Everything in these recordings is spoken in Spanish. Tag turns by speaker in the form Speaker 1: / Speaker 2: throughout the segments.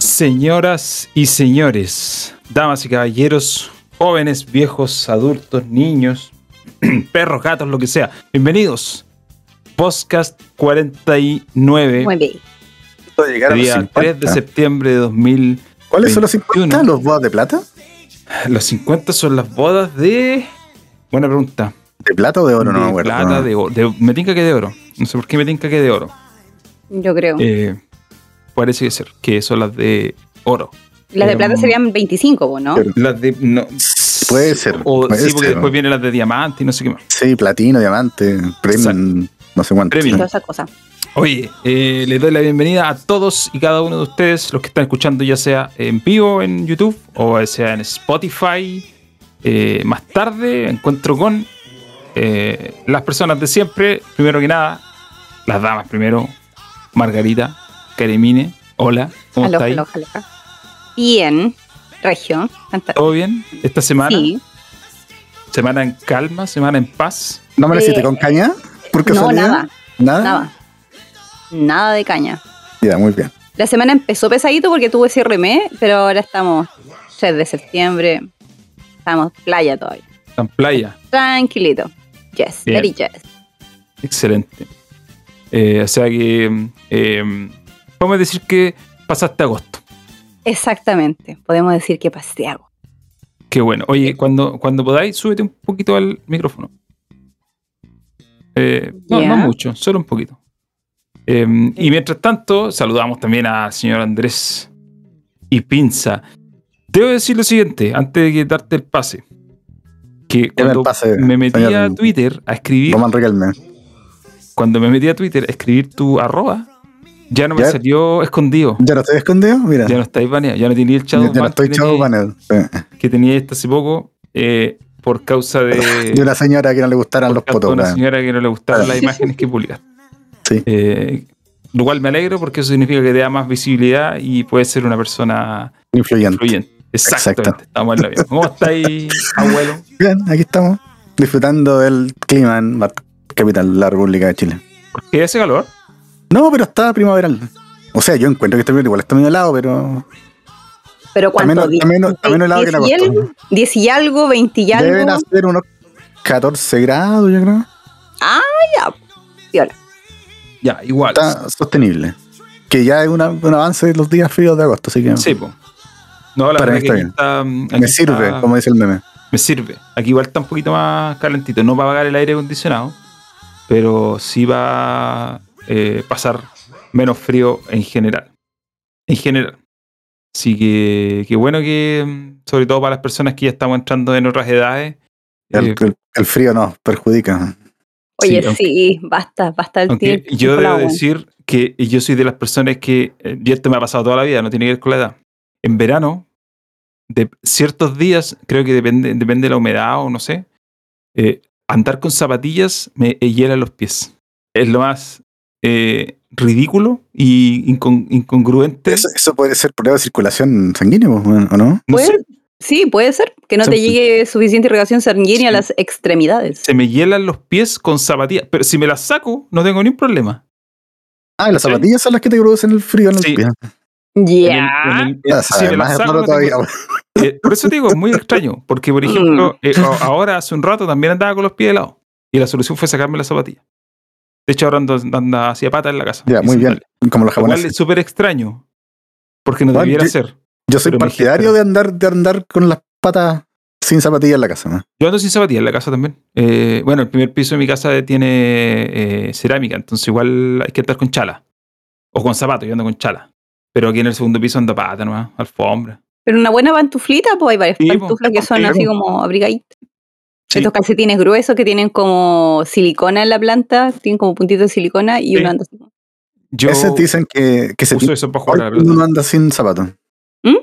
Speaker 1: Señoras y señores, damas y caballeros, jóvenes, viejos, adultos, niños, perros, gatos, lo que sea. Bienvenidos. Podcast 49.
Speaker 2: Muy bien.
Speaker 3: Llegar a los
Speaker 1: día 3 de
Speaker 3: 50.
Speaker 1: septiembre de 2000.
Speaker 3: ¿Cuáles son los 50?
Speaker 1: 21?
Speaker 3: ¿Los bodas de plata?
Speaker 1: Los 50 son las bodas de. Buena pregunta.
Speaker 3: ¿De plata o de oro? No
Speaker 1: de
Speaker 3: me acuerdo.
Speaker 1: plata,
Speaker 3: no.
Speaker 1: de oro. de- me tinca que de oro. No sé por qué me tinca que de oro.
Speaker 2: Yo creo.
Speaker 1: Eh, parece que ser que son las de oro.
Speaker 2: Las de plata
Speaker 1: em,
Speaker 2: serían 25, vos, ¿no?
Speaker 3: Pero-
Speaker 1: Las de. No.
Speaker 3: Puede ser,
Speaker 1: O,
Speaker 3: puede
Speaker 1: sí, porque
Speaker 3: ser.
Speaker 1: después vienen las de diamante y no sé qué más.
Speaker 3: Sí, platino, diamante, premium, no sé cuánto.
Speaker 1: Premium.
Speaker 2: Toda esa cosa.
Speaker 1: Oye, eh, les doy la bienvenida a todos y cada uno de ustedes, los que están escuchando ya sea en vivo en YouTube o sea en Spotify. Eh, más tarde encuentro con eh, las personas de siempre. Primero que nada, las damas primero. Margarita, Karemine, hola, ¿cómo
Speaker 2: Aloja,
Speaker 1: estáis?
Speaker 2: aloja, aloja. Bien, Regio. Fanta-
Speaker 1: ¿Todo bien? ¿Esta semana?
Speaker 2: Sí.
Speaker 1: ¿Semana en calma? ¿Semana en paz?
Speaker 3: ¿No me lo
Speaker 2: Eh,
Speaker 3: hiciste con caña? ¿Por Ah.
Speaker 2: No,
Speaker 3: casualidad?
Speaker 2: nada,
Speaker 3: ¿Nada?
Speaker 2: nada. Nada de caña.
Speaker 3: Ya, muy bien.
Speaker 2: La semana empezó pesadito porque tuve cierre mes, pero ahora estamos 3 de septiembre. Estamos playa todavía.
Speaker 1: ¿Tan playa?
Speaker 2: Tranquilito. Yes,
Speaker 1: Bien.
Speaker 2: very yes.
Speaker 1: Excelente. Eh, o sea que. eh, vamos a decir que pasaste agosto.
Speaker 2: Exactamente. Podemos decir que pasé algo.
Speaker 1: Qué bueno. Oye, cuando, cuando podáis, súbete un poquito al micrófono. Eh, no,
Speaker 2: Ya.
Speaker 1: no mucho, solo un poquito. Eh, y mientras tanto, saludamos también al señor Andrés y Pinza. Debo decir lo siguiente, antes de que darte el pase. Que
Speaker 3: Deme el
Speaker 1: cuando
Speaker 3: pase,
Speaker 1: me metí
Speaker 3: señor
Speaker 1: a Twitter a escribir,
Speaker 3: Roman Riquelme.
Speaker 1: cuando me metí a Twitter a escribir tu arroba, ya no me
Speaker 3: Ya.
Speaker 1: salió escondido.
Speaker 3: ¿Ya no estoy escondido? Mira.
Speaker 1: Ya no estáis baneado, ya no tenía el
Speaker 3: Ya,
Speaker 1: chavo
Speaker 3: no estoy chavo panel.
Speaker 1: que tenía este hace poco eh, por causa de,
Speaker 3: De una señora que no le gustaran los
Speaker 1: por causa de
Speaker 3: potos.
Speaker 1: una
Speaker 3: weón.
Speaker 1: señora que no le gustaban
Speaker 3: Claro.
Speaker 1: las imágenes que publicaste.
Speaker 3: Sí.
Speaker 1: Eh, lo cual me alegro porque eso significa que te da más visibilidad y puedes ser una persona
Speaker 3: Influyente.
Speaker 1: influyente. Exactamente.
Speaker 3: Exacto.
Speaker 1: Estamos en la misma. ¿Cómo estáis, abuelo?
Speaker 3: Bien, aquí estamos. Disfrutando del clima en la capital de la República de Chile.
Speaker 1: ¿Qué hace calor?
Speaker 3: No, pero está primaveral. O sea, yo encuentro que este primavera igual está medio helado, pero
Speaker 2: Pero
Speaker 3: Está
Speaker 2: ¿cuánto?
Speaker 3: menos- está menos- está menos helado que la
Speaker 2: 10 y
Speaker 3: costa.
Speaker 2: algo, 10 y algo, 20 y algo.
Speaker 3: deben hacer unos 14 grados, yo creo.
Speaker 2: Ah, ya. Viola.
Speaker 1: Ya, igual.
Speaker 3: Está sostenible. Que ya es una- un avance de los días fríos de agosto, así que
Speaker 1: Sí, po. No, la
Speaker 3: Para
Speaker 1: verdad
Speaker 3: mí
Speaker 1: que
Speaker 3: está
Speaker 1: aquí
Speaker 3: bien.
Speaker 1: está, mm, aquí
Speaker 3: me
Speaker 1: está-
Speaker 3: sirve, como dice el meme.
Speaker 1: Me sirve. Aquí igual está un poquito más calentito. No va a apagar el aire acondicionado, pero sí va a eh, pasar menos frío en general. En general. Así que, qué bueno que, mm, sobre todo para las personas que ya estamos entrando en otras edades,
Speaker 3: El,
Speaker 1: eh,
Speaker 3: el- el frío nos perjudica.
Speaker 2: Oye,
Speaker 1: Sí,
Speaker 2: sí,
Speaker 1: aunque-
Speaker 2: basta, basta el
Speaker 1: Aunque
Speaker 2: tiempo.
Speaker 1: yo
Speaker 2: con la
Speaker 1: debo
Speaker 2: wea.
Speaker 1: decir que yo soy de las personas que, eh, y esto me ha pasado toda la vida, no tiene que ver con la edad. En verano, de ciertos días, creo que depende, depende de la humedad o no sé, eh, andar con zapatillas me eh, hiela los pies. Es lo más eh, ridículo y incon- incongruente.
Speaker 3: Eso, eso puede ser problema de circulación sanguínea, pues, bueno, ¿o no?
Speaker 1: No sé,
Speaker 2: Puede- Sí, puede ser que no
Speaker 1: Sí.
Speaker 2: te llegue suficiente irrigación sanguínea
Speaker 1: Sí.
Speaker 2: a las extremidades.
Speaker 1: se me hielan los pies con zapatillas, pero si me las saco, no tengo ningún problema.
Speaker 3: Ah, y las
Speaker 1: Sí.
Speaker 3: zapatillas son las que te producen el frío en el
Speaker 1: Sí.
Speaker 3: pie.
Speaker 2: Ya.
Speaker 1: En el- en el-
Speaker 3: Ya
Speaker 1: eh, si
Speaker 3: sabes,
Speaker 1: me las
Speaker 3: más
Speaker 1: saco,
Speaker 3: raro
Speaker 1: no tengo-
Speaker 3: todavía. bueno.
Speaker 1: Eh, por eso te digo, es muy extraño. Porque, por ejemplo, eh, a- ahora hace un rato también andaba con los pies helados. Y la solución fue sacarme las zapatillas. De hecho, ahora ando, ando así a pata en la casa.
Speaker 3: Ya,
Speaker 1: Y
Speaker 3: muy bien.
Speaker 1: sandalias.
Speaker 3: Como los
Speaker 1: Lo cual es
Speaker 3: japoneses.
Speaker 1: súper extraño. Porque no
Speaker 3: Bueno,
Speaker 1: debiera
Speaker 3: yo-
Speaker 1: ser.
Speaker 3: Yo soy
Speaker 1: pero me
Speaker 3: partidario
Speaker 1: dijeron-
Speaker 3: de andar, de andar con las patas sin zapatillas en la casa. ¿no?
Speaker 1: Yo ando sin zapatillas en la casa también. Eh, bueno, el primer piso de mi casa tiene eh, cerámica, entonces igual hay que andar con chala. O con zapatos, yo ando con chala. Pero aquí en el segundo piso ando a pata nomás, alfombra.
Speaker 2: Pero una buena pantuflita, pues hay varias
Speaker 1: Sí, pues,
Speaker 2: pantuflas que son
Speaker 1: sí,
Speaker 2: así
Speaker 3: pues.
Speaker 2: como abrigaditas.
Speaker 1: Sí.
Speaker 2: Estos calcetines gruesos que tienen como silicona en la planta, tienen como puntitos de silicona y
Speaker 1: Sí.
Speaker 2: uno anda así. como-
Speaker 1: Yo
Speaker 3: Ese dicen que, que se
Speaker 1: uso
Speaker 3: tiene-
Speaker 1: eso para jugar a la
Speaker 3: hoy uno
Speaker 1: pelota.
Speaker 3: anda sin zapatos.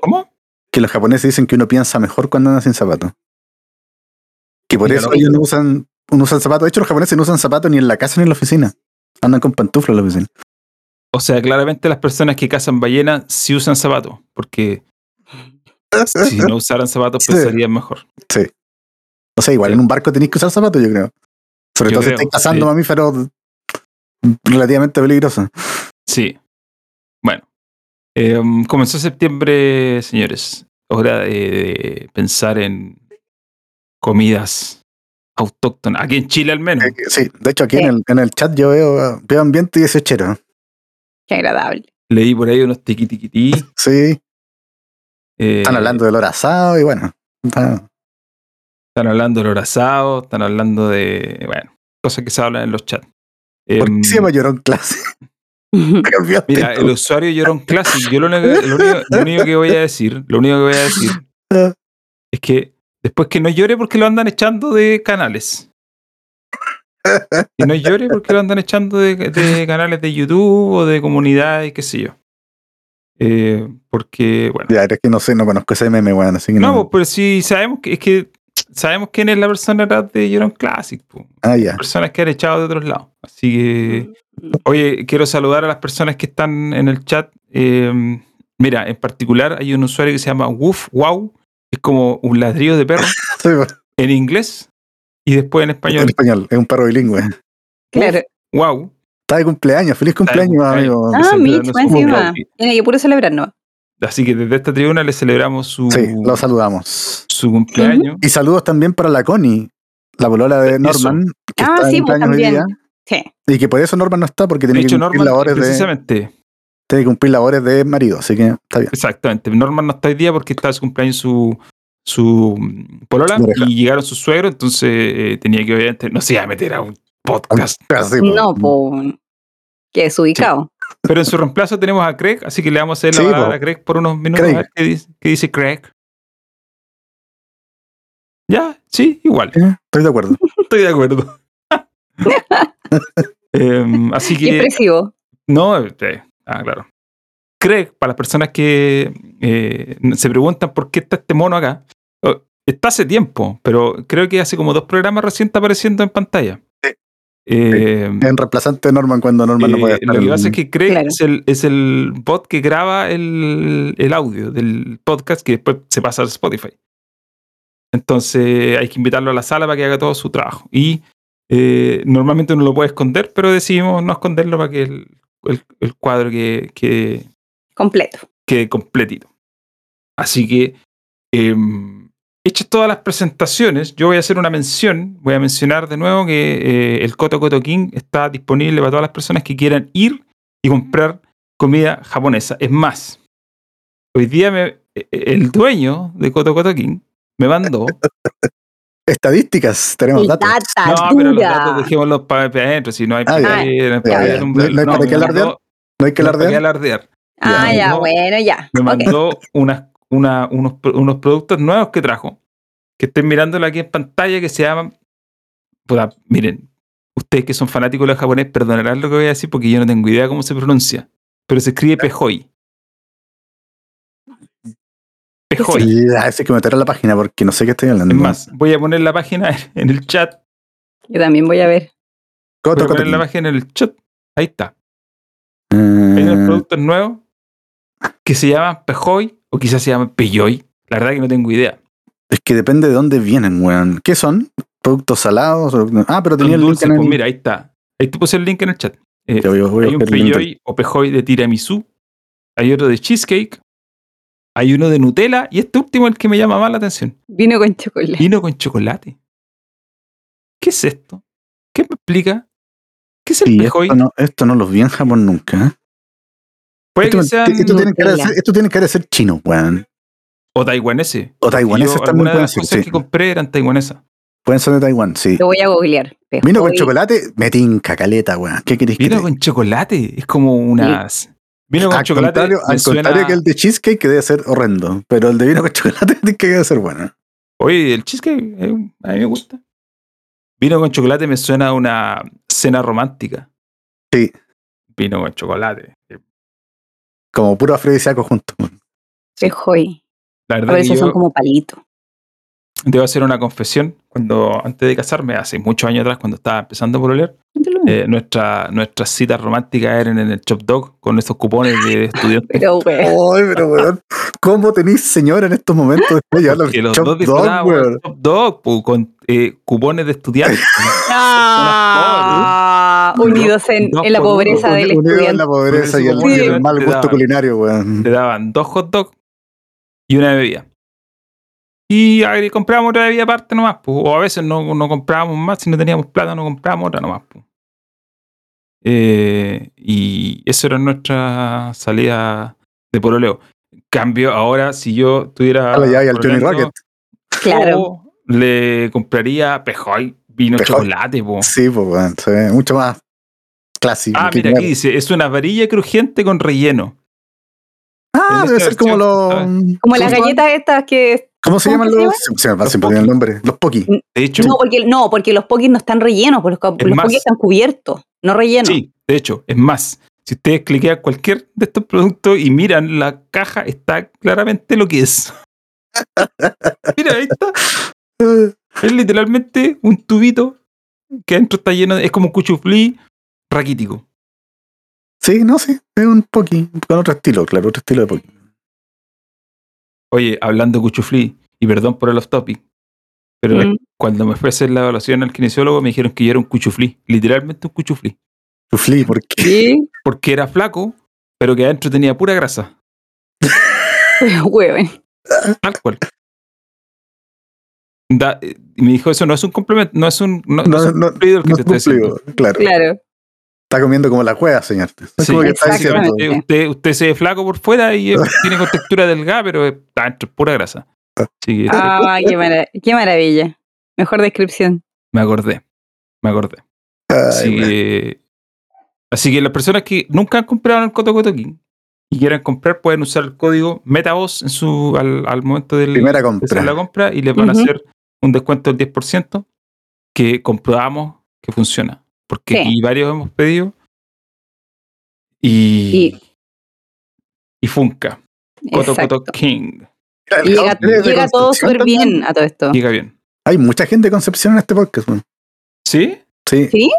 Speaker 1: ¿Cómo?
Speaker 3: que los japoneses dicen que uno piensa mejor cuando anda sin zapato. Que por
Speaker 1: Mira,
Speaker 3: eso
Speaker 1: loco.
Speaker 3: ellos no usan, no usan zapatos. De hecho, los japoneses no usan zapatos ni en la casa ni en la oficina. Andan con pantuflas en la oficina.
Speaker 1: O sea, claramente las personas que cazan ballenas sí usan zapatos, porque si no usaran zapatos
Speaker 3: Sí.
Speaker 1: pensarían mejor.
Speaker 3: O sea, igual en un barco tenéis que usar zapatos, yo creo. Sobre
Speaker 1: Yo
Speaker 3: todo si
Speaker 1: creo,
Speaker 3: estáis
Speaker 1: sí.
Speaker 3: cazando mamíferos relativamente peligrosos.
Speaker 1: Sí. Bueno. Eh, comenzó septiembre, señores. Hora de, de pensar en comidas autóctonas. Aquí en Chile al menos.
Speaker 3: Eh, Sí, de hecho aquí
Speaker 2: Sí.
Speaker 3: En, el, en el chat yo veo, ah, veo ambiente y ese chero.
Speaker 2: Qué agradable.
Speaker 1: Leí por ahí unos tiquitiquití.
Speaker 3: Sí,
Speaker 1: eh,
Speaker 3: están hablando del olor asado y bueno. está-
Speaker 1: Están hablando del asado, están hablando de, bueno, cosas que se hablan en los chats.
Speaker 3: ¿Por
Speaker 1: Em,
Speaker 3: qué se llama llorón clase? Cambiaste
Speaker 1: Mira,
Speaker 3: tú.
Speaker 1: el usuario Llorón Classic, yo lo único, lo único- lo único que voy a decir, lo único que voy a decir es que después que no llore porque lo andan echando de canales. Que no llore porque lo andan echando de, de canales de YouTube o de comunidades, qué sé yo. Eh, porque, bueno.
Speaker 3: Ya, es que no sé, no conozco ese meme, weón, así que
Speaker 1: No,
Speaker 3: no.
Speaker 1: pues, pero sí sabemos que es que sabemos quién es la persona detrás de Llorón Classic, po.
Speaker 3: ah, ya.
Speaker 1: personas que han echado de otros lados. Así que. Oye, quiero saludar a las personas que están en el chat. Eh, mira, en particular hay un usuario que se llama Woof Wow, que es como un ladrillo de perro
Speaker 3: Sí, pues,
Speaker 1: en inglés y después en
Speaker 3: en
Speaker 1: español.
Speaker 3: español, es un perro bilingüe.
Speaker 2: Claro.
Speaker 1: Wow.
Speaker 3: Está de cumpleaños, feliz
Speaker 1: de
Speaker 3: cumpleaños,
Speaker 1: cumpleaños.
Speaker 3: amigo.
Speaker 1: se
Speaker 2: Ah,
Speaker 1: me
Speaker 2: Mitch,
Speaker 1: dan
Speaker 2: más
Speaker 1: los ojos
Speaker 2: encima.
Speaker 1: blancos.
Speaker 2: Tiene que puro celebrar, ¿no?
Speaker 1: Así que desde esta tribuna le celebramos su,
Speaker 3: Sí, lo saludamos.
Speaker 1: su cumpleaños.
Speaker 3: Y saludos también para la Connie, la bolola de Norman. que
Speaker 2: Ah,
Speaker 3: está de
Speaker 2: sí, pues,
Speaker 3: cumpleaños hoy
Speaker 2: también.
Speaker 3: día,
Speaker 2: Sí.
Speaker 3: y que por eso Norman no está, porque
Speaker 1: De
Speaker 3: tiene que,
Speaker 1: hecho,
Speaker 3: cumplir
Speaker 1: Norman,
Speaker 3: labores de,
Speaker 1: precisamente,
Speaker 3: tiene que cumplir labores de marido, así que está bien.
Speaker 1: exactamente. Norman no está hoy día porque está de su cumpleaños su, su mm, polola
Speaker 3: Su pareja.
Speaker 1: y llegaron sus suegros, entonces eh, tenía que obviamente, no se iba a meter a un podcast
Speaker 3: Así, pues.
Speaker 2: No, pues. Que desubicado.
Speaker 1: Pero en su reemplazo tenemos a Craig, así que le vamos a hacer
Speaker 3: Sí,
Speaker 1: la palabra
Speaker 3: po.
Speaker 1: a Craig por unos minutos.
Speaker 3: Craig.
Speaker 1: A ver qué dice, qué dice Craig. Ya, sí, igual.
Speaker 3: Eh, Estoy de acuerdo.
Speaker 1: Estoy de acuerdo. Em, así
Speaker 2: Qué
Speaker 1: que,
Speaker 2: impresivo.
Speaker 1: no, eh, ah, claro. Craig, para las personas que eh, se preguntan por qué está este mono acá, oh, está hace tiempo, pero creo que hace como dos programas recién está apareciendo en pantalla.
Speaker 3: Sí.
Speaker 1: Em,
Speaker 3: En reemplazante de Norman cuando Norman no
Speaker 1: eh,
Speaker 3: puede estar.
Speaker 1: Lo que
Speaker 3: en-
Speaker 1: pasa es que Craig
Speaker 2: Claro.
Speaker 1: es, el, es el bot que graba el, el audio del podcast que después se pasa al Spotify. Entonces hay que invitarlo a la sala para que haga todo su trabajo. Y eh, normalmente uno lo puede esconder, pero decidimos no esconderlo para que el, el- el cuadro que, que,
Speaker 2: Completo.
Speaker 1: quede completito. Así que, eh, hechas todas las presentaciones, yo voy a hacer una mención. Voy a mencionar de nuevo que eh, el Coto Coto King está disponible para todas las personas que quieran ir y comprar comida japonesa. Es más, hoy día me- eh, el dueño de Coto Coto King me mandó.
Speaker 3: Estadísticas, tenemos
Speaker 2: Y
Speaker 3: datos.
Speaker 1: No,
Speaker 2: data
Speaker 1: pero los
Speaker 2: dura.
Speaker 1: datos dejémoslos para adentro, si no hay
Speaker 3: Ah,
Speaker 1: para
Speaker 2: ya.
Speaker 1: qué, no hay
Speaker 3: Ya,
Speaker 1: para
Speaker 3: ya.
Speaker 1: qué
Speaker 3: No-
Speaker 1: alumbrar.
Speaker 3: no hay para
Speaker 1: me
Speaker 3: qué alardear,
Speaker 1: mandó-
Speaker 3: No hay que
Speaker 1: no hay para qué
Speaker 3: alardear.
Speaker 1: alardear.
Speaker 2: Ah,
Speaker 1: Ya,
Speaker 2: ya,
Speaker 1: no.
Speaker 2: bueno, ya.
Speaker 1: me
Speaker 2: Ok.
Speaker 1: mandó unas, una- unos, pro- unos productos nuevos que trajo, que estoy mirándolo aquí en pantalla, que se llaman... puta, miren, ustedes que son fanáticos de los japonés, perdonarán lo que voy a decir porque yo no tengo idea cómo se pronuncia, pero se escribe Pejoi. Pejoi.
Speaker 3: Ya, ese hay que meter a la página porque no sé qué estoy hablando.
Speaker 1: Es más, voy a poner la página en el chat.
Speaker 2: Yo también voy a ver.
Speaker 1: Voy
Speaker 3: Coto,
Speaker 1: a
Speaker 3: coto.
Speaker 1: poner la página en el chat. Ahí está. Hay unos
Speaker 3: Eh,
Speaker 1: productos nuevos que se llaman Pejoi o quizás se llaman Peyoi. La verdad que no tengo idea.
Speaker 3: Es que depende de dónde vienen, weón. ¿Qué son? ¿Productos salados? Ah, pero
Speaker 1: Son
Speaker 3: tenía el link
Speaker 1: dulces,
Speaker 3: en el-
Speaker 1: pues mira, ahí está. Ahí te puse el link en el chat. Eh,
Speaker 3: Ya voy a- voy a
Speaker 1: hay un
Speaker 3: buscar el link.
Speaker 1: peyoy o pejoy de tiramisú. Hay otro de cheesecake. Hay uno de Nutella. Y este último es el que me llama más la atención.
Speaker 2: Vino con chocolate.
Speaker 1: Vino con chocolate. ¿Qué es esto? ¿Qué me explica? ¿Qué es el
Speaker 3: Sí,
Speaker 1: pejoy?
Speaker 3: esto, no, esto no los vi en Japón nunca. ¿eh?
Speaker 1: Puede
Speaker 3: Esto,
Speaker 1: que sean
Speaker 3: esto tiene cara de
Speaker 2: Nutella.
Speaker 3: ser, esto tiene cara de ser chino, weón.
Speaker 1: o taiwaneses.
Speaker 3: O taiwaneses
Speaker 1: Yo,
Speaker 3: también
Speaker 1: algunas de
Speaker 3: pueden
Speaker 1: las
Speaker 3: ser.
Speaker 1: cosas
Speaker 3: Sí.
Speaker 1: que compré eran taiwanesas.
Speaker 3: Pueden ser de Taiwán, sí.
Speaker 2: Lo voy a googlear.
Speaker 3: Vino con
Speaker 2: Pejoy.
Speaker 3: chocolate, me tinca, caleta, weón. ¿Qué querés que
Speaker 1: Vino
Speaker 3: te-
Speaker 1: con chocolate. Es como unas. Vino con
Speaker 3: Al
Speaker 1: chocolate.
Speaker 3: contrario,
Speaker 1: me
Speaker 3: al
Speaker 1: suena-
Speaker 3: contrario que el de cheesecake, que debe ser horrendo. Pero el de vino con chocolate tiene que debe ser bueno.
Speaker 1: Oye, el cheesecake eh, a mí me gusta. Vino con chocolate me suena a una cena romántica.
Speaker 3: Sí.
Speaker 1: Vino con chocolate. Eh,
Speaker 3: Como puro afrodisíaco junto.
Speaker 2: Pejoy.
Speaker 1: La verdad
Speaker 2: A ver,
Speaker 1: que
Speaker 2: esos
Speaker 1: yo,
Speaker 2: son como palitos.
Speaker 1: Debo hacer una confesión. Cuando, antes de casarme, hace muchos años atrás, cuando estaba empezando por oler,
Speaker 3: Mm.
Speaker 1: eh, nuestra, nuestras citas románticas eran en el Chop Dog con estos cupones de estudiantes.
Speaker 2: Pero, weón.
Speaker 3: Ay, pero weón, ¿cómo tenéis señora en estos momentos después de llevarla
Speaker 1: que
Speaker 3: al
Speaker 1: los
Speaker 3: Chop
Speaker 1: dos
Speaker 3: Dog,
Speaker 1: disfrutábamos
Speaker 3: weón?
Speaker 1: el Chop Dog pu, con eh, cupones de estudiantes.
Speaker 2: Ah, unidos en, en la pobreza del
Speaker 3: Unido en
Speaker 2: estudiante.
Speaker 3: la pobreza y el,
Speaker 2: Sí.
Speaker 3: y el mal
Speaker 1: Te
Speaker 3: gusto
Speaker 1: daban.
Speaker 3: culinario, weón.
Speaker 1: te daban dos hot dogs y una bebida. Y agre- comprábamos otra bebida aparte nomás, pues. o a veces no, no comprábamos más, si no teníamos plata no comprábamos otra nomás. pues. Eh, y eso era nuestra salida de pololeo. Cambio, ahora si yo estuviera...
Speaker 3: A la llave al Johnny
Speaker 1: pololeando,
Speaker 3: Rocket.
Speaker 2: Claro.
Speaker 1: yo Le compraría Pejoy, vino
Speaker 3: Pejoy.
Speaker 1: chocolate. po.
Speaker 3: Sí, pues weón, se ve mucho más clásico.
Speaker 1: Ah,
Speaker 3: que
Speaker 1: mira,
Speaker 3: claro.
Speaker 1: aquí dice, es una varilla crujiente con relleno.
Speaker 3: Ah,
Speaker 1: en este
Speaker 3: debe
Speaker 1: esta
Speaker 3: ser como los.
Speaker 1: versión,
Speaker 2: Como las
Speaker 1: Son-
Speaker 2: galletas estas que.
Speaker 3: ¿Cómo se
Speaker 2: ¿Cómo
Speaker 3: llaman
Speaker 2: que se
Speaker 3: los? Se, se me va
Speaker 1: Los
Speaker 3: siempre el nombre. Los Poki.
Speaker 1: De hecho,
Speaker 2: No, porque, no, porque los pokis no están rellenos, porque los,
Speaker 1: Es
Speaker 2: los
Speaker 1: más.
Speaker 2: pokis están cubiertos, no rellenos.
Speaker 1: Sí, de hecho, es más, si ustedes cliquean cualquier de estos productos y miran la caja, está claramente lo que es. Mira, ahí está.
Speaker 3: Eh,
Speaker 1: Es literalmente un tubito que adentro está lleno de. Es como un cuchuflí raquítico.
Speaker 3: Sí, no, sí. Es un Poki. Con otro estilo, claro, otro estilo de Poki.
Speaker 1: Oye, hablando de cuchuflí, y perdón por el off topic, pero
Speaker 2: Mm.
Speaker 1: cuando me fui a hacer la evaluación al kinesiólogo me dijeron que yo era un cuchuflí, literalmente un cuchuflí,
Speaker 3: Chufli, ¿por qué?
Speaker 2: Sí,
Speaker 1: porque era flaco, pero que adentro tenía pura grasa,
Speaker 2: hueven.
Speaker 1: tal cual. Da- eh, y me dijo, eso no es un complemento, no es un, no- no es
Speaker 3: No,
Speaker 1: un
Speaker 3: no,
Speaker 1: cumplido el que
Speaker 3: no
Speaker 1: te
Speaker 3: es
Speaker 1: estoy diciendo.
Speaker 3: cumplido, claro.
Speaker 2: Claro.
Speaker 3: Está comiendo como la cueva, señor. Es
Speaker 1: Sí,
Speaker 3: como que está
Speaker 2: exactamente.
Speaker 3: diciendo.
Speaker 1: Usted, usted, usted se ve flaco por fuera y eh, tiene con textura delgada, pero eh, está dentro, es pura grasa. Así que
Speaker 2: Ah, qué, mara- qué maravilla. Mejor descripción.
Speaker 1: me acordé, me acordé.
Speaker 3: "Ay,
Speaker 1: Así
Speaker 3: weón".
Speaker 1: que, así que las personas que nunca han comprado en el Coto Coto King y quieran comprar pueden usar el código MetaVoz en su, al, al momento del,
Speaker 3: Primera
Speaker 1: de hacer la
Speaker 3: compra.
Speaker 1: compra y les van
Speaker 2: Ujú.
Speaker 1: a hacer un descuento del 10% que comprobamos que funciona. Porque
Speaker 2: Sí.
Speaker 1: aquí varios hemos pedido y, y, Funka. Coto
Speaker 2: Exacto.
Speaker 1: Coto King.
Speaker 2: Y llega,
Speaker 3: Desde
Speaker 2: llega todo
Speaker 3: Concepción
Speaker 2: súper
Speaker 3: también.
Speaker 2: bien a todo esto.
Speaker 1: Llega bien.
Speaker 3: Hay mucha gente de Concepción en este podcast, weón.
Speaker 1: ¿Sí?
Speaker 3: Sí.
Speaker 2: ¿Sí?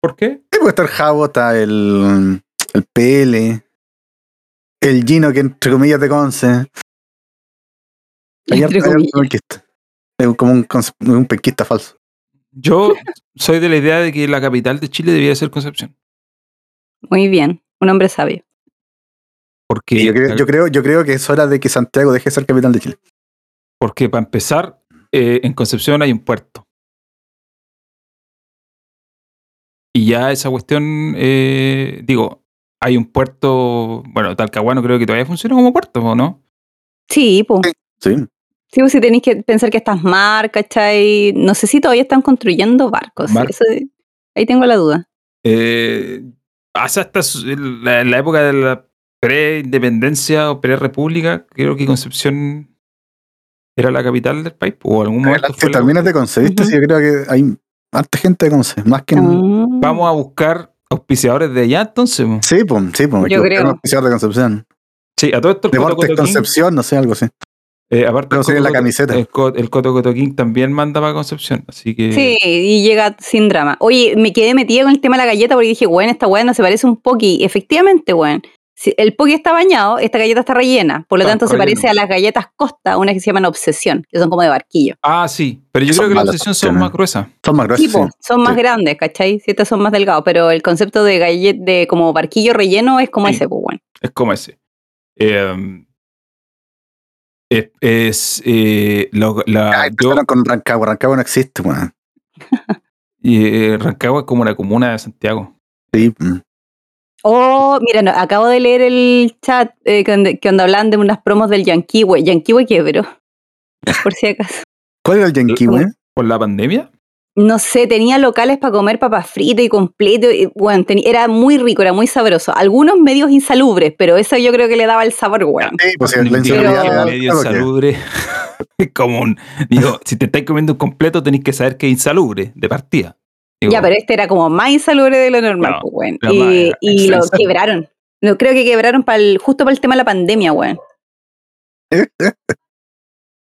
Speaker 1: ¿Por qué?
Speaker 3: Sí, porque está el Jabo, está el, el PL, el Gino, que entre comillas de Conce. Hay
Speaker 2: Entre
Speaker 3: harto- hay harto
Speaker 2: comillas.
Speaker 3: penquista. Es como un, conce- un penquista falso.
Speaker 1: Yo soy de la idea de que la capital de Chile debería ser Concepción.
Speaker 2: Muy bien. Un hombre sabio.
Speaker 1: Porque,
Speaker 3: yo, creo, yo, creo, yo creo que es hora de que Santiago deje de ser capital de Chile.
Speaker 1: porque para empezar, eh, en Concepción hay un puerto. Y ya esa cuestión, eh, digo, hay un puerto, bueno, Talcahuano creo que todavía funciona como puerto, ¿o ¿no?
Speaker 2: Sí, pues.
Speaker 3: Sí.
Speaker 2: Sí, pues si tenéis que pensar que estas marcas, ¿cachai? No sé si todavía están construyendo barcos.
Speaker 1: Barcos.
Speaker 2: Eso- ahí tengo la duda.
Speaker 1: Eh, hace hasta su- la, la época de la pre-independencia o pre-república, creo que Concepción era la capital del país, o algún momento
Speaker 3: Adelante,
Speaker 1: fue la-
Speaker 3: también es de Conce, ¿viste?
Speaker 2: Ujú.
Speaker 3: Sí, yo creo que hay harta gente de Conce, más que en-
Speaker 2: Ah.
Speaker 1: Vamos a buscar auspiciadores de allá, entonces. mo.
Speaker 3: Sí, pues, sí, pues.
Speaker 2: Yo creo.
Speaker 3: Especial de Concepción.
Speaker 1: Sí, a todo esto el Coto
Speaker 3: Deportes
Speaker 1: Coto King,
Speaker 3: Concepción, no sé, algo así.
Speaker 1: eh, aparte
Speaker 3: Pero
Speaker 1: el
Speaker 3: sería
Speaker 1: Coto
Speaker 3: la
Speaker 1: Coto-
Speaker 3: camiseta.
Speaker 1: El, Co- el Coto Coto King también manda para Concepción, así que...
Speaker 2: Sí, y llega sin drama. Oye, me quedé metida con el tema de la galleta porque dije, bueno, esta weá no se parece a un poqui. Efectivamente, weón. Si el poqui está bañado, esta galleta está rellena. Por lo
Speaker 1: Está
Speaker 2: tanto, se
Speaker 1: relleno.
Speaker 2: parece a las galletas Costa, unas que se llaman Obsesión, que son como de barquillo.
Speaker 1: Ah, sí, pero yo
Speaker 3: Son
Speaker 1: creo que las
Speaker 3: malas
Speaker 1: obsesiones son
Speaker 3: opciones.
Speaker 1: más gruesas.
Speaker 3: Son más gruesos.
Speaker 2: Tipo,
Speaker 3: sí.
Speaker 2: son más
Speaker 3: Sí.
Speaker 2: grandes, ¿cachai? Si estas son más delgados, pero el concepto de gallet de como barquillo relleno es como
Speaker 1: Sí.
Speaker 2: ese, pues, weón.
Speaker 1: Es como ese. Eh, es... es, eh, lo- la,
Speaker 3: Ay,
Speaker 1: yo-
Speaker 3: empezaron con Rancagua. Rancagua no existe, weón.
Speaker 1: eh, Rancagua es como una comuna de Santiago.
Speaker 3: Sí, mm.
Speaker 2: Oh, mira, no, acabo de leer el chat eh, que, donde, que donde hablan de unas promos del Yankee, güey. Yankee, güey, quebró. Por si acaso.
Speaker 3: ¿Cuál era el Yankee, weón?
Speaker 1: ¿Por la pandemia?
Speaker 2: No sé, tenía locales para comer papas fritas y completo. Y, bueno, teni- era muy rico, era muy sabroso. Algunos medios insalubres, pero eso yo creo que le daba el sabor, güey.
Speaker 3: Sí, pues sí, la
Speaker 1: Digo,
Speaker 3: inseguridad
Speaker 1: que
Speaker 2: Pero-
Speaker 3: de-
Speaker 1: medio
Speaker 3: claro que-
Speaker 1: insalubre. Es como un. Digo, si te estáis comiendo un completo, tenéis que saber que es insalubre, de partida. Digo,
Speaker 2: Ya, pero este era como más insalubre de lo normal,
Speaker 1: No,
Speaker 2: pues, güey.
Speaker 1: era más-
Speaker 2: Y,
Speaker 1: era
Speaker 2: y lo
Speaker 3: excelente.
Speaker 2: quebraron. No, creo que quebraron para el, justo para el tema de la pandemia, güey.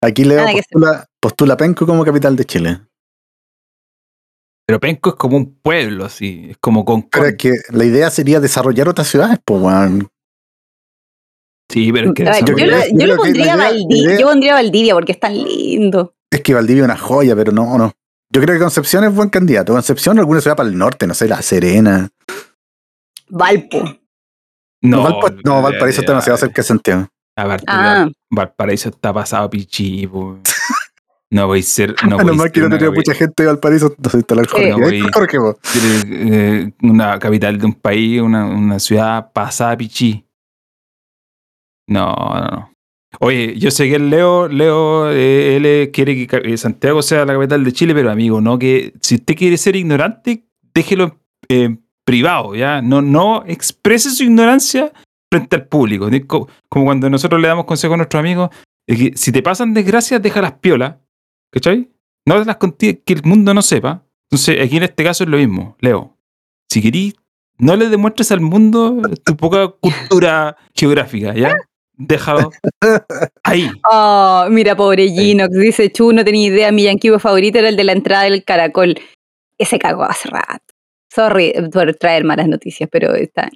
Speaker 3: Aquí Leo
Speaker 2: Nada que
Speaker 3: postula, postula Penco como capital de Chile.
Speaker 1: Pero Penco es como un pueblo, así. Es como con.
Speaker 3: Pero es que la idea sería desarrollar otras ciudades, pues, weón.
Speaker 1: Sí, pero es que.
Speaker 2: A ver,
Speaker 1: esa
Speaker 2: yo,
Speaker 1: weá-
Speaker 3: creo-
Speaker 2: lo, yo
Speaker 3: yo
Speaker 2: lo
Speaker 3: creo que
Speaker 2: pondría
Speaker 3: la idea-
Speaker 2: Valdivia,
Speaker 3: idea-
Speaker 2: yo pondría Valdivia porque es tan lindo.
Speaker 3: Es que Valdivia es una joya, pero no, no. Yo creo que Concepción es buen candidato. Concepción o alguna ciudad para el norte, no sé, La Serena.
Speaker 2: Valpo.
Speaker 3: No, Valpo- no, Valparaíso está demasiado cerca de Santiago.
Speaker 1: Aparte,
Speaker 2: Ah.
Speaker 1: Val- Valparaíso está pasado a pichí, po. No voy a ser. No
Speaker 3: A lo
Speaker 1: voy
Speaker 3: más
Speaker 1: ser
Speaker 3: Ah, que no
Speaker 1: una
Speaker 3: tenía
Speaker 1: capi-
Speaker 3: mucha gente de Valparaíso, entonces está el Jorge.
Speaker 2: Eh.
Speaker 1: No,
Speaker 3: Ahí está
Speaker 1: güey.
Speaker 3: Jorge, po.
Speaker 1: eh, una capital de un país, una, una ciudad pasada a pichí. No, no, no. Oye, yo sé que el Leo, Leo, eh, él quiere que ca- eh, Santiago sea la capital de Chile, pero amigo, no que si usted quiere ser ignorante, déjelo eh, privado, ¿ya? No, no exprese su ignorancia frente al público. Es co- Como cuando nosotros le damos consejo a nuestros amigos, es que si te pasan desgracias, deja las piolas, ¿cachai? No las conti- que el mundo no sepa. Entonces, aquí en este caso es lo mismo, Leo. Si querís, no le demuestres al mundo tu poca cultura geográfica, ¿ya? Déjalo ahí.
Speaker 2: Oh, mira, pobre Ginox, dice Chu, no tenía idea, mi yanquivo favorito era el de la entrada del caracol. Ese cagó hace rato. Sorry eh, por traer malas noticias, pero está.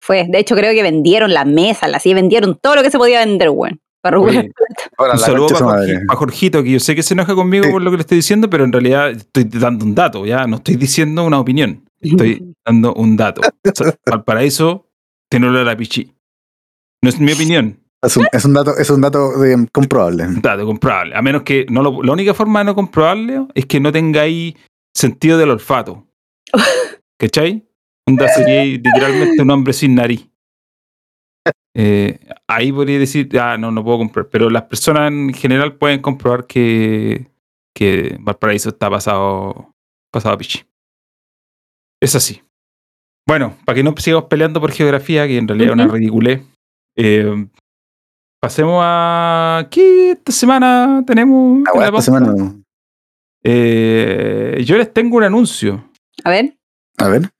Speaker 2: Fue, de hecho creo que vendieron la mesa, la sí, vendieron todo lo que se podía vender, weón. Para
Speaker 1: Oye,
Speaker 2: recuperar-
Speaker 3: Ahora,
Speaker 1: un
Speaker 3: Ah, la
Speaker 1: saludo
Speaker 3: concha de
Speaker 1: para,
Speaker 3: su
Speaker 1: Jorgi-
Speaker 3: madre.
Speaker 1: para Jorgito, que yo sé que se enoja conmigo
Speaker 3: Sí.
Speaker 1: por lo que le estoy diciendo, pero en realidad estoy dando un dato, ¿ya? No estoy diciendo una opinión, estoy dando un dato. O sea, Valparaíso tiene olor a pichí. No es mi opinión,
Speaker 3: Es un, es un dato, es un dato eh, comprobable.
Speaker 1: un dato comprobable. A menos que no lo- la única forma de no comprobarlo es que no tengáis sentido del olfato. ¿Cachai? Onda sería literalmente un hombre sin nariz. Eh, ahí podría decir, ah, no, no puedo comprar. Pero las personas en general pueden comprobar que, que Valparaíso está pasado, pasado a pichi. Es así. Bueno, para que no sigamos peleando por geografía, que en realidad es una
Speaker 2: Ujú.
Speaker 1: ridiculez. eh, pasemos a. ¿Qué esta semana tenemos?
Speaker 3: Ah,
Speaker 1: en la
Speaker 3: bueno, esta
Speaker 1: pauta?
Speaker 3: semana no.
Speaker 1: Eh, yo les tengo un anuncio.
Speaker 2: A ver,
Speaker 3: A ver.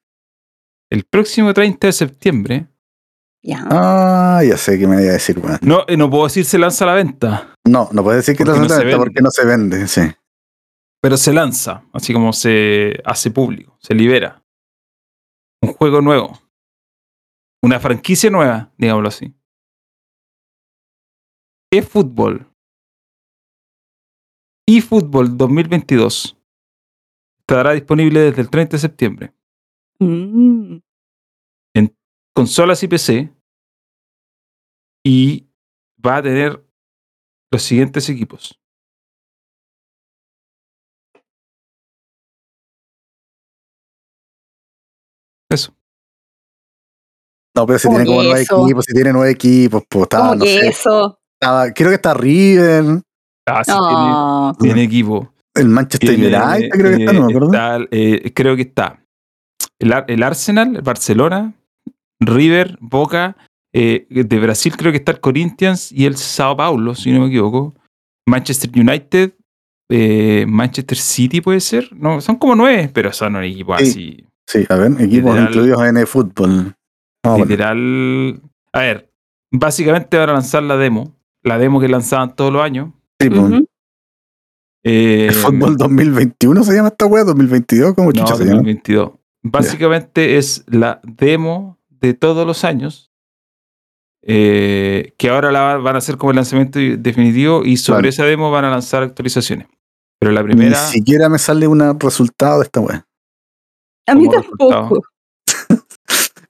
Speaker 1: El próximo 30 de septiembre.
Speaker 2: ya.
Speaker 3: Ah, ya sé qué me voy a decir, weón.
Speaker 1: No, eh, no puedo decir se lanza a la venta,
Speaker 3: No, no puedes decir que
Speaker 1: Porque
Speaker 3: no
Speaker 1: no se
Speaker 3: se vende
Speaker 1: vende.
Speaker 3: porque no se vende, sí.
Speaker 1: pero se lanza, así como se hace público, se libera. Un juego nuevo. Una franquicia nueva, digámoslo así. eFootball. eFootball 2022. Estará disponible desde el 30 de septiembre.
Speaker 2: Mm.
Speaker 1: consolas y PC y va a tener los siguientes equipos. Eso.
Speaker 3: No, pero si
Speaker 2: ¿Cómo
Speaker 3: tiene como
Speaker 2: que
Speaker 3: nueve
Speaker 2: eso?
Speaker 3: equipos, si tiene nueve equipos, pues
Speaker 2: ¿Cómo
Speaker 3: está, no
Speaker 2: que
Speaker 3: sé.
Speaker 2: eso?
Speaker 3: Estaba- creo que está River,
Speaker 1: Ah, sí, tiene-
Speaker 2: No.
Speaker 1: tiene, equipo.
Speaker 3: el Manchester
Speaker 1: Tiene,
Speaker 3: United, creo que está, no me
Speaker 1: eh,
Speaker 3: acuerdo.
Speaker 1: está, eh, creo que está. El, Ar- el Arsenal, el Barcelona, River, Boca. eh, de Brasil creo que está el Corinthians y el Sao Paulo, si no me equivoco. Manchester United, eh, Manchester City puede ser. No, son como nueve, pero son un equipo
Speaker 3: Sí.
Speaker 1: así.
Speaker 3: Sí, a ver, equipos
Speaker 1: Literal.
Speaker 3: incluidos en el fútbol. Ah, bueno.
Speaker 1: Literal. A ver, básicamente van a lanzar la demo. La demo que lanzaban todos los años.
Speaker 3: Sí, pues.
Speaker 2: Ujú.
Speaker 1: Eh,
Speaker 3: El fútbol 2021 se llama esta wea, 2022,
Speaker 1: no,
Speaker 3: como chucha se llama.
Speaker 1: 2022. Básicamente es la demo de todos los años. eh, que ahora la van a hacer como el lanzamiento definitivo y sobre
Speaker 3: Claro.
Speaker 1: esa demo van a lanzar actualizaciones. Pero la
Speaker 3: Ni
Speaker 1: primera.
Speaker 3: siquiera me sale un resultado de esta wea.
Speaker 2: A mí
Speaker 1: como
Speaker 2: tampoco.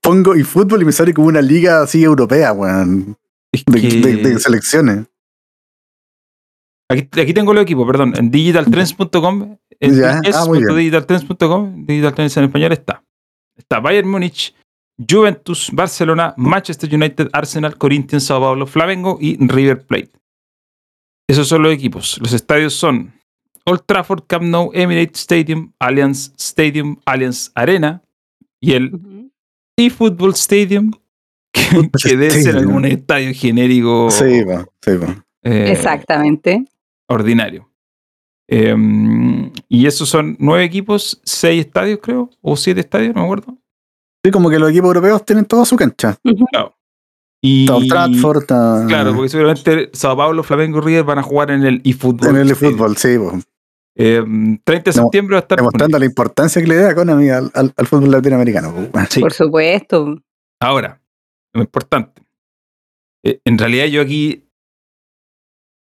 Speaker 3: Pongo y fútbol y me sale como una liga así europea, weón.
Speaker 1: es
Speaker 3: De,
Speaker 1: que-
Speaker 3: de- de selecciones.
Speaker 1: Aquí, aquí tengo los equipos, perdón. En digitaltrends.com, en
Speaker 3: Ya, ah, muy bien.
Speaker 1: digitaltrends.com, digitaltrends en español está. Está Bayern Múnich, Juventus, Barcelona, Manchester United, Arsenal, Corinthians, Sao Paulo, Flamengo y River Plate. Esos son los equipos. Los estadios son Old Trafford, Camp Nou, Emirates Stadium, Allianz Stadium, Allianz Arena y el
Speaker 2: Ujú.
Speaker 1: eFootball Stadium, que, que debe ser
Speaker 3: Stadium.
Speaker 1: algún estadio genérico
Speaker 3: Sí, pues, sí, pues.
Speaker 1: eh,
Speaker 2: Exactamente.
Speaker 1: ordinario. Em, y esos son nueve equipos, seis estadios, creo, o siete estadios, no me acuerdo.
Speaker 3: Sí, como que los equipos europeos tienen toda su cancha.
Speaker 2: Ujú.
Speaker 1: Y,
Speaker 3: Tom Stratford. ah,
Speaker 1: Claro, porque seguramente Sao Paulo, Flamengo y River van a jugar en el eFootball.
Speaker 3: En el fútbol, sí, po.
Speaker 1: Eh, 30 de septiembre va a estar.
Speaker 3: demostrando la
Speaker 1: disponible.
Speaker 3: importancia que le da Konami al, al- al fútbol latinoamericano. po.
Speaker 1: Sí.
Speaker 2: Por supuesto.
Speaker 1: Ahora, lo importante. Eh, en realidad yo aquí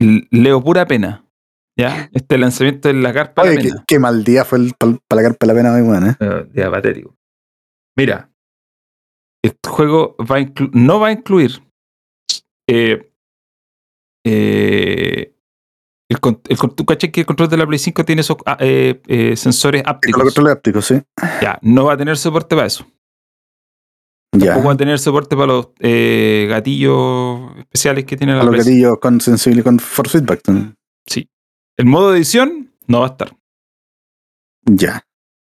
Speaker 1: l- leo pura pena. ¿Ya? Este lanzamiento de la carpa de
Speaker 3: Oye,
Speaker 1: la
Speaker 3: qué,
Speaker 1: pena.
Speaker 3: qué mal día fue el, para la carpa la pena hoy, weón, ¿eh?
Speaker 1: Eh, ya, patético. Mira, este juego va a inclu- no va a incluir eh, eh, el, con- el con- tú cachai que el control de la Play 5 tiene esos ah, eh, eh, sensores
Speaker 3: Sí, Con los
Speaker 1: ápticos.
Speaker 3: controles ópticos, sí.
Speaker 1: Ya, no va a tener soporte para eso.
Speaker 3: Ya.
Speaker 1: Tampoco va a tener soporte para los eh, gatillos especiales que tiene
Speaker 3: A
Speaker 1: la
Speaker 3: los
Speaker 1: Play 5.
Speaker 3: gatillos con sensibilidad, con force feedback. ¿no?
Speaker 1: El modo edición no va a estar.
Speaker 3: Ya.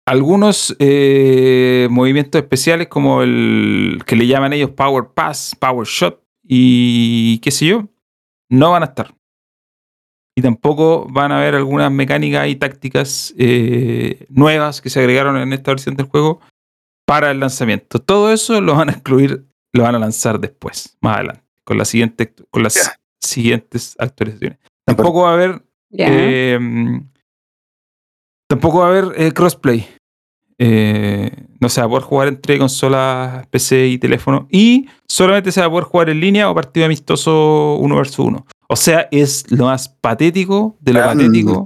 Speaker 1: Algunos eh, movimientos especiales como el que le llaman ellos Power Pass, Power Shot y qué sé yo, no van a estar. Y tampoco van a haber algunas mecánicas y tácticas eh, nuevas que se agregaron en esta versión del juego para el lanzamiento. Todo eso lo van a excluir, lo van a lanzar después, más adelante, con, la siguiente, con las
Speaker 3: Ya.
Speaker 1: siguientes actualizaciones. Tampoco va a haber
Speaker 2: Ya.
Speaker 1: eh, tampoco va a haber eh, crossplay. Eh, no se va a poder jugar entre consolas, PC y teléfono. Y solamente se va a poder jugar en línea o partido amistoso uno versus uno. O sea, es lo más patético de lo
Speaker 3: Ah,
Speaker 1: patético.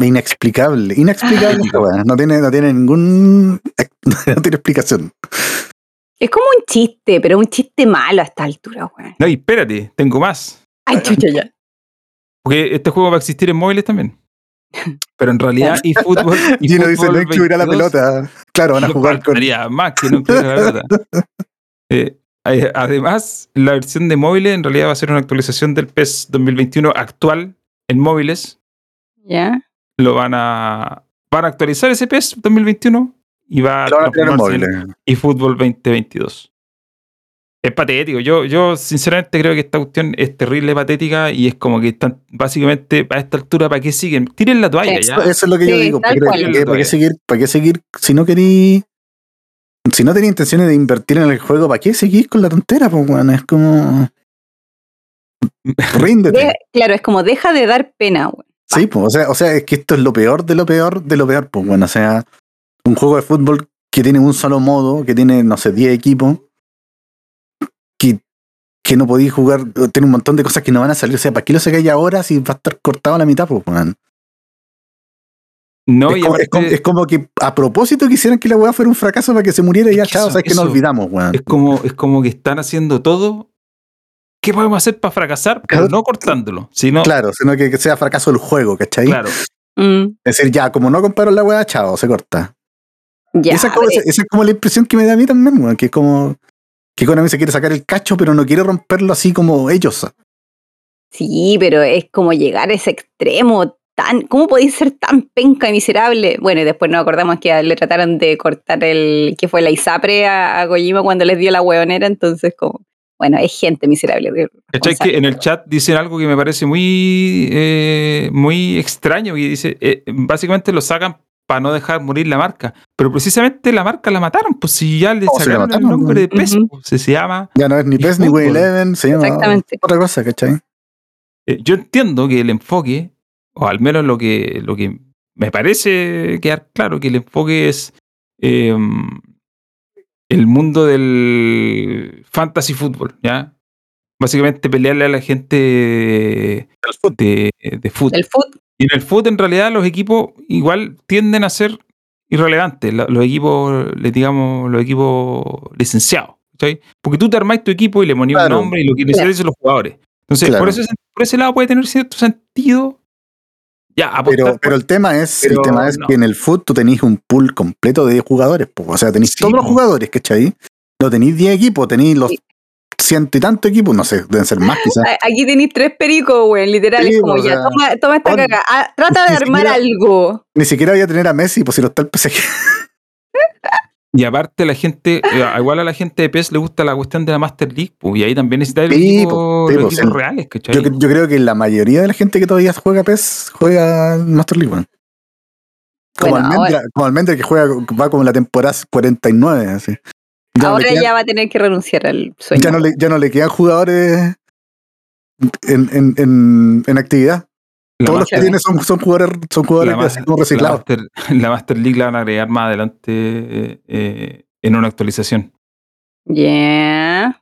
Speaker 3: Inexplicable. Inexplicable esta weá. No tiene, no tiene ningún. No tiene explicación.
Speaker 2: Es como un chiste, pero un chiste malo a esta altura, weón.
Speaker 1: No, y espérate, tengo más.
Speaker 2: Ay, chucha, ya.
Speaker 1: Porque este juego va a existir en móviles también. Pero en realidad, y fútbol.
Speaker 3: Y uno dice, no incluirá la pelota. Claro, van a
Speaker 1: Yo
Speaker 3: jugar con.
Speaker 1: faltaría más que no incluir la verdad. Eh, eh, además, la versión de móviles en realidad va a ser una actualización del E PES 2021 actual en móviles.
Speaker 2: Ya.
Speaker 1: Lo van a, van a actualizar ese E PES 2021 y va
Speaker 3: Lo van a tirar en
Speaker 1: transformarse en
Speaker 3: móviles.
Speaker 1: eFootball 2022. Es patético. Yo, yo sinceramente creo que esta cuestión es terrible, patética y es como que están básicamente a esta altura, ¿para qué siguen? Tiren la toalla
Speaker 2: Eso
Speaker 1: ya.
Speaker 3: Eso, eso es lo que yo
Speaker 2: Sí,
Speaker 3: digo.
Speaker 2: tal
Speaker 3: porque-
Speaker 2: cual.
Speaker 3: porque ¿Para qué seguir? ¿Para qué seguir? Si no querí. Si no tenía intenciones de invertir en el juego, ¿para qué seguir con la tontera? Pues, weón? Es como. Ríndete.
Speaker 2: De- claro, es como deja de dar pena, weón.
Speaker 3: Sí, pues, o sea, o sea, es que esto es lo peor de lo peor de lo peor, pues bueno, o sea, un juego de fútbol que tiene un solo modo, que tiene, no sé, 10 equipos, que, que no podéis jugar, tiene un montón de cosas que no van a salir, o sea, ¿para qué lo sacáis ahora si va a estar cortado a la mitad, pues, weón?
Speaker 1: No,
Speaker 3: es,
Speaker 1: y
Speaker 3: como, es como-
Speaker 1: aparte-
Speaker 3: es como que a propósito quisieran que la weá fuera un fracaso para que se muriera y
Speaker 1: Es
Speaker 3: ya,
Speaker 1: que
Speaker 3: chao, o
Speaker 1: eso-
Speaker 3: sea, es que nos
Speaker 1: eso-
Speaker 3: olvidamos, weón.
Speaker 1: Es como, es como que están haciendo todo. ¿Qué podemos hacer para fracasar? Pero
Speaker 3: Claro.
Speaker 1: no cortándolo, sino. Claro.
Speaker 3: Claro, sino que, que sea fracaso el juego, ¿cachai?
Speaker 2: Mm,
Speaker 3: Es decir, ya, como no compraron la weá, chao, se corta.
Speaker 2: ya.
Speaker 3: esa, es como,
Speaker 2: a ver.
Speaker 3: esa- esa es como la impresión que me da a mí también, weón, que es como que Konami se quiere sacar el cacho, pero no quiere romperlo así como ellos.
Speaker 2: Sí, pero es como llegar a ese extremo tan. ¿Cómo podéis ser tan penca y miserable? Bueno, y después nos acordamos que le trataron de cortar el. que fue la ISAPRE a, a Kojima cuando les dio la hueonera, entonces, como. Bueno, es gente miserable. de- responsable.
Speaker 1: que en el chat dicen algo que me parece muy, eh, muy extraño. Y dice, eh, básicamente lo sacan para no dejar morir la marca. Pero precisamente la marca la mataron, pues si ya le
Speaker 3: ¿Cómo Oh, se la
Speaker 1: sacaron
Speaker 3: mataron,
Speaker 1: el nombre de
Speaker 2: güey?
Speaker 1: PES,
Speaker 2: Ujú.
Speaker 1: pues, se, se llama.
Speaker 3: Ya no es ni
Speaker 1: Y
Speaker 3: PES ni Way
Speaker 1: fútbol.
Speaker 3: Eleven, se llama
Speaker 2: Exactamente.
Speaker 3: otra cosa, ¿cachai?
Speaker 1: Eh, yo entiendo que el enfoque, o al menos lo que, lo que me parece quedar claro, que el enfoque es eh, el mundo del fantasy fútbol, ¿ya? Básicamente pelearle a la gente de, de fútbol.
Speaker 2: El fútbol.
Speaker 1: Y en el fútbol, en realidad, los equipos igual tienden a ser irrelevantes. la- Los equipos, les digamos, los equipos licenciados. ¿cachai? Porque tú te armás tu equipo y le ponías
Speaker 3: Claro.
Speaker 1: un nombre y lo que necesitas son los jugadores. Entonces,
Speaker 3: Claro.
Speaker 1: por, ese, sen- por ese lado puede tener cierto sentido. Ya, apostar
Speaker 3: Pero,
Speaker 1: por-
Speaker 3: pero el tema es,
Speaker 1: Pero
Speaker 3: el tema es
Speaker 1: no.
Speaker 3: que en el foot tú tenéis un pool completo de jugadores, po. o sea, tenéis
Speaker 1: Sí,
Speaker 3: todos los
Speaker 1: po.
Speaker 3: jugadores, ¿cachai? No tenéis 10 equipos, tenéis los
Speaker 2: Sí.
Speaker 3: ciento y tantos equipos, no sé, deben ser más quizás.
Speaker 2: A- Aquí tenéis tres pericos, güey, literal.
Speaker 3: Sí,
Speaker 2: es como
Speaker 3: o
Speaker 2: ya,
Speaker 3: sea,
Speaker 2: toma, toma esta
Speaker 3: pon-
Speaker 2: caga. ah, trata de
Speaker 3: ni
Speaker 2: armar
Speaker 3: siquiera-
Speaker 2: algo.
Speaker 3: Ni siquiera voy a tener a Messi, pues si no está el PSG.
Speaker 1: Y aparte, la gente, eh, igual a la gente de PES le gusta la cuestión de la Master League. pues, y ahí también necesitas los
Speaker 3: Sí,
Speaker 1: equipos,
Speaker 3: po, sí,
Speaker 1: los
Speaker 3: po,
Speaker 1: equipos
Speaker 3: sí.
Speaker 1: reales, ¿cachai?
Speaker 3: Yo, cre- yo creo que la mayoría de la gente que todavía juega PES juega Master League, weón. Como,
Speaker 2: Bueno,
Speaker 3: almendra, como Almendra que juega, va como la temporada 49, así. Ya no
Speaker 2: Ahora
Speaker 3: le quedan-
Speaker 2: ya pues, va a tener que renunciar al sueño.
Speaker 3: ya no le, ya no le quedan jugadores en, en, en, en actividad.
Speaker 1: La
Speaker 3: Todos los
Speaker 1: Master-
Speaker 3: que tiene son, son jugadores, son jugadores
Speaker 1: la
Speaker 3: que
Speaker 1: Mas-
Speaker 3: así como
Speaker 1: la
Speaker 3: E reciclados.
Speaker 1: Master, la Master League la van a agregar más adelante eh, eh, en una actualización.
Speaker 2: Yeah.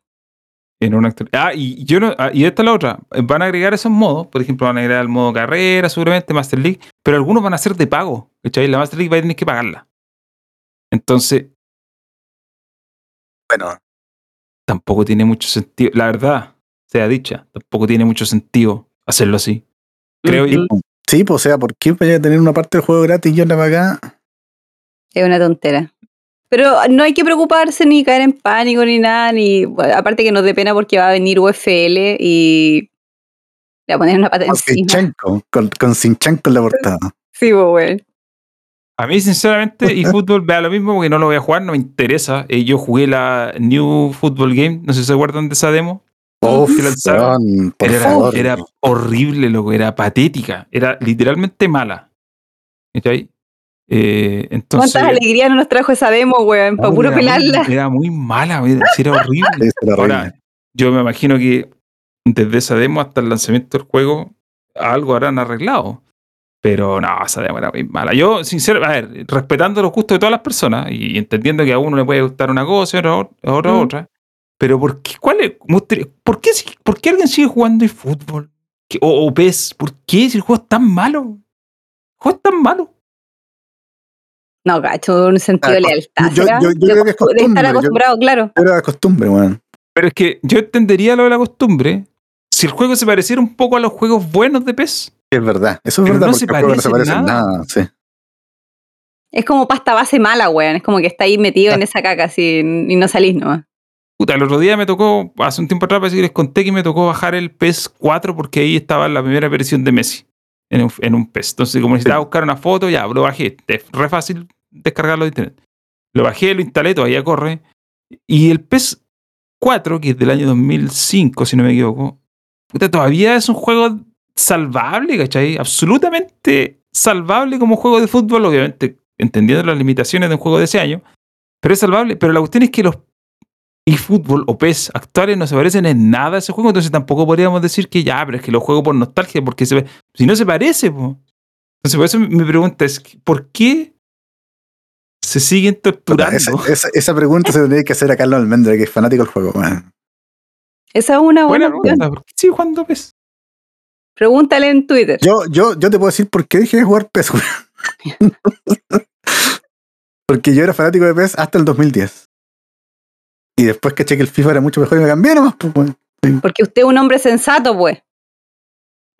Speaker 1: En una actu- ah, y yo no- ah, y esta es la otra. Eh, Van a agregar esos modos, por ejemplo, van a agregar el modo carrera, seguramente, Master League, pero algunos van a ser de pago. ¿Cachai? La Master League va a tener que pagarla. Entonces,
Speaker 3: Bueno,
Speaker 1: tampoco tiene mucho sentido. La verdad, sea dicha, tampoco tiene mucho sentido hacerlo así. Creo yo.
Speaker 2: Ujú.
Speaker 3: sí, pues o sea, ¿por qué vaya a tener una parte del juego gratis y otra para acá?
Speaker 2: Es una tontera. Pero no hay que preocuparse ni caer en pánico ni nada, ni bueno, aparte que nos dé pena porque va a venir UFL y le va a poner una pata
Speaker 3: Con
Speaker 2: encima.
Speaker 3: Sinchenko, con, con Sinchenko en la portada.
Speaker 2: Sí, pues, weón.
Speaker 1: A mí, sinceramente, y fútbol me da lo mismo porque no lo voy a jugar, no me interesa. Eh, yo jugué la New Football Game, no sé si se acuerdan de esa demo.
Speaker 3: Uf,
Speaker 1: Que lanzaron.
Speaker 3: Oh, weón, por
Speaker 1: era,
Speaker 3: favor.
Speaker 1: era horrible, loco, era patética, era literalmente mala. ¿Cachai? Eh, entonces,
Speaker 2: ¿Cuántas alegrías no nos trajo esa demo, weón? Para
Speaker 1: no,
Speaker 2: puro
Speaker 1: era muy-
Speaker 2: pelarla.
Speaker 1: Era muy mala, era era horrible.
Speaker 3: Eso era horrible.
Speaker 1: Ahora, yo me imagino que desde esa demo hasta el lanzamiento del juego algo habrán arreglado. Pero no, esa demo era muy mala. Yo, sincero, a ver, respetando los gustos de todas las personas y entendiendo que a uno le puede gustar una cosa, a otro, a otra, a
Speaker 2: Mm.
Speaker 1: otra. Pero ¿por qué, cuál es- mostre- ¿por qué, si- por qué alguien sigue jugando el fútbol? ¿Qué- O, o PES, ¿por qué si el juego es tan malo? El juego es tan malo.
Speaker 2: No, gacho, un sentido
Speaker 3: Ah,
Speaker 2: de lealtad.
Speaker 3: yo-
Speaker 2: ¿será?
Speaker 3: yo- yo creo
Speaker 2: de
Speaker 3: que es
Speaker 2: estar
Speaker 3: costumbre, yo-
Speaker 2: acostumbrado, claro.
Speaker 3: Era la costumbre, weón.
Speaker 1: Pero es que yo entendería lo de la costumbre si el juego se pareciera un poco a los juegos buenos de E PES.
Speaker 3: Es verdad, eso es
Speaker 1: Pero
Speaker 3: verdad,
Speaker 1: no
Speaker 3: porque
Speaker 1: se
Speaker 3: los juegos no se
Speaker 1: parecen
Speaker 3: parecen
Speaker 1: nada.
Speaker 3: nada. sí.
Speaker 2: Es como pasta base mala, weón. Es como que está ahí metido
Speaker 3: Ah.
Speaker 2: en esa caca así, y no salís nomás.
Speaker 1: Puta, el otro día me tocó, hace un tiempo atrás, parece que les conté que me tocó bajar el PES 4 porque ahí estaba la primera versión de Messi en un, en un PES. Entonces, como necesitaba buscar una foto, ya lo bajé. Es re fácil descargarlo de internet. Lo bajé, lo instalé, todavía corre. Y el PES 4, que es del año 2005, si no me equivoco, puta, todavía es un juego salvable, ¿cachai? Absolutamente salvable como juego de fútbol, obviamente, entendiendo las limitaciones de un juego de ese año. Pero es salvable. Pero la cuestión es que los y fútbol o PES actuales no se parecen en nada a ese juego, entonces tampoco podríamos decir que ya, pero es que lo juego por nostalgia, porque se ve- si no se parece, po. Entonces, por eso mi pregunta es: ¿por qué se siguen
Speaker 3: Puta,
Speaker 1: torturando?
Speaker 3: Esa, esa- esa pregunta se tendría que hacer a Carlos Almendra, que es fanático del juego, weón.
Speaker 2: Esa es una buena
Speaker 1: Ah, Buena
Speaker 2: opción.
Speaker 1: pregunta, ¿por qué sigue jugando PES?
Speaker 2: Pregúntale en Twitter.
Speaker 3: Yo, yo, yo te puedo decir por qué dejé de jugar PES, weón. Porque yo era fanático de PES hasta el 2010. Y después caché que el FIFA era mucho mejor y me cambié nomás, pues, weón.
Speaker 2: Porque usted es un hombre sensato, pues.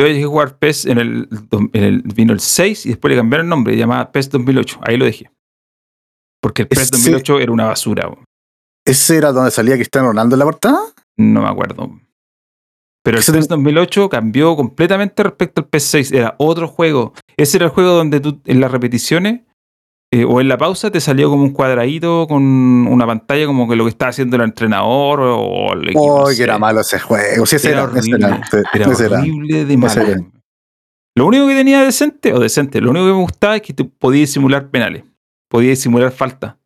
Speaker 1: Yo llegué a jugar PES en el, do- en el- vino el 6 y después le cambiaron el nombre, llamaba PES 2008, ahí lo dejé. Porque el PES
Speaker 3: Ese-
Speaker 1: 2008 era una basura, po.
Speaker 3: ¿Ese era donde salía Cristiano Ronaldo en la portada?
Speaker 1: no me acuerdo. Pero el
Speaker 3: Ese te-
Speaker 1: PES 2008 cambió completamente respecto al PES 6. Era otro juego. Ese era el juego donde tú en las repeticiones eh, o en la pausa te salió como un cuadradito con una pantalla como que lo que estaba haciendo el entrenador o, o el equipo. no
Speaker 3: Oh, que
Speaker 1: sé.
Speaker 3: era malo ese juego. Sí, ese
Speaker 1: Era
Speaker 3: era, ese era,
Speaker 1: horrible,
Speaker 3: sí,
Speaker 1: Era
Speaker 3: ese era.
Speaker 1: horrible de malo.
Speaker 3: era.
Speaker 1: Lo único que tenía decente, o decente, lo único que me gustaba es que tú podías simular penales, podías simular falta,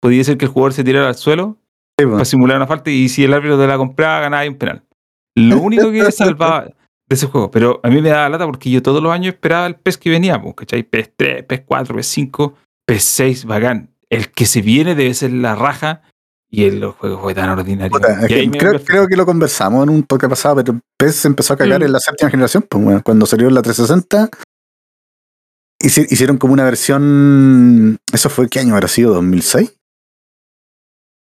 Speaker 1: podías hacer que el jugador se tirara al suelo
Speaker 3: Sí, weón.
Speaker 1: para simular una falta y si el árbitro te la compraba ganaba ahí un penal. Lo único que salvaba de ese juego, pero a mí me daba lata porque yo todos los años esperaba el PES que venía, pues, ¿cachai? PES 3, PES 4, PES 5, PES 6, bacán. El que se viene debe ser la raja y el juego fue tan ordinario.
Speaker 3: Puta, es
Speaker 1: Y
Speaker 3: que
Speaker 1: ahí me cambió
Speaker 3: creo,
Speaker 1: el-
Speaker 3: creo que lo conversamos en un toque pasado, pero PES se empezó a cagar
Speaker 2: Mm.
Speaker 3: en la séptima generación, pues, weón, cuando salió la 360. hici- Hicieron como una versión. ¿Eso fue qué año habrá sido? ¿2006?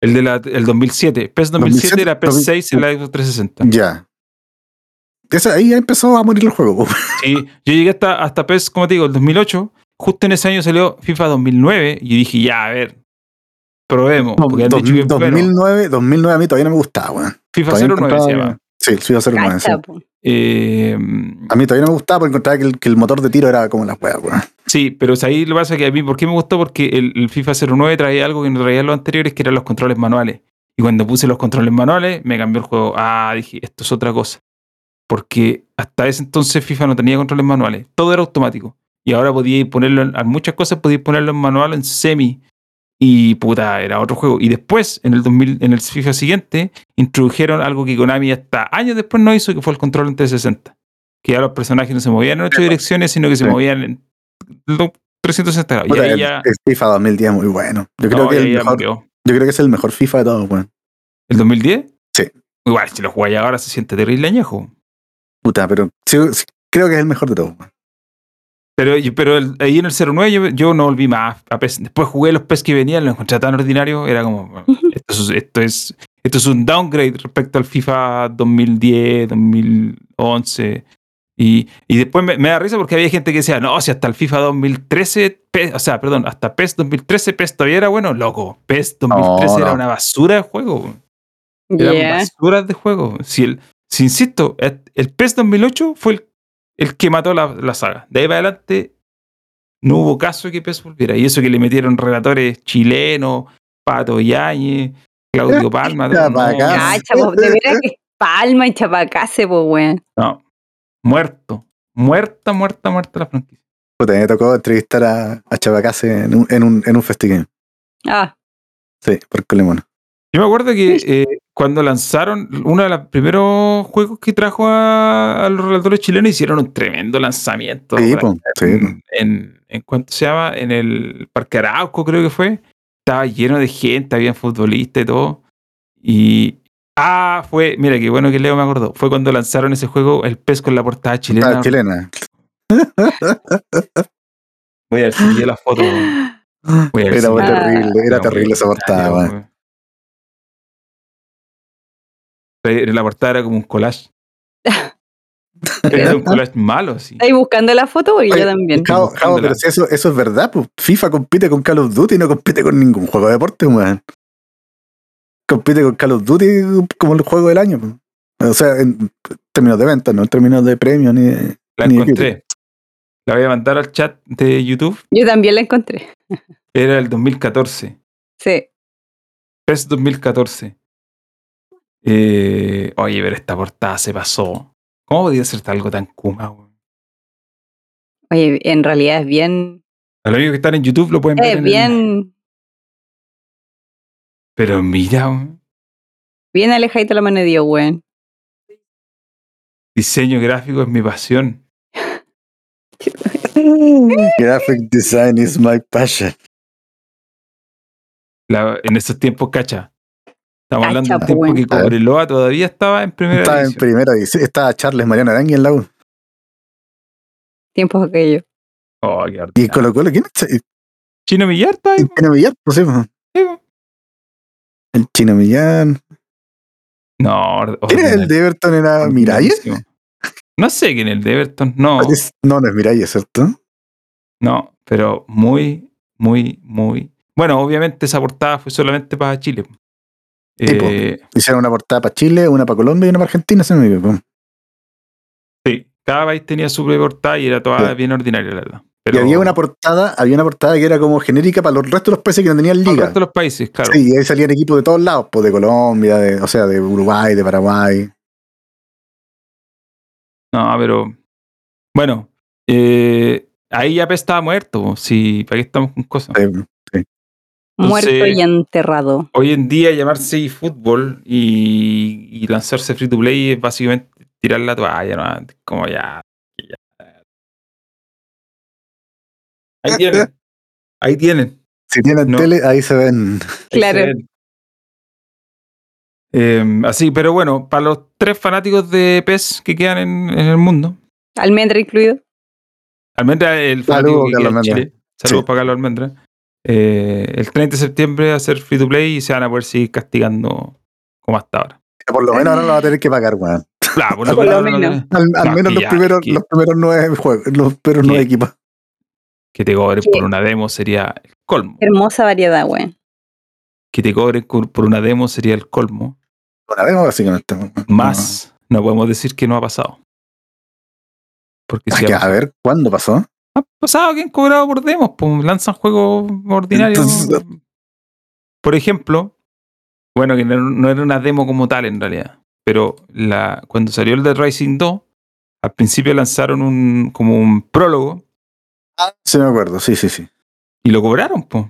Speaker 1: el de la- el 2007, PES 2007 era PES 6 en la Xbox 360.
Speaker 3: Ya. Esa- ahí ya empezó a morir el juego. pues.
Speaker 1: Sí, yo llegué hasta, hasta PES, como te digo, el 2008. Justo en ese año salió FIFA 2009 y dije, ya, a ver, probemos. Porque han
Speaker 3: Dos-
Speaker 1: dicho que es bueno.
Speaker 3: 2009, 2009 a mí todavía no me gustaba, weón.
Speaker 1: FIFA 09
Speaker 3: Todavía
Speaker 1: se
Speaker 3: encontraba-
Speaker 1: llama.
Speaker 3: Sí, el FIFA 09. sí.
Speaker 2: Cacha, po.
Speaker 1: Eh,
Speaker 3: A mí todavía no me gustaba porque encontraba que el, que el motor de tiro era como la weá, weón.
Speaker 1: sí, pero es ahí lo que pasa que a mí, ¿por qué me gustó? Porque el, el FIFA 09 traía algo que no traía los anteriores, que eran los controles manuales. Y cuando puse los controles manuales, me cambió el juego. Ah, dije, esto es otra cosa. Porque hasta ese entonces FIFA no tenía controles manuales. Todo era automático. Y ahora podía ponerlo en, a muchas cosas, podía ponerlo en manual o en semi. Y puta, era otro juego. Y después, en el 2000, en el FIFA siguiente, introdujeron algo que Konami hasta años después no hizo, que fue el control en 360. Que ya los personajes no se movían en ocho direcciones, sino que se
Speaker 3: Sí.
Speaker 1: movían en lo- 360 grados. Y
Speaker 3: Puta,
Speaker 1: ahí
Speaker 3: el,
Speaker 1: ya.
Speaker 3: el FIFA 2010 es muy bueno. Yo creo,
Speaker 1: no,
Speaker 3: que
Speaker 1: ahí
Speaker 3: el
Speaker 1: ya
Speaker 3: mejor, yo
Speaker 1: murió.
Speaker 3: creo que es el mejor FIFA de todos, weón.
Speaker 1: ¿El 2010?
Speaker 3: Sí.
Speaker 1: Igual, si lo jugáis ahora se siente terrible añejo.
Speaker 3: Puta, pero sí, sí, creo que es el mejor de todos, weón.
Speaker 1: Pero, y- pero el- ahí en el 09 yo, yo no volví más a PES. Después jugué los PES que venían, los encontré tan ordinarios. Era como, bueno, esto es, esto, es, esto es un downgrade respecto al FIFA 2010, 2011. Y, y después me, me da risa porque había gente que decía, no, si hasta el FIFA 2013, PES, o sea, perdón, hasta PES 2013, PES todavía era bueno, loco. PES 2013
Speaker 3: No,
Speaker 1: era
Speaker 3: no.
Speaker 1: una basura de juego. Eran
Speaker 2: Yeah.
Speaker 1: basuras de juego. Si, el, si insisto, el el PES 2008 fue el, el que mató la, la saga. De ahí para adelante no hubo caso que PES volviera. Y eso que le metieron relatores chilenos, Pato Yañez, Claudio Palma.
Speaker 3: Ya,
Speaker 1: no,
Speaker 3: para acá.
Speaker 2: Ah, chavo, de veras que es palma y chapacase, pues, weón.
Speaker 1: no. muerto. Muerta, muerta, muerta la franquicia.
Speaker 3: Puta, me tocó entrevistar a, a Chabacase en un, en un, en un festigame.
Speaker 2: Ah,
Speaker 3: Sí, por Colemono.
Speaker 1: Yo me acuerdo que eh, cuando lanzaron uno de los primeros juegos que trajo a, a los relatores chilenos, hicieron un tremendo lanzamiento.
Speaker 3: Sí,
Speaker 1: Por
Speaker 3: po, sí, po.
Speaker 1: en, en, en cuanto se llama, en el Parque Arauco creo que fue, estaba lleno de gente, había futbolistas y todo. Y, ah, fue, mira, qué bueno que Leo me acordó, fue cuando lanzaron ese juego, el pez con la portada chilena.
Speaker 3: Ah, chilena.
Speaker 1: Voy a ver si vi la foto. weón. Voy a ver
Speaker 3: Era
Speaker 1: si vi la-
Speaker 3: terrible, era terrible esa portada,
Speaker 1: weón.
Speaker 3: weón.
Speaker 1: Era- La portada era como un collage. Era un collage malo, sí.
Speaker 2: ¿estáis buscando la foto? Porque
Speaker 3: Oye,
Speaker 2: yo también.
Speaker 3: Jao,
Speaker 1: buscándola.
Speaker 3: Jao, pero si eso, eso es verdad, pues FIFA compite con Call of Duty y no compite con ningún juego de deporte, weón. Compite con Call of Duty como el juego del año. pues. O sea, en términos de ventas, no en términos de premios ni de-
Speaker 1: La
Speaker 3: Ni
Speaker 1: encontré. La voy a mandar al chat de YouTube.
Speaker 2: Yo también la encontré.
Speaker 1: Era el 2014.
Speaker 2: Sí.
Speaker 1: PES 2014. Eh, oye, pero esta portada se pasó. ¿Cómo podía ser algo tan kuma, weón?
Speaker 2: Oye, en realidad es bien.
Speaker 1: A lo único que están en YouTube lo pueden ver. en
Speaker 2: Es
Speaker 1: el-
Speaker 2: bien.
Speaker 1: Pero mira, weón.
Speaker 2: Bien alejadito la mano de Dios, weón.
Speaker 1: diseño gráfico es mi pasión.
Speaker 3: Graphic design is my passion.
Speaker 1: La- en esos tiempos, cacha. Estamos
Speaker 2: Cacha,
Speaker 1: hablando de un
Speaker 2: po,
Speaker 1: tiempo
Speaker 2: weón.
Speaker 1: que Cobreloa todavía estaba en primera
Speaker 3: Estaba en
Speaker 1: división.
Speaker 3: primera división. Estaba Charles Mariano Arangui en la U.
Speaker 2: Tiempos aquellos.
Speaker 1: Oh, qué
Speaker 3: Y
Speaker 1: ordinario.
Speaker 3: Colo Colo, ¿quién es? El
Speaker 1: Chino Millar está ahí,
Speaker 3: Chino Millán, pues sí, pues.
Speaker 1: sí, po.
Speaker 3: El Chino Millán.
Speaker 1: No, or-
Speaker 3: ¿Quién era el de Everton? ¿Era
Speaker 1: ordinario,
Speaker 3: Miralles?
Speaker 1: ordinarísimo. No sé quién es el de Everton. No,
Speaker 3: Es- No, no es Miralles, ¿cierto?
Speaker 1: no, pero muy, muy, muy. Bueno, obviamente esa portada fue solamente para Chile.
Speaker 3: Sí, po.
Speaker 1: Eh,
Speaker 3: Hicieron una portada para Chile, una para Colombia y una para Argentina, se me olvidó.
Speaker 1: sí, cada país tenía su propia portada y era toda
Speaker 3: Sí.
Speaker 1: bien ordinaria, la verdad.
Speaker 3: Y
Speaker 1: Pero
Speaker 3: había una portada, había una portada que era como genérica para los restos de los países que no tenían
Speaker 1: para el
Speaker 3: liga.
Speaker 1: resto de los países, claro.
Speaker 3: Sí, y ahí salían equipos de todos lados, pues de Colombia, de, o sea, de Uruguay, de Paraguay.
Speaker 1: No, pero. Bueno, eh, ahí ya P estaba muerto. po, Sí, ¿para qué estamos con cosas?
Speaker 3: Eh,
Speaker 1: Entonces-
Speaker 2: Muerto y enterrado.
Speaker 1: Hoy en día llamarse fútbol y, y lanzarse free to play es básicamente tirar la toalla, ¿no? Como ya. ya. Ahí tienen. Ahí tienen.
Speaker 3: Si tienen
Speaker 1: No.
Speaker 3: tele, ahí se ven.
Speaker 1: Ahí
Speaker 2: Claro.
Speaker 1: se ven. Eh, así, pero bueno, para los tres fanáticos de PES que quedan en, en el mundo,
Speaker 2: Almendra incluido.
Speaker 1: Almendra el
Speaker 3: Saludos,
Speaker 1: fanático que queda en
Speaker 3: Carlos
Speaker 1: Chile.
Speaker 3: Almendra.
Speaker 1: Saludos
Speaker 3: Sí.
Speaker 1: para Carlos Almendra. Eh, el 30 de septiembre va a ser free to play y se van a poder seguir castigando como hasta ahora.
Speaker 3: Por lo menos ahora lo va a tener que pagar, weón.
Speaker 1: Claro, por lo
Speaker 2: Por lo
Speaker 1: menos,
Speaker 2: menos.
Speaker 1: no-
Speaker 3: Al, al
Speaker 1: No,
Speaker 3: menos
Speaker 1: que
Speaker 3: los
Speaker 1: ya,
Speaker 3: primeros,
Speaker 1: que-
Speaker 3: los primeros nueve juegos, los primeros nueve
Speaker 1: Que-
Speaker 3: equipos.
Speaker 1: que te cobren
Speaker 2: Sí.
Speaker 1: por una demo sería el colmo.
Speaker 2: Hermosa variedad, weón.
Speaker 1: Que te cobren cu- por una demo sería el colmo.
Speaker 3: Una vez así que no estamos.
Speaker 1: Más, no podemos decir que no ha pasado. Porque
Speaker 3: Ah,
Speaker 1: si
Speaker 3: que,
Speaker 1: ha
Speaker 3: a
Speaker 1: pasado,
Speaker 3: ver, ¿cuándo pasó?
Speaker 1: ha pasado que han cobrado por demos, pues lanzan juegos ordinarios.
Speaker 3: Entonces-
Speaker 1: por ejemplo, bueno, que no, no era una demo como tal en realidad, pero la, cuando salió el de Rising 2, al principio lanzaron un, como un prólogo
Speaker 3: Sí, me acuerdo, sí, sí, sí.
Speaker 1: y lo cobraron, pues.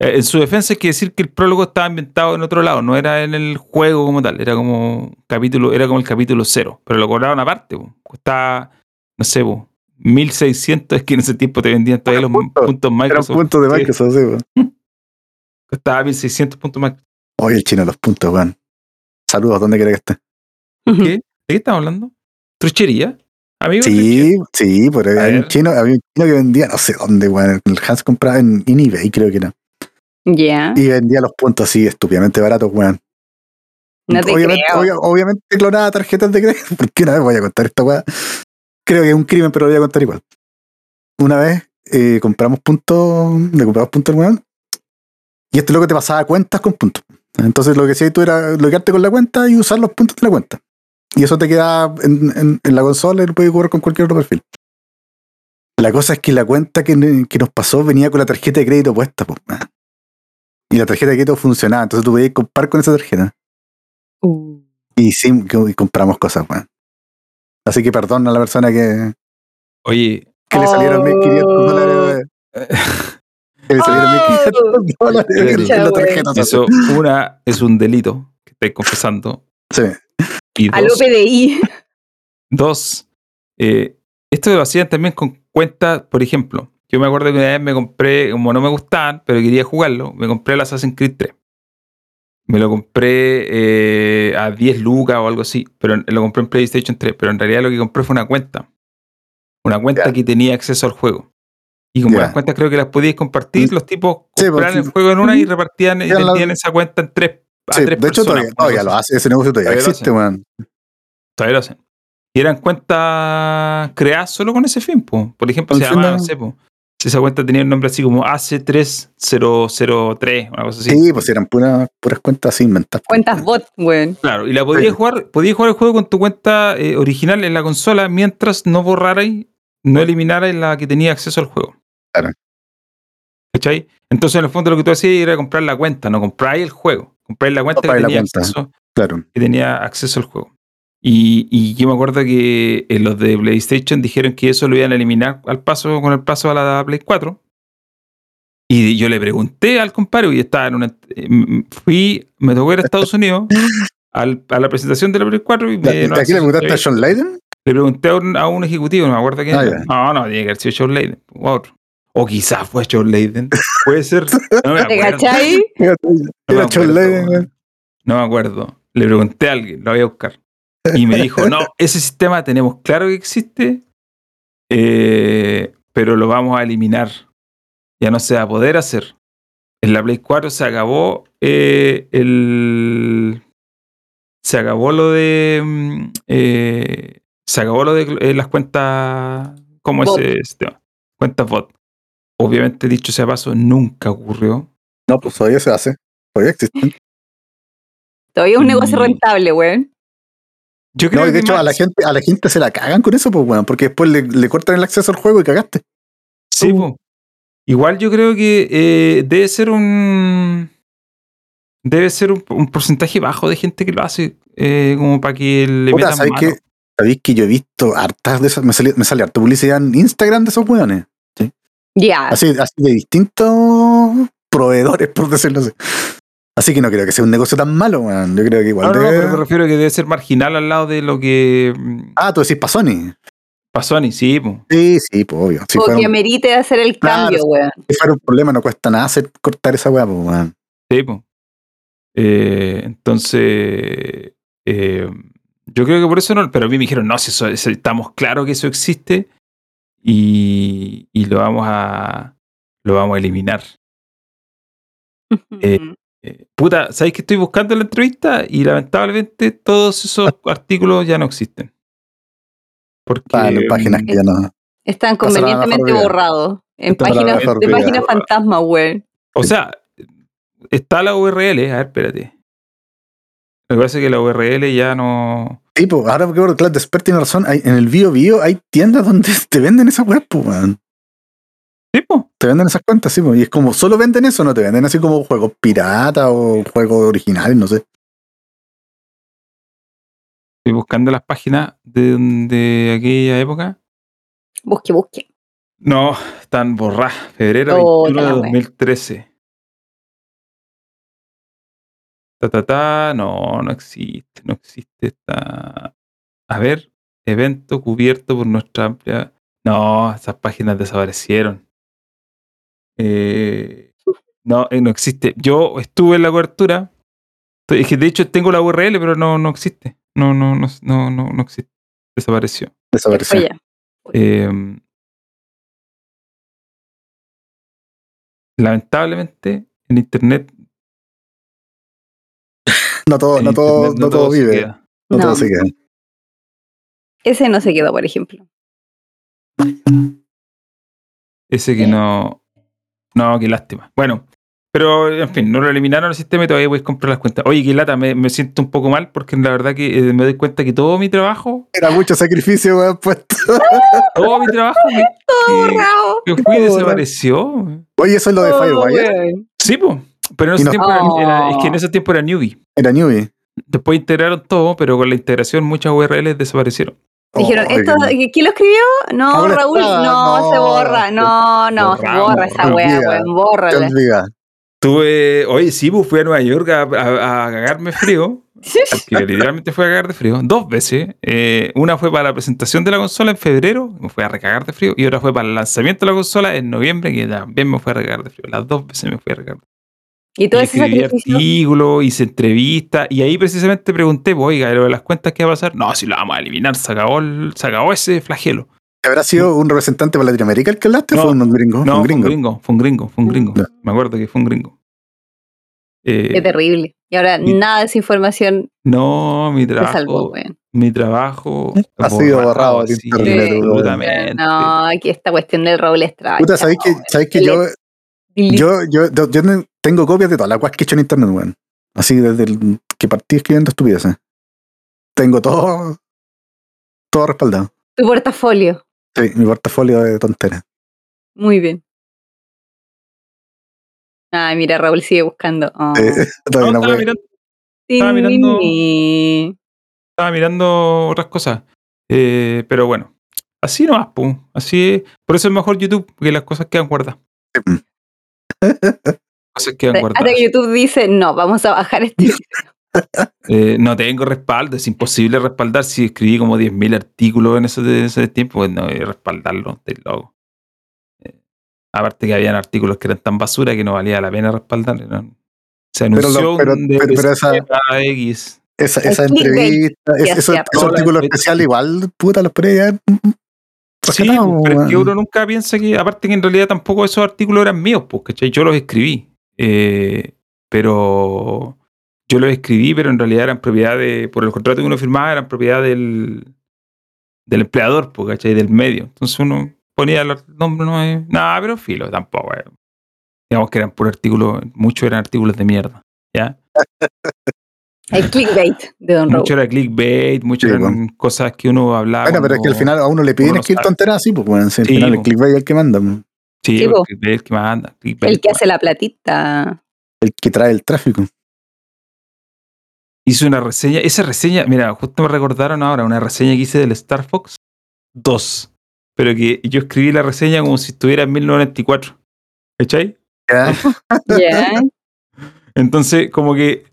Speaker 1: Eh, en su defensa hay que decir que el prólogo estaba ambientado en otro lado, no era en el juego como tal, era como capítulo, era como el capítulo cero, pero lo cobraron aparte, po. costaba, no sé, po, 1600, es que en ese tiempo te vendían todavía los
Speaker 3: puntos.
Speaker 1: puntos
Speaker 3: Era un
Speaker 1: Microsoft.
Speaker 3: punto de
Speaker 1: Sí,
Speaker 3: Microsoft, sí, weón.
Speaker 1: costaba 1600 puntos Microsoft.
Speaker 3: Oye, el chino, los puntos, weón. Saludos, ¿dónde crees que esté?
Speaker 1: ¿Qué? ¿De qué estamos hablando? ¿Truchería? Amigo,
Speaker 3: Sí, sí, pero
Speaker 1: A
Speaker 3: había un,
Speaker 1: ver.
Speaker 3: chino, había un chino que vendía, no sé dónde, weón. El Hans compraba en, en eBay, creo que
Speaker 1: Ah.
Speaker 3: era.
Speaker 2: Ya.
Speaker 3: Y vendía los puntos así, estúpidamente baratos, weón.
Speaker 2: No te
Speaker 3: obviamente,
Speaker 2: creo.
Speaker 3: obvia- obviamente clonaba tarjetas de crédito. Porque una vez voy a contar esta weá. Creo que es un crimen, pero lo voy a contar igual. Una vez eh, compramos puntos, le compramos puntos al weón. Y este loco te pasaba cuentas con puntos. Entonces lo que hacías tú era loguearte con la cuenta y usar los puntos de la cuenta. Y eso te queda en, en- en la consola y lo puedes jugar con cualquier otro perfil. La cosa es que la cuenta que, ne- que nos pasó venía con la tarjeta de crédito puesta. po. Ah. Y la tarjeta de crédito funcionaba, entonces tú podías comprar con esa tarjeta.
Speaker 2: Uh,
Speaker 3: Y sí, que- y compramos cosas, weón. Así que perdón a la persona que,
Speaker 1: Oye,
Speaker 3: que le salieron
Speaker 2: Oh.
Speaker 3: 1500 dólares, weón. Que le salieron
Speaker 2: Oh.
Speaker 3: 1500 dólares
Speaker 1: Eh,
Speaker 3: en- en
Speaker 2: Chucha,
Speaker 3: la
Speaker 2: weón.
Speaker 3: tarjeta. o sea,
Speaker 1: eso, una, es un delito que estáis confesando.
Speaker 3: Sí.
Speaker 1: Y
Speaker 2: Al
Speaker 1: dos,
Speaker 2: OPDI.
Speaker 1: Dos, eh, esto lo hacían también con cuentas, por ejemplo. Yo me acuerdo que una vez me compré, como no me gustaban, pero quería jugarlo, me compré el Assassin's Creed 3. Me lo compré eh, a 10 lucas o algo así, pero en- lo compré en PlayStation 3, pero en realidad lo que compré fue una cuenta. Una cuenta
Speaker 3: Ya.
Speaker 1: que tenía acceso al juego. Y como
Speaker 3: Ya.
Speaker 1: las cuentas creo que las podías compartir, los tipos
Speaker 3: Sí,
Speaker 1: compraban
Speaker 3: porque-
Speaker 1: el juego en una y repartían y
Speaker 3: Eran la-
Speaker 1: vendían esa cuenta en tres, a
Speaker 3: Sí,
Speaker 1: tres
Speaker 3: de hecho,
Speaker 1: personas.
Speaker 3: todavía,
Speaker 1: una
Speaker 3: todavía
Speaker 1: cosa
Speaker 3: lo
Speaker 1: así
Speaker 3: hace. Ese negocio todavía,
Speaker 1: Todavía lo
Speaker 3: existe,
Speaker 1: hacen.
Speaker 3: weón.
Speaker 1: todavía lo hacen. Y eran cuentas creadas solo con ese fin, po. por ejemplo,
Speaker 3: Con
Speaker 1: se
Speaker 3: el fin
Speaker 1: llamaba,
Speaker 3: de-
Speaker 1: no sé, po, si esa cuenta tenía un nombre así como AC3003, una cosa así.
Speaker 3: Sí. pues eran puras, puras cuentas sin inventar.
Speaker 2: Cuentas bot, weón.
Speaker 1: Claro, y la podías
Speaker 3: Sí.
Speaker 1: jugar, podías jugar el juego con tu cuenta eh, original en la consola mientras no borrarais, no eliminarais la que tenía acceso al juego.
Speaker 3: Claro.
Speaker 1: ¿Cachai? Entonces, en el fondo, lo que tú hacías era comprar la cuenta, no compráis el juego. Compráis la cuenta que
Speaker 3: Compráis la
Speaker 1: tenía
Speaker 3: cuenta.
Speaker 1: acceso
Speaker 3: Claro.
Speaker 1: que tenía acceso al juego. Y, y yo me acuerdo que eh, los de PlayStation dijeron que eso lo iban a eliminar al paso, con el paso a la Play 4. Y yo le pregunté al compadre, y estaba en una. eh, mm, Fui, me tocó ir a Estados Unidos al- a la presentación de la Play 4 y me
Speaker 3: ¿De
Speaker 1: dieron
Speaker 3: aquí le
Speaker 1: acceso.
Speaker 3: preguntaste a John Leiden?
Speaker 1: Le pregunté a un, a un ejecutivo, no me acuerdo quién.
Speaker 3: Ah,
Speaker 1: era.
Speaker 3: ya.
Speaker 1: No, no, tiene que haber sido John Layden. O otro. O quizás fue John Layden. Puede ser. No me
Speaker 2: ¿Te
Speaker 1: acuerdo.
Speaker 2: cachai?
Speaker 3: Era
Speaker 1: No me
Speaker 3: John
Speaker 1: acuerdo,
Speaker 3: Leiden,
Speaker 1: weón.
Speaker 3: weón.
Speaker 1: No me acuerdo. Le pregunté a alguien, lo voy a buscar. Y me dijo, no, ese sistema tenemos claro que existe, eh, pero lo vamos a eliminar. Ya no se va a poder hacer. En la Play 4 se acabó eh, el... Se acabó lo de... mm, eh, se acabó lo de eh, las cuentas... ¿Cómo
Speaker 2: Bot.
Speaker 1: ese sistema? Cuentas bot. Obviamente, dicho sea paso, nunca ocurrió.
Speaker 3: No, pues todavía se hace. Todavía existen.
Speaker 2: Todavía es un negocio
Speaker 1: Y-
Speaker 2: rentable, weón.
Speaker 1: Yo creo
Speaker 3: No, y de
Speaker 1: que
Speaker 3: hecho, a la,
Speaker 1: Max-
Speaker 3: gente, a la gente se la cagan con eso, pues, weón. Porque después le, le cortan el acceso al juego y cagaste.
Speaker 1: Sí,
Speaker 3: Uh.
Speaker 1: po. Igual yo creo que eh, debe ser un. Debe ser un, un porcentaje bajo de gente que lo hace, eh, como para que le
Speaker 3: Puta,
Speaker 1: metan
Speaker 3: ¿sabéis
Speaker 1: mano.
Speaker 3: que, sabéis que yo he visto hartas de esas? Me sale, me sale harta publicidad en Instagram de esos weones.
Speaker 2: Ya.
Speaker 3: Así, así de distintos proveedores, por decirlo así. Así que no creo que sea un negocio tan malo, weón. Yo creo que
Speaker 1: No,
Speaker 3: igual
Speaker 1: no, no,
Speaker 3: debe-
Speaker 1: pero me refiero que debe ser marginal al lado de lo que mm,
Speaker 3: Ah, tú decís pa' Sony.
Speaker 1: pasó a sí, po.
Speaker 3: Sí, sí, pues obvio. Si
Speaker 2: o
Speaker 3: fuera,
Speaker 2: Oh, que
Speaker 3: un,
Speaker 2: merite hacer el
Speaker 3: Claro,
Speaker 2: cambio, weón.
Speaker 3: si fuera un problema, no cuesta nada hacer cortar esa weá, pues, weón.
Speaker 1: Sí, po. Eh, entonces. eh, yo creo que por eso no. Pero a mí me dijeron, no, si eso, eso- estamos claros que eso existe y, y lo vamos a. Lo vamos a eliminar. Eh, Eh, puta, ¿sabéis que estoy buscando la entrevista? Y lamentablemente todos esos
Speaker 3: Ah.
Speaker 1: artículos ya no existen. Porque,
Speaker 3: Pa- en
Speaker 1: mm,
Speaker 3: páginas que ya Ah, no.
Speaker 2: Están
Speaker 3: Pasará la
Speaker 2: convenientemente
Speaker 3: mejor vida.
Speaker 2: borrados. En
Speaker 3: Pasará la
Speaker 2: páginas
Speaker 1: mejor
Speaker 2: de
Speaker 1: vida.
Speaker 2: páginas fantasma, weón.
Speaker 1: O sea, está la URL, a ver, espérate. Lo que pasa es que la URL ya no.
Speaker 3: Sí, pues ahora que claro, Despertar tiene razón. hay- en el Bio Bio hay tiendas donde te venden esa weá, pues, weón.
Speaker 1: Tipo,
Speaker 3: Te venden esas cuentas, sí, po, y es como, solo venden eso, no te venden así como juegos pirata o juegos originales, no sé.
Speaker 1: estoy buscando las páginas de, de aquella época.
Speaker 2: Busque, busque.
Speaker 1: No, están borradas. Febrero
Speaker 2: Oh,
Speaker 1: 21 de
Speaker 2: la wea.
Speaker 1: 2013. Ta, ta, ta. No, no existe. No existe esta. A ver, evento cubierto por nuestra amplia. No, esas páginas desaparecieron. Eh, no, eh, no existe. Yo estuve en la cobertura. Es que de hecho tengo la URL, pero no, no existe. No, no, no, no, no, no existe. Desapareció.
Speaker 3: Desapareció.
Speaker 2: Oye,
Speaker 1: Eh, lamentablemente, en internet.
Speaker 3: No todo,
Speaker 1: en
Speaker 3: no todo,
Speaker 1: internet
Speaker 3: no todo
Speaker 1: se
Speaker 3: vive.
Speaker 1: queda.
Speaker 3: No,
Speaker 2: No.
Speaker 3: todo se queda.
Speaker 2: ese no se quedó, por ejemplo.
Speaker 1: Ese
Speaker 3: Mm.
Speaker 1: que
Speaker 2: Sí.
Speaker 1: no. No, qué lástima. Bueno, pero en fin, no lo eliminaron el sistema y todavía voy a comprar las cuentas. Oye, qué lata, me, me siento un poco mal porque la verdad que eh, me doy cuenta que todo mi trabajo,
Speaker 3: Era mucho sacrificio, weón, puesto.
Speaker 1: todo mi trabajo que,
Speaker 2: Todo
Speaker 1: que-
Speaker 2: borrado.
Speaker 1: que fui
Speaker 3: Todo
Speaker 1: desapareció.
Speaker 3: Oye, eso es lo de
Speaker 2: Oh,
Speaker 3: Firewire.
Speaker 1: Sí, pues. Pero en
Speaker 3: Y
Speaker 1: ese
Speaker 3: no-
Speaker 1: tiempo era- era- es que en
Speaker 2: Oh.
Speaker 1: ese tiempo era newbie.
Speaker 3: Era newbie.
Speaker 1: Después integraron todo, pero con la integración muchas URLs desaparecieron.
Speaker 2: Dijeron,
Speaker 3: Oh,
Speaker 2: ¿esto,
Speaker 3: qué-
Speaker 2: ¿quién lo escribió? No,
Speaker 3: Ahora
Speaker 2: Raúl,
Speaker 3: está,
Speaker 2: no,
Speaker 3: no,
Speaker 2: se borra, no, no, se
Speaker 1: borramos,
Speaker 2: borra esa
Speaker 1: borramos.
Speaker 2: weá,
Speaker 3: Olvida.
Speaker 2: weón,
Speaker 3: qué
Speaker 2: bórrala.
Speaker 3: olvidada.
Speaker 1: Tuve, oye, sí, pues, fui a Nueva York a, a- a cagarme frío, que literalmente fui a cagar de frío, dos veces. Eh, una fue para la presentación de la consola en febrero, me fui a recagar de frío, y otra fue para el lanzamiento de la consola en noviembre, que también me fui a recagar de frío. Las dos veces me fui a recagar.
Speaker 2: Y
Speaker 1: Y
Speaker 2: todo ese
Speaker 1: escribí
Speaker 2: sacrificio.
Speaker 1: artículos, hice entrevistas, y ahí precisamente pregunté, pues, oiga, lo de las cuentas, ¿qué va a pasar? No, si lo vamos a eliminar, se acabó, el- se acabó ese flagelo.
Speaker 3: ¿Habrá sido un representante para Latinoamérica el que hablaste?
Speaker 1: No,
Speaker 3: Ah, ¿Fue un gringo?
Speaker 1: No,
Speaker 3: un gringo.
Speaker 1: fue un gringo, fue un gringo, fue un gringo.
Speaker 3: Ya.
Speaker 1: Me acuerdo que fue un gringo.
Speaker 2: Qué
Speaker 1: Eh,
Speaker 2: terrible. Y ahora
Speaker 1: Y-
Speaker 2: nada de esa información
Speaker 1: no, mi
Speaker 2: te salvó,
Speaker 1: trabajo,
Speaker 2: weón.
Speaker 1: mi trabajo
Speaker 3: Ha sido borrado de
Speaker 1: así,
Speaker 3: internet,
Speaker 2: Sí.
Speaker 1: absolutamente.
Speaker 2: No, aquí esta cuestión del Raúl Estrada.
Speaker 3: Puta, ¿sabéis que, sabéis que yo,
Speaker 2: Dile-
Speaker 3: yo, yo, yo, yo no- tengo copias de todas las cosas que he hecho en internet, weón? Así desde el que partí escribiendo estupideces. Tengo todo, todo respaldado.
Speaker 2: Tu portafolio.
Speaker 3: Sí, mi portafolio de tonteras.
Speaker 2: Muy bien. Ay, mira, Raúl sigue buscando. Oh.
Speaker 3: Eh,
Speaker 1: No,
Speaker 3: todavía no
Speaker 1: estaba,
Speaker 3: puedo.
Speaker 1: mirando,
Speaker 2: Tin,
Speaker 1: mirando-
Speaker 2: ni, ni.
Speaker 1: estaba mirando otras cosas. Eh, pero bueno, así nomás, pum. Así es. Por eso es mejor YouTube, porque las cosas quedan guardadas. cosas quedan
Speaker 2: Hasta
Speaker 1: guardadas.
Speaker 2: que YouTube dice, no, vamos a bajar este.
Speaker 1: Eh, no tengo respaldo, es imposible respaldar. Si escribí como 10.000 artículos en ese, en ese tiempo, pues no, eh, respaldarlo, estoy loco. Eh, aparte que habían artículos que eran tan basura que no valía la pena respaldarlos. ¿no? Se
Speaker 3: Pero lo-
Speaker 1: anunció
Speaker 3: pero-
Speaker 1: un
Speaker 3: pero- pero
Speaker 1: DSP
Speaker 3: esa-
Speaker 1: para X.
Speaker 3: Esa,
Speaker 2: El
Speaker 3: esa
Speaker 2: clickbait
Speaker 3: entrevista, es-
Speaker 2: que
Speaker 3: esos,
Speaker 2: hacía
Speaker 3: esos
Speaker 1: Paola.
Speaker 3: artículos especiales igual, puta, los podría haber
Speaker 1: Sí,
Speaker 3: rescatado,
Speaker 1: pues, pero es que
Speaker 3: weón.
Speaker 1: uno nunca piensa que, aparte que en realidad tampoco esos artículos eran míos, pues, ¿cachai? Yo los escribí. eh, pero yo los escribí, pero en realidad eran propiedad de, por el contrato que uno firmaba, eran propiedad del, del empleador, pues, ¿cachai? Del medio. Entonces uno ponía los nombres, no es. Nada, pero filo, tampoco. eh. Digamos que eran por artículos, muchos eran artículos de mierda. ¿Ya?
Speaker 2: El clickbait de Don Raúl.
Speaker 1: Mucho era clickbait, mucho
Speaker 3: Sí,
Speaker 1: eran cosas que uno hablaba.
Speaker 3: Bueno, pero es que al
Speaker 1: cuando-
Speaker 3: final a uno le piden
Speaker 1: uno
Speaker 3: escribir
Speaker 1: sabe.
Speaker 3: tonteras así, pues, weón. Sí, al
Speaker 1: Sí,
Speaker 3: final el
Speaker 1: po.
Speaker 3: clickbait es el que manda, weón.
Speaker 1: Sí,
Speaker 2: Sí,
Speaker 1: el
Speaker 2: po.
Speaker 1: clickbait que manda. clickbait
Speaker 2: El que hace la platita.
Speaker 3: el que trae el tráfico.
Speaker 1: hice una reseña. Esa reseña, mira, justo me recordaron ahora una reseña que hice del Star Fox 2. Pero que yo escribí la reseña como si estuviera en 1994. ¿Cachai? Ah,
Speaker 2: Ya.
Speaker 1: Entonces, como que.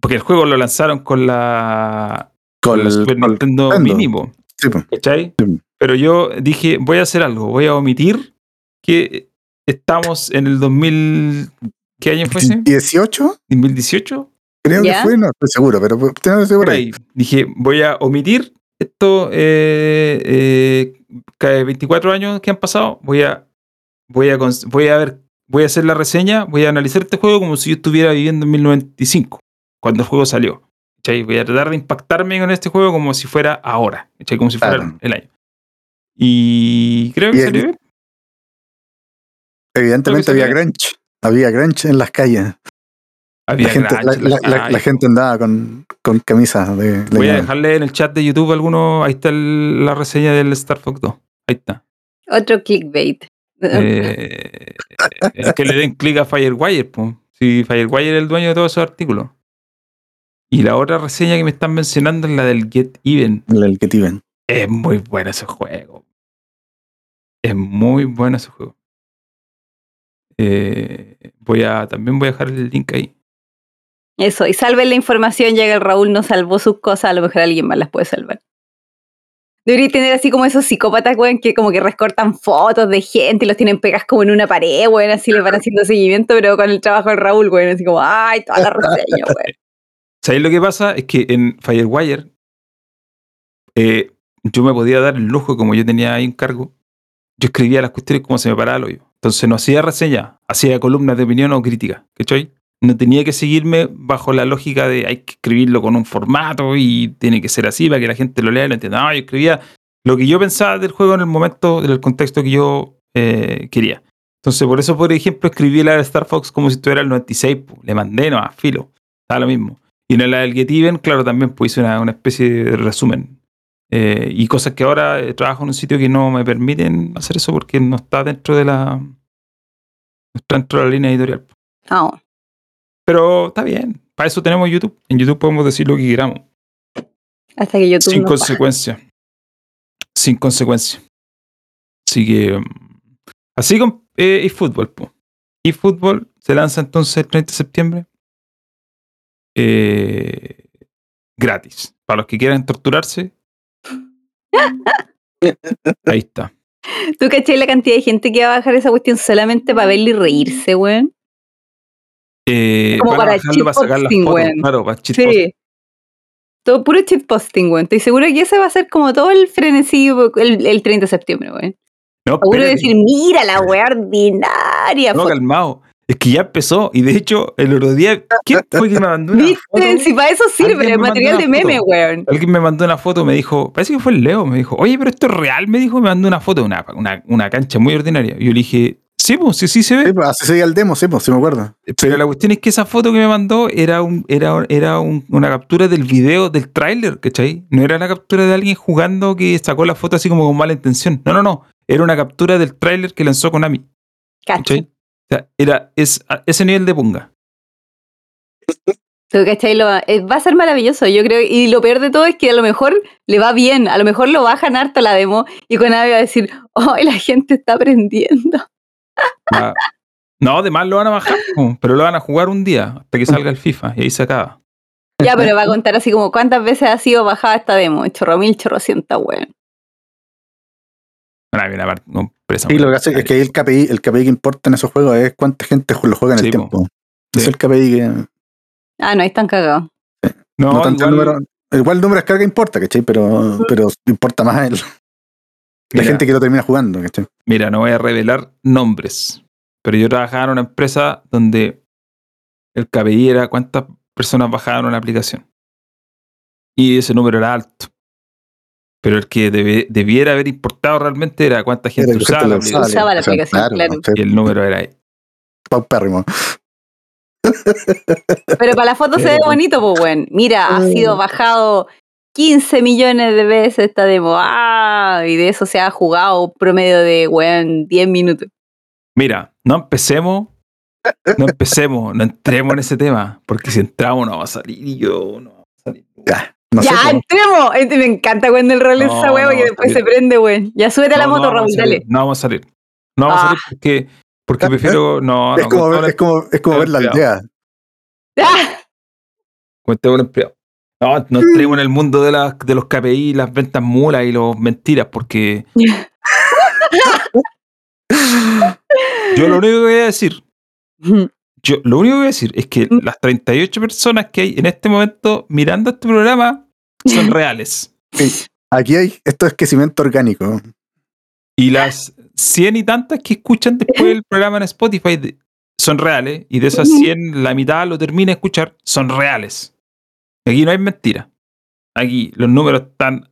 Speaker 1: Porque el juego lo lanzaron con la.
Speaker 3: Con
Speaker 1: la
Speaker 3: el,
Speaker 1: Super
Speaker 3: con el-
Speaker 1: Nintendo,
Speaker 3: Nintendo.
Speaker 1: Mini, po,
Speaker 3: sí, po.
Speaker 1: ¿Cachai?
Speaker 3: Sí.
Speaker 1: Pero yo dije, voy a hacer algo, voy a omitir que estamos en el 2000. ¿Qué año fue ese?
Speaker 3: 18,
Speaker 1: ¿2018?
Speaker 3: creo
Speaker 2: ¿Ya?
Speaker 3: que fue, no estoy seguro, pero pu- te- no estoy seguro.
Speaker 1: por ahí. Dije, voy a omitir esto, eh, eh, ca- 24 años que han pasado, voy a, voy a, cons- voy a ver, voy a hacer la reseña, voy a analizar este juego como si yo estuviera viviendo en 1995, cuando el juego salió. ¿cachai? Voy a tratar de impactarme con este juego como si fuera ahora, ¿cachai? como si fuera
Speaker 3: Claro.
Speaker 1: el año. Y creo que
Speaker 3: Y
Speaker 1: salió
Speaker 3: el-
Speaker 1: bien. creo
Speaker 3: Evidentemente
Speaker 1: que
Speaker 3: había
Speaker 1: se ve.
Speaker 3: grunge, había grunge en las calles.
Speaker 1: Había
Speaker 3: La gente, la,
Speaker 1: grandes,
Speaker 3: la- la- la
Speaker 1: ay,
Speaker 3: gente andaba con, con camisas de, de
Speaker 1: Voy a
Speaker 3: grange.
Speaker 1: dejarle en el chat de YouTube alguno, ahí está el- la reseña del Star Fox 2. Ahí está.
Speaker 2: Otro clickbait.
Speaker 1: Eh, es que le den clic a Firewire, po. Si Firewire es el dueño de todos esos artículos. Y la otra reseña que me están mencionando es la del Get Even.
Speaker 3: El- el que te ven.
Speaker 1: Es muy bueno ese juego. Es muy bueno ese juego. Eh, voy a, también voy a dejar el link ahí.
Speaker 2: Eso, y salven la información, ya que el Raúl no salvó sus cosas, a lo mejor alguien más las puede salvar. Debería tener así como esos psicópatas, weón, que como que recortan fotos de gente y los tienen pegas como en una pared, weón, así les van haciendo seguimiento, pero con el trabajo del Raúl, weón, así como, ay, toda la reseña, weón.
Speaker 1: ¿Sabéis lo que pasa? Es que en Firewire eh, yo me podía dar el lujo, como yo tenía ahí un cargo, yo escribía las cuestiones como se me paraba el hoyo. Entonces no hacía reseña, hacía columnas de opinión o crítica, ¿cachai? No tenía que seguirme bajo la lógica de hay que escribirlo con un formato y tiene que ser así para que la gente lo lea y lo entienda. No, yo escribía lo que yo pensaba del juego en el momento, del contexto que yo eh, quería. Entonces, por eso, por ejemplo, escribí la de Star Fox como si estuviera el 96, po. le mandé, no, a filo, estaba lo mismo. Y en la del Get Even, claro, también pues, hice una, una especie de resumen. Eh, y cosas que ahora eh, trabajo en un sitio que no me permiten hacer eso porque no está dentro de la. No está dentro de la línea editorial.
Speaker 2: Ah, oh,
Speaker 1: Pero está bien. Para eso tenemos YouTube. En YouTube podemos decir lo que queramos.
Speaker 2: hasta que YouTube
Speaker 1: sin
Speaker 2: no paga.
Speaker 1: consecuencia. Sin consecuencia. Así que. mm, Así con eh, eFootball, po. eFootball se lanza entonces el 30 de septiembre. Eh, gratis. Para los que quieran torturarse. Ahí está.
Speaker 2: ¿Tú caché la cantidad de gente que va a bajar esa cuestión solamente para verla y reírse, weón?
Speaker 1: Eh,
Speaker 2: Como
Speaker 1: van a
Speaker 2: para
Speaker 1: bajarlo para sacar las
Speaker 2: cheatposting,
Speaker 1: fotos,
Speaker 2: weón.
Speaker 1: claro, para cheatposting.
Speaker 2: Sí. Todo puro shitposting, weón. Estoy segura que ese va a ser como todo el frenesí el, el 30 de septiembre, weón.
Speaker 1: No,
Speaker 2: Seguro de
Speaker 1: espérate.
Speaker 2: decir, mira la weá ordinaria.
Speaker 1: No,
Speaker 2: foto".
Speaker 1: calmado. Es que ya empezó. Y de hecho, el otro día, ¿quién fue que me mandó una
Speaker 2: ¿Viste?
Speaker 1: foto?
Speaker 2: Si para eso sirve
Speaker 1: Alguien
Speaker 2: el
Speaker 1: me mandó
Speaker 2: material
Speaker 1: una
Speaker 2: de meme,
Speaker 1: foto.
Speaker 2: weón.
Speaker 1: Alguien me mandó una foto, me dijo, parece que fue el Leo, me dijo, oye, pero esto es real, me dijo, me mandó una foto, una, una, una cancha muy ordinaria. Y yo le dije, sí, pues, sí, sí se
Speaker 3: Sí,
Speaker 1: ve.
Speaker 3: pues, así seguía el demo, sí, pues, sí me acuerdo.
Speaker 1: Pero la cuestión es que esa foto que me mandó era un, era, era un- una captura del video del tráiler, ¿cachai? No era la captura de alguien jugando que sacó la foto así como con mala intención. No, no, no. Era una captura del tráiler que lanzó Konami.
Speaker 2: Cacho.
Speaker 1: ¿Cachai? O sea, era es, a ese nivel de punga.
Speaker 2: Tú, ¿cachai? Lo- eh, va a ser maravilloso, yo creo. Y lo peor de todo es que a lo mejor le va bien, a lo mejor lo bajan harto la demo y Konami va a decir, ¡ay, la gente está aprendiendo!
Speaker 1: Va- No, además lo van a bajar, po, pero lo van a jugar un día hasta que salga el FIFA y ahí se acaba.
Speaker 2: Ya, pero va a contar así como cuántas veces ha sido bajada esta demo. Chorro mil, chorrocientas, weón.
Speaker 1: Bueno, hay una parte- una empresa
Speaker 3: Sí,
Speaker 1: muy
Speaker 3: lo que hace es
Speaker 1: grande.
Speaker 3: que ahí el KPI, el KPI que importa en esos juegos es cuánta gente ju- lo juega en
Speaker 1: Sí,
Speaker 3: el
Speaker 1: po.
Speaker 3: tiempo.
Speaker 1: Sí.
Speaker 3: Es el KPI que. No,
Speaker 2: Ah, no, ahí están cagados.
Speaker 3: tanto el
Speaker 1: igual-
Speaker 3: número. Igual el número de descarga importa, ¿cachai? Pero, pero importa más el- la
Speaker 1: Mira.
Speaker 3: gente que lo termina jugando, ¿cachai?
Speaker 1: Mira, no voy a revelar nombres, pero yo trabajaba en una empresa donde el KPI era cuántas personas bajaban una aplicación. Y ese número era alto. Pero el que debe- debiera haber importado realmente era cuánta gente
Speaker 3: Era
Speaker 1: usaba la
Speaker 3: lo
Speaker 1: aplicación.
Speaker 2: Usaba la aplicación, claro.
Speaker 1: Y el número era
Speaker 3: Paupérrimo.
Speaker 2: Pero para la foto se ve
Speaker 1: Eh.
Speaker 2: bonito, pues, weón. Mira, ha sido bajado 15 millones de veces esta demo. Ah, y de eso se ha jugado un promedio de, weón, 10 minutos.
Speaker 1: Mira, no empecemos, no empecemos, no entremos en ese tema, porque si entramos no va a salir y yo no va a salir.
Speaker 3: Ya, no sé,
Speaker 2: ya,
Speaker 3: po.
Speaker 2: entremos. Este, me encanta cuando el rol es
Speaker 1: No,
Speaker 2: esa weón
Speaker 1: no,
Speaker 2: y después
Speaker 1: está
Speaker 2: se prende, weón. Ya súbete a la
Speaker 1: No,
Speaker 2: moto,
Speaker 1: no
Speaker 2: Raúl,
Speaker 1: vamos a salir,
Speaker 2: dale. Ah.
Speaker 1: No vamos a salir. No vamos a salir porque, porque prefiero. No,
Speaker 3: Ah, ¿eh? es,
Speaker 1: no,
Speaker 3: como
Speaker 1: cuento
Speaker 3: ver,
Speaker 1: con
Speaker 3: es, como, es como ver la aldea.
Speaker 2: Ah,
Speaker 1: cuento con empleado. No, no entremos en el mundo de, las, de los KPI, las ventas mulas y los mentiras, porque. yo lo único que voy a decir, yo lo único que voy a decir es
Speaker 2: Mm.
Speaker 1: que las 38 personas que hay en este momento mirando este programa son reales.
Speaker 3: Aquí hay, esto es crecimiento orgánico.
Speaker 1: Y las cien y tantas que escuchan después del programa en Spotify de- son reales. Y de esas
Speaker 2: Ujú.
Speaker 1: 100, la mitad lo termina de escuchar, son reales. Aquí no hay mentira. Aquí los números están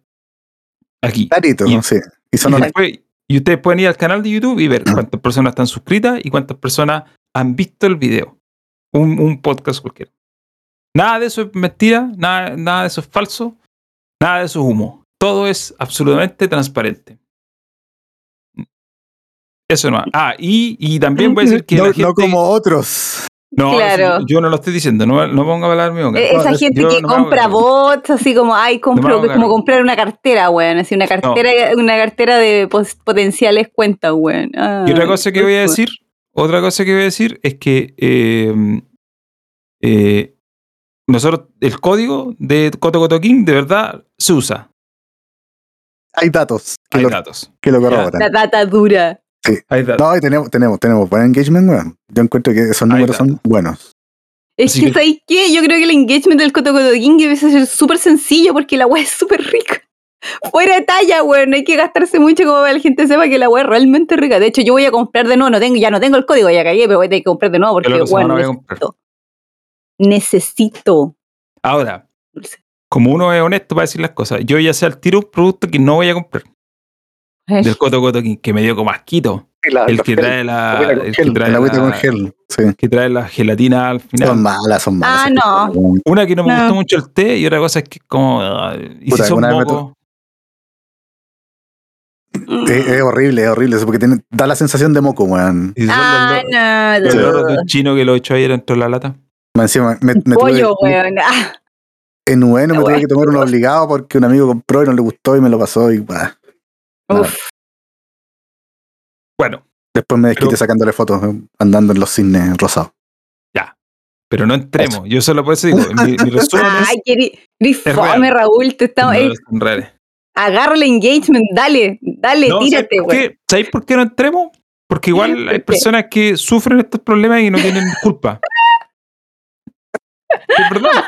Speaker 1: aquí.
Speaker 3: Clarito,
Speaker 1: Y-
Speaker 3: sí. Y son
Speaker 1: Y,
Speaker 3: orgánicos.
Speaker 1: después- y ustedes pueden ir al canal de YouTube y ver cuántas personas están suscritas y cuántas personas han visto el video. Un, un podcast cualquiera. Nada de eso es mentira, nada, nada de eso es falso, nada de eso es humo. Todo es absolutamente transparente. Eso no. Ah, y, y también voy a decir que.
Speaker 3: no,
Speaker 1: la
Speaker 3: no
Speaker 1: gente-
Speaker 3: como otros.
Speaker 1: No,
Speaker 2: Claro.
Speaker 1: eso yo no lo estoy diciendo, no, no ponga palabras en mi boca.
Speaker 2: Eh, Esa
Speaker 3: no,
Speaker 2: gente
Speaker 1: yo
Speaker 2: que
Speaker 1: no me hago
Speaker 2: compra
Speaker 1: cargo.
Speaker 2: bots, así como, ay,
Speaker 1: No
Speaker 2: compro,
Speaker 1: me hago
Speaker 2: como
Speaker 1: cargo.
Speaker 2: comprar una cartera, weón, así una cartera, una cartera de pos- potenciales cuentas, weón.
Speaker 1: Y otra
Speaker 2: Ay,
Speaker 1: cosa que voy a
Speaker 2: weón.
Speaker 1: decir, otra cosa que voy a decir es que eh, eh, Nosotros, el código de Coto Coto King de verdad se usa.
Speaker 3: Hay datos que,
Speaker 1: Hay
Speaker 3: lo,
Speaker 1: datos.
Speaker 3: que lo
Speaker 2: La
Speaker 3: corroboran.
Speaker 2: data dura.
Speaker 1: Hay datos.
Speaker 3: No, y tenemos, tenemos, tenemos buen engagement, weón. Yo encuentro que esos
Speaker 1: Hay
Speaker 3: números son buenos.
Speaker 2: Es
Speaker 1: Así
Speaker 2: que,
Speaker 1: que-
Speaker 2: ¿sabéis qué? Yo creo que el engagement del Coto Coto King debe ser súper sencillo porque la weá es súper rica. Fuera de talla, weón. No hay que gastarse mucho como para que la gente sepa que la weá es realmente rica. De hecho, yo voy a comprar de nuevo. No tengo, ya no tengo el código, ya cagué, pero voy a tener que comprar de nuevo
Speaker 1: El
Speaker 2: porque,
Speaker 1: otro
Speaker 2: weón,
Speaker 1: semana voy a
Speaker 2: necesito.
Speaker 1: comprar.
Speaker 2: necesito
Speaker 1: Ahora,
Speaker 2: dulce.
Speaker 1: como uno es honesto para decir las cosas, yo ya sé al tiro un producto que no voy a comprar
Speaker 2: Ay,
Speaker 1: del Coto Coto King, que me dio como asquito.
Speaker 3: Ah,
Speaker 1: El que trae la.
Speaker 3: agüita con
Speaker 1: El que
Speaker 3: gel,
Speaker 1: trae
Speaker 3: la agüita con
Speaker 1: la,
Speaker 3: gel, sí.
Speaker 1: que trae la gelatina al final.
Speaker 3: Son malas, son malas.
Speaker 2: Ah,
Speaker 3: esas
Speaker 2: no.
Speaker 3: cosas, weón.
Speaker 1: Una que no me
Speaker 2: No.
Speaker 1: gustó mucho el té y otra cosa es que como... ah, y
Speaker 3: Puta,
Speaker 1: si son
Speaker 3: alguna vez me
Speaker 1: mocos,
Speaker 2: mm.
Speaker 3: Es, es horrible, es horrible. eso, Porque tiene, da la sensación de moco, weón.
Speaker 1: y si son
Speaker 2: Ah,
Speaker 1: los,
Speaker 2: no.
Speaker 1: los
Speaker 3: Sí.
Speaker 1: loros de un chino que lo echó ayer dentro de la lata.
Speaker 3: Más Encima, me, me
Speaker 2: Pollo,
Speaker 3: tuve,
Speaker 2: weón. Ah,
Speaker 3: en bueno
Speaker 2: La
Speaker 3: me tuve
Speaker 2: weá.
Speaker 3: que tomar uno obligado porque un amigo compró y no le gustó y me lo pasó y bah. Nada.
Speaker 2: uf.
Speaker 1: Bueno,
Speaker 3: Después me desquité
Speaker 1: Pero-
Speaker 3: sacándole fotos eh, andando en los cisnes rosados.
Speaker 1: pero no entremos. Yo solo por eso digo, mi, mi resumen
Speaker 2: Ay, querí.
Speaker 1: es real.
Speaker 2: Grifome, Raúl. Te
Speaker 1: es...
Speaker 2: estamos. eh,
Speaker 1: son reales.
Speaker 2: agarra el engagement. Dale, dale,
Speaker 1: No, ¿sabes
Speaker 2: tírate,
Speaker 1: por
Speaker 2: weón.
Speaker 1: qué? ¿Sabéis por qué no entremos? Porque igual hay
Speaker 2: qué?
Speaker 1: personas que sufren estos problemas y no tienen culpa. Es verdad.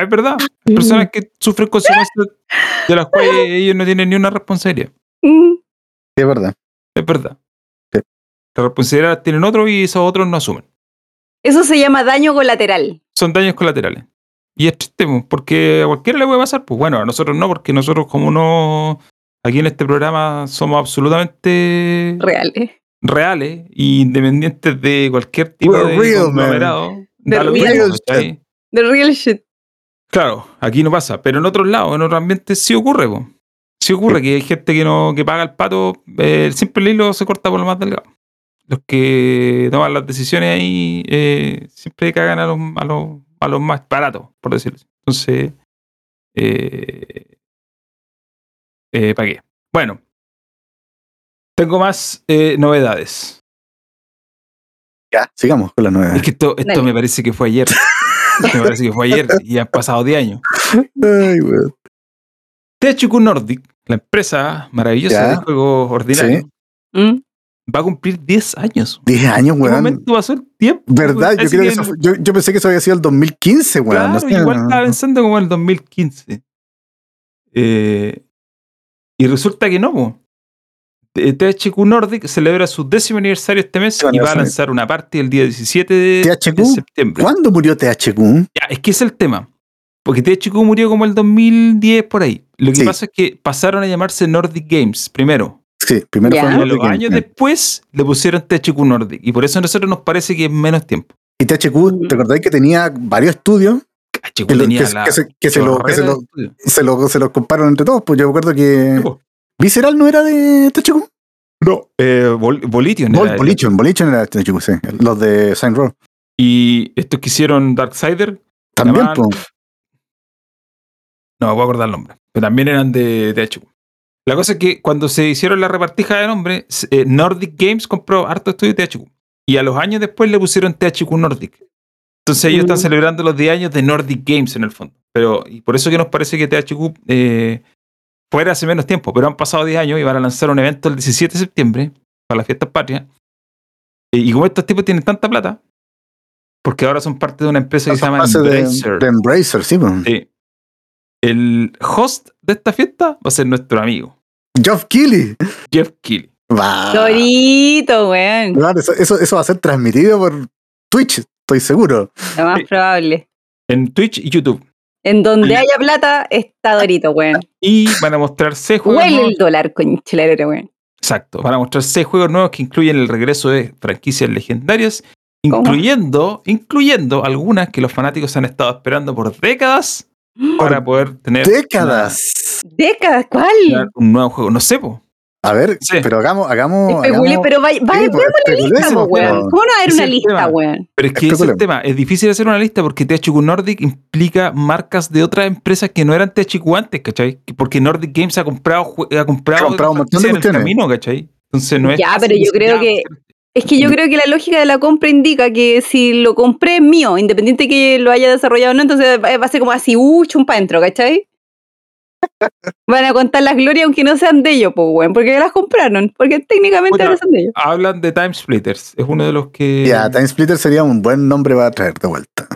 Speaker 1: Es verdad. Hay personas que sufren consecuencias de las cuales ellos no tienen ni una responsabilidad.
Speaker 2: Mm.
Speaker 3: Sí, es verdad.
Speaker 1: Es verdad.
Speaker 3: Sí.
Speaker 1: Las responsabilidades tienen otros y esos otros no asumen.
Speaker 2: Eso se llama daño colateral.
Speaker 1: son daños colaterales. Y es triste, pues, porque a cualquiera le puede pasar. Pues bueno, a nosotros no, porque nosotros como no, aquí en este programa somos absolutamente
Speaker 2: Real. eh.
Speaker 1: reales e independientes de cualquier tipo
Speaker 3: We're
Speaker 1: de
Speaker 3: real, man.
Speaker 1: conglomerado. Da lo
Speaker 2: We're
Speaker 1: mismo,
Speaker 3: real
Speaker 1: ¿cachai?
Speaker 2: The real shit.
Speaker 1: Claro, aquí no pasa, pero en otros lados, en otros ambientes sí ocurre. pues. Sí ocurre que hay gente que no que paga el pato, eh, el simple hilo se corta por lo más delgado. Los que toman las decisiones ahí eh, siempre cagan a los, a, los, a los más baratos, por decirlo así. Entonces, eh, eh, ¿para qué? Bueno, tengo más eh, novedades.
Speaker 3: Ya, sigamos con las
Speaker 1: Es
Speaker 3: nueve.
Speaker 1: que esto, esto
Speaker 2: Dale.
Speaker 1: me parece que fue ayer. Esto me parece que fue ayer y han pasado 10 años.
Speaker 3: Ay, weón.
Speaker 1: THQ Nordic, la empresa maravillosa
Speaker 3: Ya.
Speaker 1: de juegos ordinarios,
Speaker 2: Mm.
Speaker 1: va a cumplir 10 años.
Speaker 3: Diez años,
Speaker 1: ¿En qué
Speaker 3: weón.
Speaker 1: momento pasó el tiempo?
Speaker 3: ¿Verdad? Yo,
Speaker 1: Así
Speaker 3: creo que
Speaker 1: que
Speaker 3: eso
Speaker 1: en-
Speaker 3: fue- yo, yo pensé que eso había sido el 2015, weón.
Speaker 1: Pues, Claro,
Speaker 3: no sé,
Speaker 1: igual
Speaker 3: no,
Speaker 1: estaba
Speaker 3: no.
Speaker 1: pensando como en el 2015. Eh, y resulta que no. po. Eh, THQ Nordic celebra su décimo aniversario este mes
Speaker 3: Sí,
Speaker 1: y va a
Speaker 3: aniversario.
Speaker 1: lanzar una parte el día 17 de,
Speaker 3: THQ?
Speaker 1: de septiembre.
Speaker 3: ¿Cuándo murió THQ?
Speaker 1: Ya, es que ese es el tema. Porque THQ murió como el 2010 por ahí. Lo que
Speaker 3: Sí.
Speaker 1: pasa es que pasaron a llamarse Nordic Games primero.
Speaker 3: Sí, primero
Speaker 2: Ya.
Speaker 3: fue el
Speaker 1: Y a los
Speaker 3: Nordic
Speaker 1: años
Speaker 3: Game.
Speaker 1: después le pusieron THQ Nordic. Y por eso a nosotros nos parece que es menos tiempo.
Speaker 3: Y THQ, ¿te acordáis que tenía varios estudios?
Speaker 1: THQ
Speaker 3: Que, lo-
Speaker 1: tenía
Speaker 3: que-
Speaker 1: la
Speaker 3: que se, que se lo, que se,
Speaker 1: chorrera
Speaker 3: lo,
Speaker 1: de estudio.
Speaker 3: se, lo, se los compraron entre todos. Pues yo recuerdo que.
Speaker 1: Sí, po.
Speaker 3: ¿Visceral no era de THQ?
Speaker 1: No, eh, Bol- Volition
Speaker 3: Bol-
Speaker 1: era el-
Speaker 3: Volition, Volition era de THQ, sí. Los de Saint Row.
Speaker 1: Y estos que hicieron Darksider,
Speaker 3: También,
Speaker 1: Llaman-
Speaker 3: pues.
Speaker 1: no me voy a acordar el nombre, pero también eran de THQ. La cosa es que cuando se hicieron la repartija de nombres, eh, Nordic Games compró harto estudio de THQ. Y a los años después le pusieron THQ Nordic. Entonces ellos están
Speaker 2: Mm.
Speaker 1: celebrando los 10 años de Nordic Games en el fondo. Pero, y por eso que nos parece que THQ eh, fuera hace menos tiempo, pero han pasado 10 años y van a lanzar un evento el 17 de septiembre para las fiestas patrias. Eh, Y como estos tipos tienen tanta plata, porque ahora son parte de una empresa que se
Speaker 3: Esa
Speaker 1: llama
Speaker 3: fase de,
Speaker 1: Embracer.
Speaker 3: de Embracer, sí, pues.
Speaker 1: Sí. El host de esta fiesta va a ser nuestro amigo,
Speaker 3: Geoff Keighley.
Speaker 1: Jeff Keighley.
Speaker 3: Va.
Speaker 2: Ah. Dorito, weón.
Speaker 3: Claro, eso, eso, eso va a ser transmitido por Twitch, estoy seguro.
Speaker 2: Lo más
Speaker 1: Sí.
Speaker 2: probable.
Speaker 1: En Twitch y YouTube.
Speaker 2: En donde
Speaker 1: Sí.
Speaker 2: haya plata, está Dorito, weón.
Speaker 1: Y van a mostrar seis juegos
Speaker 2: Huele
Speaker 1: nuevos.
Speaker 2: el dólar, conchelero, weón.
Speaker 1: Exacto. Van a mostrar seis juegos nuevos que incluyen el regreso de franquicias legendarias,
Speaker 2: ¿Cómo?
Speaker 1: incluyendo, incluyendo algunas que los fanáticos han estado esperando por décadas para poder tener
Speaker 3: Décadas.
Speaker 2: Décadas,
Speaker 1: una-
Speaker 2: ¿cuál?
Speaker 1: un nuevo juego. No sé, po.
Speaker 3: A ver,
Speaker 1: Sí.
Speaker 3: pero hagamos, hagamos.
Speaker 2: Especulé,
Speaker 3: hagamos-
Speaker 2: pero va, va
Speaker 3: Sí,
Speaker 2: veamos
Speaker 3: pues,
Speaker 2: la lista,
Speaker 3: especulemos,
Speaker 2: po, weón.
Speaker 3: pero-
Speaker 2: ¿Cómo no va a haber
Speaker 1: Ese
Speaker 2: una
Speaker 1: es el
Speaker 2: lista,
Speaker 1: tema.
Speaker 2: weón?
Speaker 1: Pero es que ese es el
Speaker 3: Especulemos.
Speaker 1: tema. Es difícil hacer una lista porque THQ Nordic implica marcas de otras empresas que no eran THQ antes, ¿cachai? Porque Nordic Games ha comprado jue- ha comprado,
Speaker 3: Ha comprado un montón de
Speaker 1: franquicias en el
Speaker 3: cuestiones.
Speaker 1: camino, ¿cachai? Entonces no es
Speaker 2: Ya,
Speaker 1: fácil
Speaker 2: pero yo
Speaker 1: decir,
Speaker 2: creo
Speaker 1: ya,
Speaker 2: que- Es que yo creo que la lógica de la compra indica que si lo compré es mío, independiente que lo haya desarrollado o no, entonces va va a ser como así, uh, chumpa adentro, ¿cachai? Van a contar las glorias aunque no sean de ellos, pues, weón, porque las compraron, porque técnicamente
Speaker 1: Puta.
Speaker 2: no son de ellos.
Speaker 1: Hablan de Time Splitters. Es uno de los que.
Speaker 3: Ya, Time Splitter sería un buen nombre para traer de vuelta.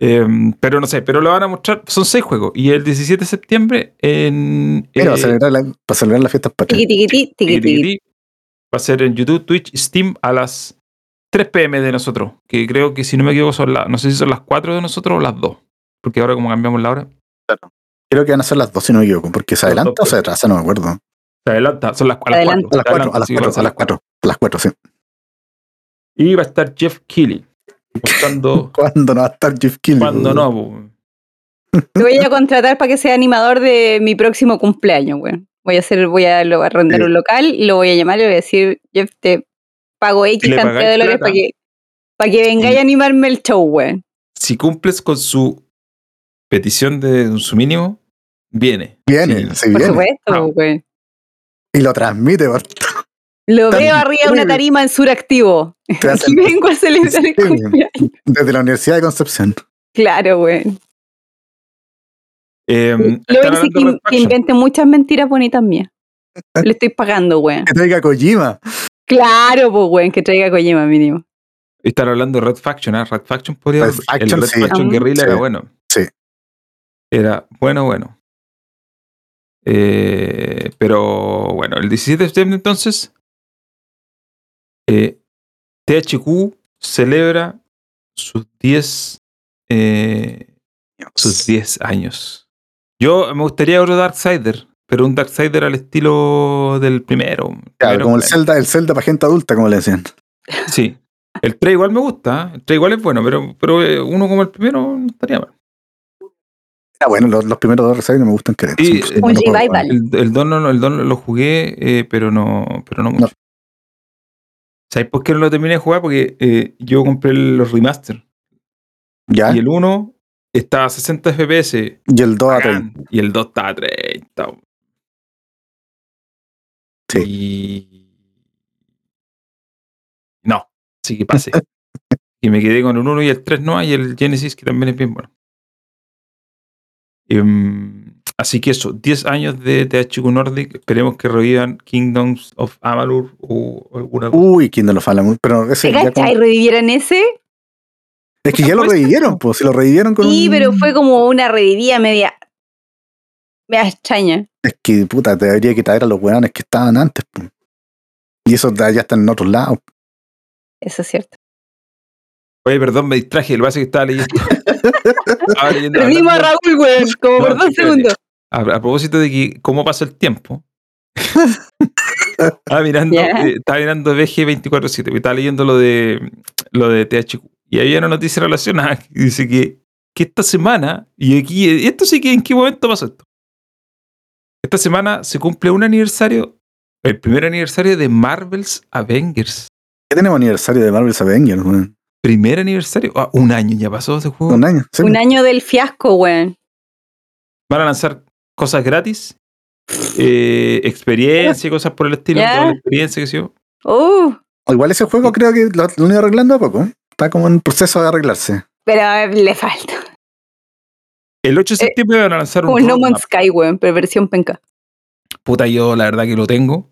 Speaker 1: Em, pero no sé, pero lo van a mostrar. Son seis juegos. Y el 17 de septiembre en.
Speaker 3: Pero para,
Speaker 1: eh,
Speaker 3: celebrar la, para celebrar las fiestas patrias.
Speaker 2: Tiqui, tiqui, tiqui, tiqui, tiqui.
Speaker 1: Tiquitiri. Va a ser en YouTube, Twitch y Steam a las 3 pm de nosotros. Que creo que si no me equivoco son las. No sé si son las 4 de nosotros o las 2. Porque ahora como cambiamos la hora.
Speaker 3: Creo que van a ser las dos, si no me equivoco, porque se
Speaker 1: Las
Speaker 3: adelanta
Speaker 1: dos,
Speaker 3: o se
Speaker 1: pues.
Speaker 3: atrasa, no me acuerdo.
Speaker 1: Se adelanta. Son las, a las
Speaker 2: Adelanta.
Speaker 1: 4.
Speaker 3: A las cuatro, a las cuatro, a las cuatro. A las cuatro, sí.
Speaker 1: Y va a estar Jeff Keighley. Mostrando.
Speaker 3: ¿Cuándo no va a estar Jeff Kill?
Speaker 1: cuando no. po.
Speaker 2: Te voy a contratar para que sea animador de mi próximo cumpleaños, weón. Voy a hacer, voy a lo- arrendar
Speaker 3: Sí.
Speaker 2: un local, lo voy a llamar y le voy a decir, Jeff, te pago X
Speaker 1: le
Speaker 2: cantidad de
Speaker 1: pagáis
Speaker 2: dólares
Speaker 1: plata.
Speaker 2: para que, para que vengáis
Speaker 1: Sí.
Speaker 2: a animarme el show, weón.
Speaker 1: Si cumples con su petición de su mínimo, viene.
Speaker 3: Viene,
Speaker 1: Sí.
Speaker 3: sí,
Speaker 2: Por
Speaker 3: viene.
Speaker 2: supuesto,
Speaker 1: Ah.
Speaker 2: weón.
Speaker 3: Y lo transmite, por-
Speaker 2: Lo
Speaker 3: Tan
Speaker 2: veo arriba de una
Speaker 3: increíble.
Speaker 2: tarima en suractivo.
Speaker 3: te hace-
Speaker 2: Aquí vengo a celebrar el
Speaker 3: Sí.
Speaker 2: cumpleaños.
Speaker 3: desde la Universidad de Concepción.
Speaker 2: Claro, weón.
Speaker 3: Mm,
Speaker 1: Eh,
Speaker 2: Lo voy
Speaker 1: están
Speaker 2: a decir
Speaker 1: hablando de
Speaker 2: que, in-
Speaker 1: Red
Speaker 2: que
Speaker 1: Faction.
Speaker 2: invente muchas mentiras bonitas mías.
Speaker 3: Ah.
Speaker 2: Le estoy pagando, weón.
Speaker 3: Que traiga Kojima.
Speaker 2: Claro, pues, weón, que traiga Kojima mínimo.
Speaker 1: Estar hablando de Red Faction, ¿ah? Red Faction podría
Speaker 3: Red
Speaker 1: ser-
Speaker 3: Faction,
Speaker 1: el Red
Speaker 3: sí.
Speaker 1: Faction
Speaker 2: Ah,
Speaker 1: Guerrilla
Speaker 3: sí.
Speaker 1: era bueno.
Speaker 3: Sí.
Speaker 1: Era bueno, bueno. Eh, pero bueno, el 17 de septiembre entonces, eh, THQ celebra sus 10 eh, sus 10 años. Yo me gustaría otro Darksider, pero un Darksider al estilo del primero.
Speaker 3: Claro,
Speaker 1: primero
Speaker 3: como el
Speaker 1: Plan.
Speaker 3: Zelda, el Zelda para gente adulta, como le decían.
Speaker 1: Sí. El 3 igual me gusta, ¿eh? el 3 igual es bueno, pero, pero eh, uno como el primero no estaría mal.
Speaker 3: Ah, bueno, los, los primeros dos Resident me gustan que
Speaker 1: Sí, eh,
Speaker 3: son- son-
Speaker 2: Un
Speaker 3: no puedo-
Speaker 2: revival.
Speaker 1: El, el don no, el don lo jugué, eh, pero no, pero no mucho.
Speaker 3: No.
Speaker 1: ¿Sabéis por qué no lo terminé de jugar? Porque eh, yo compré el- los remaster.
Speaker 3: Ya,
Speaker 1: Y el 1 estaba a 60 FPS.
Speaker 3: y el 2 a 3.
Speaker 1: bacán, Y el 2 estaba a 30.
Speaker 3: Sí.
Speaker 1: Y... No, sí que pase. y me quedé con el 1 y el 3 no, y el Genesis que también es bien bueno. Em, así que eso, 10 años de THQ Nordic. Esperemos que revivan Kingdoms of Amalur o alguna cosa.
Speaker 3: Uy, Kindle of Alamut. Pero ese
Speaker 2: ¿Te
Speaker 3: ya como-
Speaker 2: cachai? ¿Revivieran ese?
Speaker 3: es que ya lo revivieron, pues. Si lo revivieron con.
Speaker 2: Sí,
Speaker 3: un-
Speaker 2: pero fue como una revivía media. media extraña.
Speaker 3: Es que, puta, te habría que traer a los weones que estaban antes, pues. Y esos de allá están en otros lados.
Speaker 2: Eso es cierto.
Speaker 1: Oye, perdón, me distraje. Lo que pasa es que estaba leyendo. Estaba leyendo-
Speaker 2: Perdimos a
Speaker 1: hablando-
Speaker 2: Raúl, weón,
Speaker 1: No,
Speaker 2: como por dos
Speaker 1: espérate.
Speaker 2: segundos.
Speaker 1: A, a propósito de que cómo pasa el tiempo. estaba mirando,
Speaker 2: Ya.
Speaker 1: eh, estaba mirando BG 24-7, y estaba leyendo lo de lo de THQ. Y había una noticia relacionada que dice que, que esta semana, y aquí, eh, esto sí que en qué momento pasó esto. Esta semana se cumple un aniversario, el primer aniversario de Marvel's Avengers.
Speaker 3: Ya tenemos aniversario de Marvel's Avengers, weón.
Speaker 1: Primer aniversario. Ah, un año ya pasó ese juego.
Speaker 3: Un año. sí.
Speaker 2: Un año del fiasco, weón.
Speaker 1: Van a lanzar cosas gratis. eh, experiencia y cosas por el estilo.
Speaker 2: Ya.
Speaker 1: toda la experiencia que se yo.
Speaker 2: Uh,
Speaker 3: Igual ese juego creo que lo, lo han ido arreglando a poco. Está como en proceso de arreglarse.
Speaker 2: pero eh, le falta.
Speaker 1: El 8 de septiembre van a lanzar
Speaker 2: Como
Speaker 1: un
Speaker 2: el Eh, No
Speaker 1: roadmap.
Speaker 2: Man's Sky, weón, pero versión penca.
Speaker 1: Ah, Puta, yo la verdad que lo tengo.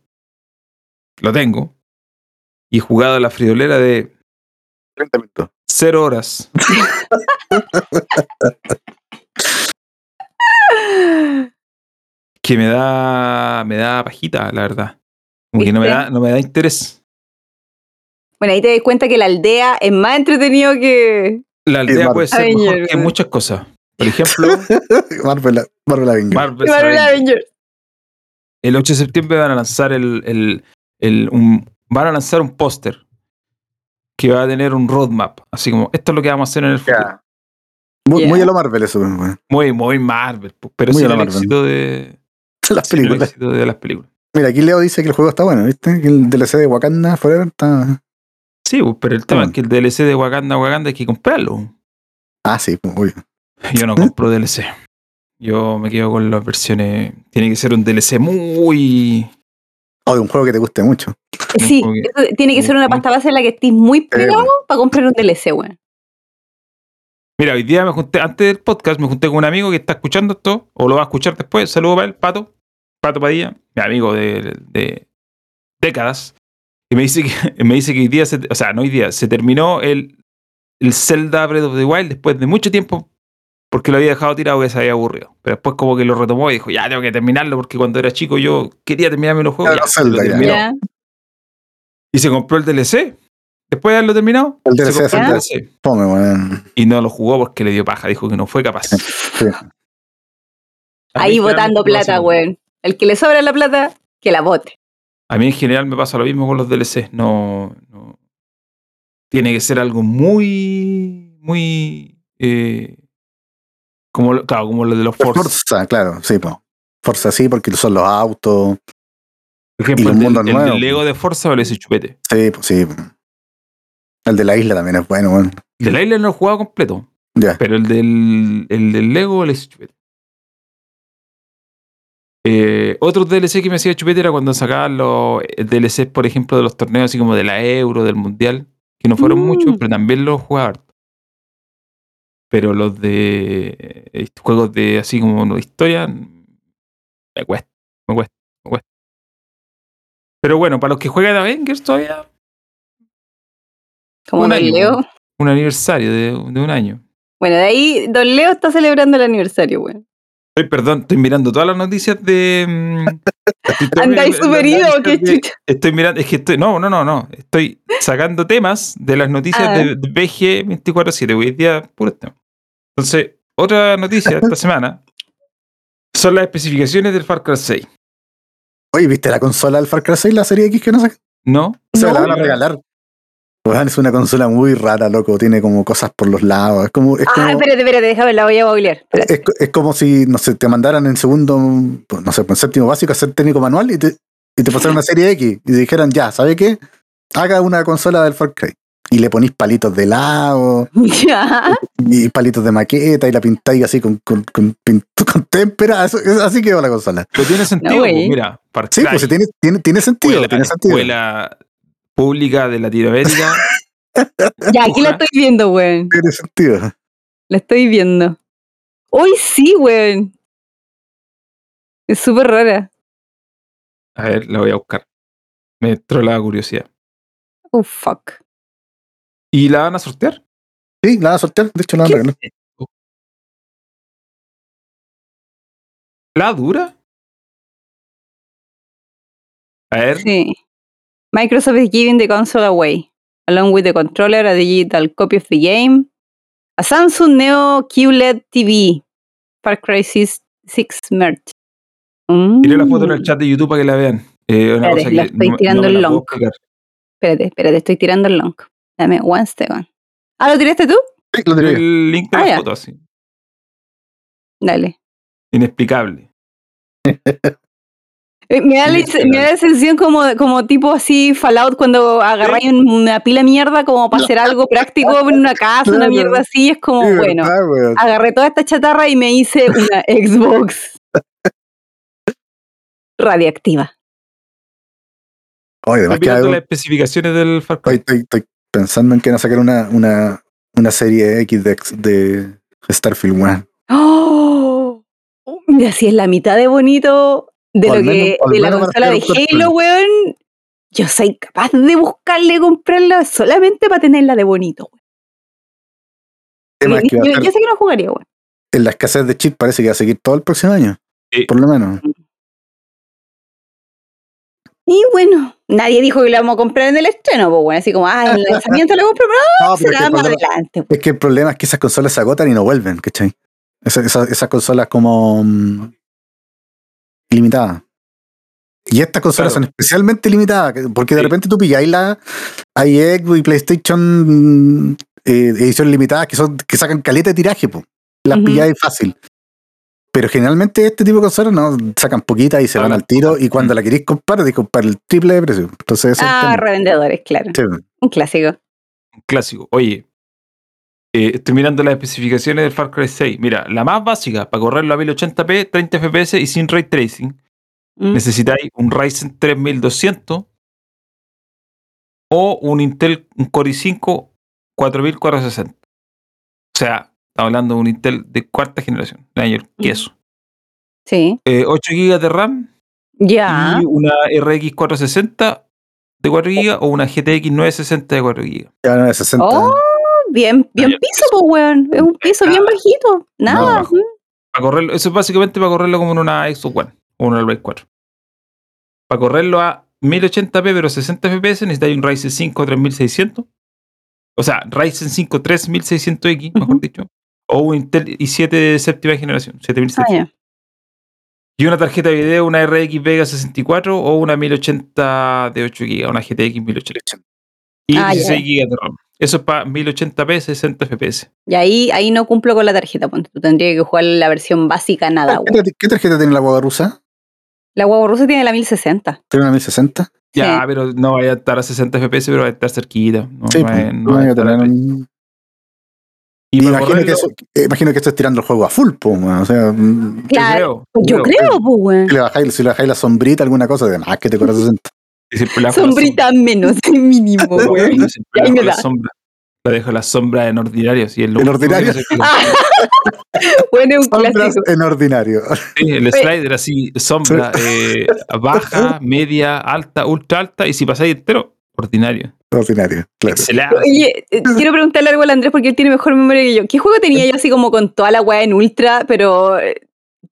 Speaker 1: Lo tengo. Y he jugado a la friolera de
Speaker 3: 30 minutos.
Speaker 1: cero horas. Que me da. me da pajita, la verdad. Como que no me
Speaker 2: ¿Viste?
Speaker 1: da, no me da interés.
Speaker 2: Bueno, ahí te das cuenta que la aldea es más entretenido que.
Speaker 1: La aldea
Speaker 3: Marvel.
Speaker 1: puede ser
Speaker 2: Ay,
Speaker 1: mejor
Speaker 2: mierda.
Speaker 1: que muchas cosas. Por ejemplo,
Speaker 3: Marvel, Marvel Avengers.
Speaker 1: Marvel.
Speaker 2: Marvel
Speaker 1: Avengers.
Speaker 2: Avengers.
Speaker 1: El 8 de septiembre van a lanzar el, el- el- un- van a lanzar un póster que va a tener un roadmap. Así como, esto es lo que vamos a hacer en el futuro.
Speaker 3: Ya. Muy,
Speaker 2: Ya.
Speaker 3: muy a lo Marvel eso, weón.
Speaker 1: Muy, muy Marvel. pues, Pero
Speaker 3: Muy
Speaker 1: sin
Speaker 3: a
Speaker 1: el
Speaker 3: la Marvel.
Speaker 1: éxito de,
Speaker 3: Las
Speaker 1: sin el
Speaker 3: películas.
Speaker 1: éxito de las películas.
Speaker 3: Mira, aquí Leo dice que el juego está bueno, ¿viste? Que el DLC de Wakanda Forever está.
Speaker 1: Sí, pues, pero el
Speaker 3: Mm.
Speaker 1: tema es que el DLC de Wakanda Wakanda hay que comprarlo.
Speaker 3: Ah, sí, pues, obvio.
Speaker 1: Yo no compro DLC. Yo me quedo con las versiones. Tiene que ser un DLC muy.
Speaker 3: O de un juego que te guste mucho.
Speaker 2: Sí,
Speaker 1: juego que-
Speaker 2: eso tiene que ser una pasta base en la que estés muy pegado para comprar un DLC, weón.
Speaker 1: Mira, hoy día me junté, antes del podcast, me junté con un amigo que está escuchando esto, o lo va a escuchar después. Saludo para él, Pato. Pato Padilla, mi amigo de, de décadas. Y me dice que, me dice que hoy día, se- o sea, no hoy día, se terminó el, el Zelda Breath of the Wild después de mucho tiempo, porque lo había dejado tirado que se había aburrido. Pero después como que lo retomó y dijo, ya tengo que terminarlo, porque cuando era chico yo quería terminarme los juegos.
Speaker 3: Claro,
Speaker 1: ya,
Speaker 3: Zelda,
Speaker 1: lo
Speaker 3: ya.
Speaker 1: terminó.
Speaker 2: Ya.
Speaker 1: Y se compró el DLC. Después de haberlo terminado,
Speaker 3: El
Speaker 1: se
Speaker 3: DLC
Speaker 1: compró el
Speaker 2: Zelda.
Speaker 1: DLC.
Speaker 3: Fome, weón.
Speaker 1: Y no lo jugó porque le dio paja, dijo que no fue capaz. A mí
Speaker 2: Ahí
Speaker 1: en general
Speaker 2: botando
Speaker 1: me pasa
Speaker 2: plata,
Speaker 1: lo-
Speaker 2: weón. El que le sobra la plata, que la bote.
Speaker 1: A mí en general me pasa lo mismo con los DLCs. No, no- tiene que ser algo muy, muy, eh, como, lo- claro, como lo de los
Speaker 3: Forza.
Speaker 1: Force.
Speaker 3: claro, sí, po. Forza sí, porque son los autos.
Speaker 1: Por ejemplo,
Speaker 3: Y los
Speaker 1: el, del,
Speaker 3: mundos
Speaker 1: el del
Speaker 3: nuevos.
Speaker 1: Lego de Forza vale ese chupete.
Speaker 3: Sí, po, sí. po. El de la isla también es bueno, weón.
Speaker 1: El del Island no lo he jugado completo,
Speaker 3: Ya.
Speaker 1: pero el del, el del Lego vale ese chupete. Eh, otro DLC que me hacía chupete era cuando sacaban los eh, DLCs, por ejemplo, de los torneos así como de la Euro, del Mundial, que no fueron
Speaker 2: Mm.
Speaker 1: muchos, pero también los jugaba harto. Pero los de eh, juegos de así como no, de historia, me cuesta, me cuesta, me cuesta. Pero bueno, para los que juegan Avengers todavía,
Speaker 2: Como
Speaker 1: Un
Speaker 2: Don
Speaker 1: año.
Speaker 2: Leo.
Speaker 1: un aniversario de, de un año.
Speaker 2: Bueno, de ahí Don Leo está celebrando el aniversario, weón.
Speaker 1: Ay, perdón, estoy mirando todas las noticias de. mm, estoy- estoy
Speaker 2: Andáis
Speaker 1: mirando
Speaker 2: súper
Speaker 1: las
Speaker 2: ido,
Speaker 1: noticias
Speaker 2: qué
Speaker 1: de-
Speaker 2: chucha.
Speaker 1: Estoy mirando, es que estoy. No, no, no, no. Estoy sacando temas de las noticias
Speaker 2: Ah.
Speaker 1: de, BG 24-7, hoy día puro tema. Entonces, otra noticia esta semana son las especificaciones del Far Cry 6.
Speaker 3: Oye, ¿viste la consola del Far Cry 6, la serie X que no saca?
Speaker 1: ¿No?
Speaker 3: Se
Speaker 2: No.
Speaker 3: la van a regalar. Weón, es una consola muy rara, loco. Tiene como cosas por los lados. Es como, es como,
Speaker 2: Ah, espérate, espérate, déjame, la voy a googlear. Espérate.
Speaker 3: es, co- es como si, no sé, te mandaran en segundo, pues, no sé, en séptimo básico a ser técnico manual y te, y te pasaran una serie X y te dijeran, ya, ¿sabe qué? Haga una consola del Far Cry. Y le ponís palitos de lado
Speaker 2: Ya.
Speaker 3: y palitos de maqueta y la pintáis así con, con, con, pin- con témpera. Eso- es- Así quedó la consola.
Speaker 1: Lo tiene sentido,
Speaker 2: güey.
Speaker 1: pues, mira. Far
Speaker 3: Sí,
Speaker 1: Cry,
Speaker 3: pues sí, tiene, tiene, tiene sentido.
Speaker 1: escuela,
Speaker 3: tiene sentido.
Speaker 1: escuela pública de Latinoamérica.
Speaker 2: Ya, aquí la estoy viendo, weón.
Speaker 3: Tiene sentido.
Speaker 2: La estoy viendo. Hoy sí, weón. Es súper rara.
Speaker 1: A ver, la voy a buscar. Me entró la curiosidad.
Speaker 2: Oh, fuck.
Speaker 1: ¿Y la van a sortear?
Speaker 3: Sí, la van a sortear. De hecho, la van a
Speaker 1: ¿Qué?
Speaker 3: regalar.
Speaker 1: ¿La dura? A ver,
Speaker 2: Sí. Microsoft is giving the console away, along with the controller, a digital copy of the game, a Samsung Neo QLED TV, Far Cry 6, 6 merch. Mm.
Speaker 1: tiré la foto en el chat de YouTube para que la vean. Eh, una
Speaker 2: Espérate,
Speaker 1: cosa que
Speaker 2: la estoy
Speaker 1: no me-
Speaker 2: tirando
Speaker 1: no me
Speaker 2: el
Speaker 1: la puedo
Speaker 2: lonco.
Speaker 1: explicar.
Speaker 2: Espérate, espérate, estoy tirando el long. Dame one second. Ah, ¿lo tiraste tú?
Speaker 3: Sí, lo tiré.
Speaker 1: El link de
Speaker 2: Ah,
Speaker 1: la
Speaker 2: ya.
Speaker 1: foto, así.
Speaker 2: Dale.
Speaker 1: Inexplicable.
Speaker 2: Eh, Me da, la,
Speaker 1: Sí,
Speaker 2: me da la sensación como, como tipo así Fallout cuando agarráis un- una pila de mierda como para hacer algo práctico en una casa, una
Speaker 3: Claro.
Speaker 2: mierda así, es como,
Speaker 3: Sí,
Speaker 2: bueno, Ah,
Speaker 3: verdad, weón.
Speaker 2: agarré toda esta chatarra y me hice una Xbox radiactiva.
Speaker 3: Oye, además
Speaker 1: Estoy
Speaker 3: que
Speaker 1: mirando
Speaker 3: algo-
Speaker 1: las especificaciones del Far
Speaker 3: Estoy,
Speaker 1: Cry.
Speaker 3: estoy- estoy pensando en que van a sacar una, una, una serie X de, ex- de Starfield, weón.
Speaker 2: ¡Oh! Mira, si es la mitad de bonito de
Speaker 3: O
Speaker 2: lo
Speaker 3: al menos-
Speaker 2: que
Speaker 3: o al
Speaker 2: de la
Speaker 3: menos
Speaker 2: consola de
Speaker 3: para hacer un
Speaker 2: Halo,
Speaker 3: top
Speaker 2: weón. Yo soy capaz de buscarle y comprarla solamente para tenerla de bonito. weón.
Speaker 3: El tema es que
Speaker 2: Yo,
Speaker 3: va a estar
Speaker 2: yo sé que no jugaría, weón.
Speaker 3: en la escasez de chip, parece que va a seguir todo el próximo año.
Speaker 1: Sí.
Speaker 3: Por lo menos.
Speaker 2: Y bueno, nadie dijo que la vamos a comprar en el estreno, pues bueno, así como, ah, en el lanzamiento la compro, pero
Speaker 3: No, Ah, pero es que,
Speaker 2: Ah, será
Speaker 3: el
Speaker 2: más
Speaker 3: problema,
Speaker 2: adelante.
Speaker 3: es que el problema es que esas consolas se agotan y no vuelven, ¿cachai? Esa- esa- esas consolas como mm, limitadas. Y estas consolas
Speaker 1: Claro.
Speaker 3: son especialmente limitadas, que- porque de
Speaker 1: Sí.
Speaker 3: repente tú pilláis la iX y PlayStation mm, eh, edición limitada que son que sacan caleta de tiraje, po. las
Speaker 2: Ujú.
Speaker 3: pilláis fácil. Pero generalmente este tipo de consolas no sacan poquitas y se
Speaker 1: Ah,
Speaker 3: van
Speaker 1: la-
Speaker 3: al tiro y cuando
Speaker 1: Mm.
Speaker 3: la queréis comprar, te comprar el triple de precio. Entonces ese es el
Speaker 2: Ah,
Speaker 3: tema.
Speaker 2: revendedores, claro.
Speaker 3: Sí.
Speaker 2: Un clásico.
Speaker 1: Un clásico. Oye, eh, estoy mirando las especificaciones del Far Cry 6. Mira, la más básica, para correrlo a 1080p, 30 FPS y sin ray tracing.
Speaker 2: Mm.
Speaker 1: necesitáis un Ryzen 3200 o un Intel un Core i5 4460. O sea, estamos hablando de un Intel de cuarta generación, de año que
Speaker 2: Mm.
Speaker 1: eso.
Speaker 2: Sí.
Speaker 1: Eh, 8 GB de RAM
Speaker 3: Mm.
Speaker 2: Ya.
Speaker 1: y una RX 460 de 4 GB o una GTX 960 de 4 GB.
Speaker 3: Ya no es 60.
Speaker 2: Oh, bien, bien
Speaker 1: ya,
Speaker 2: piso, pues, weón. Es un piso bien bajito. Nada.
Speaker 1: bajo. Para correrlo, eso es básicamente para correrlo como en una Xbox One o una Play 4. Para correrlo a 1080p pero 60 fps necesitáis un Ryzen 5 3600. O sea, Ryzen 5 3600X, mejor
Speaker 2: Ujú.
Speaker 1: dicho. O un Intel i7 de séptima generación, 7700.
Speaker 2: Ah, ya. Ah,
Speaker 1: Y una tarjeta de video, una RX Vega 64 o una 1080 de 8 GB, una GTX 1080. Y
Speaker 2: Ah, ya.
Speaker 1: 16 GB de RAM. Eso es para 1080p 60 fps.
Speaker 2: Y ahí, ahí no cumplo con la tarjeta, ponte. Tú tendrías que jugar la versión básica, nada,
Speaker 3: ¿Qué,
Speaker 2: weón.
Speaker 3: tarjeta- qué tarjeta tiene la guagua rusa?
Speaker 2: La guagua rusa tiene la 1060.
Speaker 3: ¿Tiene una 1060?
Speaker 1: Ya,
Speaker 2: Sí.
Speaker 1: pero no vaya a estar a 60 FPS, pero va a estar cerquita. No,
Speaker 3: Sí,
Speaker 1: va a-
Speaker 3: pues,
Speaker 1: no
Speaker 3: no
Speaker 1: va a
Speaker 3: hay que
Speaker 1: estar
Speaker 3: tener
Speaker 1: ahí.
Speaker 3: un-
Speaker 1: Y
Speaker 3: Me
Speaker 1: para
Speaker 3: imagino, que
Speaker 1: correrlo,
Speaker 3: eso, eh, imagino que esto es tirando el juego a full, pues, weón, o sea, mm,
Speaker 2: Claro.
Speaker 1: yo creo,
Speaker 2: Yo creo, pues, weón.
Speaker 3: si le bajáis, si le bajáis la sombrita, alguna cosa, de más que te corre 60.
Speaker 1: Y siempre le bajo la
Speaker 2: Sombrita menos, mínimo,
Speaker 1: sombra.
Speaker 2: weón.
Speaker 1: Yo siempre le
Speaker 2: Ya, ahí
Speaker 1: bajo
Speaker 2: me
Speaker 1: la
Speaker 2: da.
Speaker 1: sombra. La dejo la sombra en ordinario. sí, es lo
Speaker 3: En
Speaker 1: único que
Speaker 3: ordinario.
Speaker 1: no sé qué-
Speaker 2: Ah. Bueno, es un
Speaker 3: Sombras
Speaker 2: clásico.
Speaker 3: en ordinario.
Speaker 1: Sí, el slider así, sombra, eh, baja, media, alta, ultra alta. Y si pasáis entero, ordinario.
Speaker 3: ordinario, claro.
Speaker 1: Pixelado.
Speaker 2: Oye, eh, quiero preguntarle algo al Andrés porque él tiene mejor memoria que yo. ¿Qué juego tenía yo así como con toda la weá en ultra, pero. eh,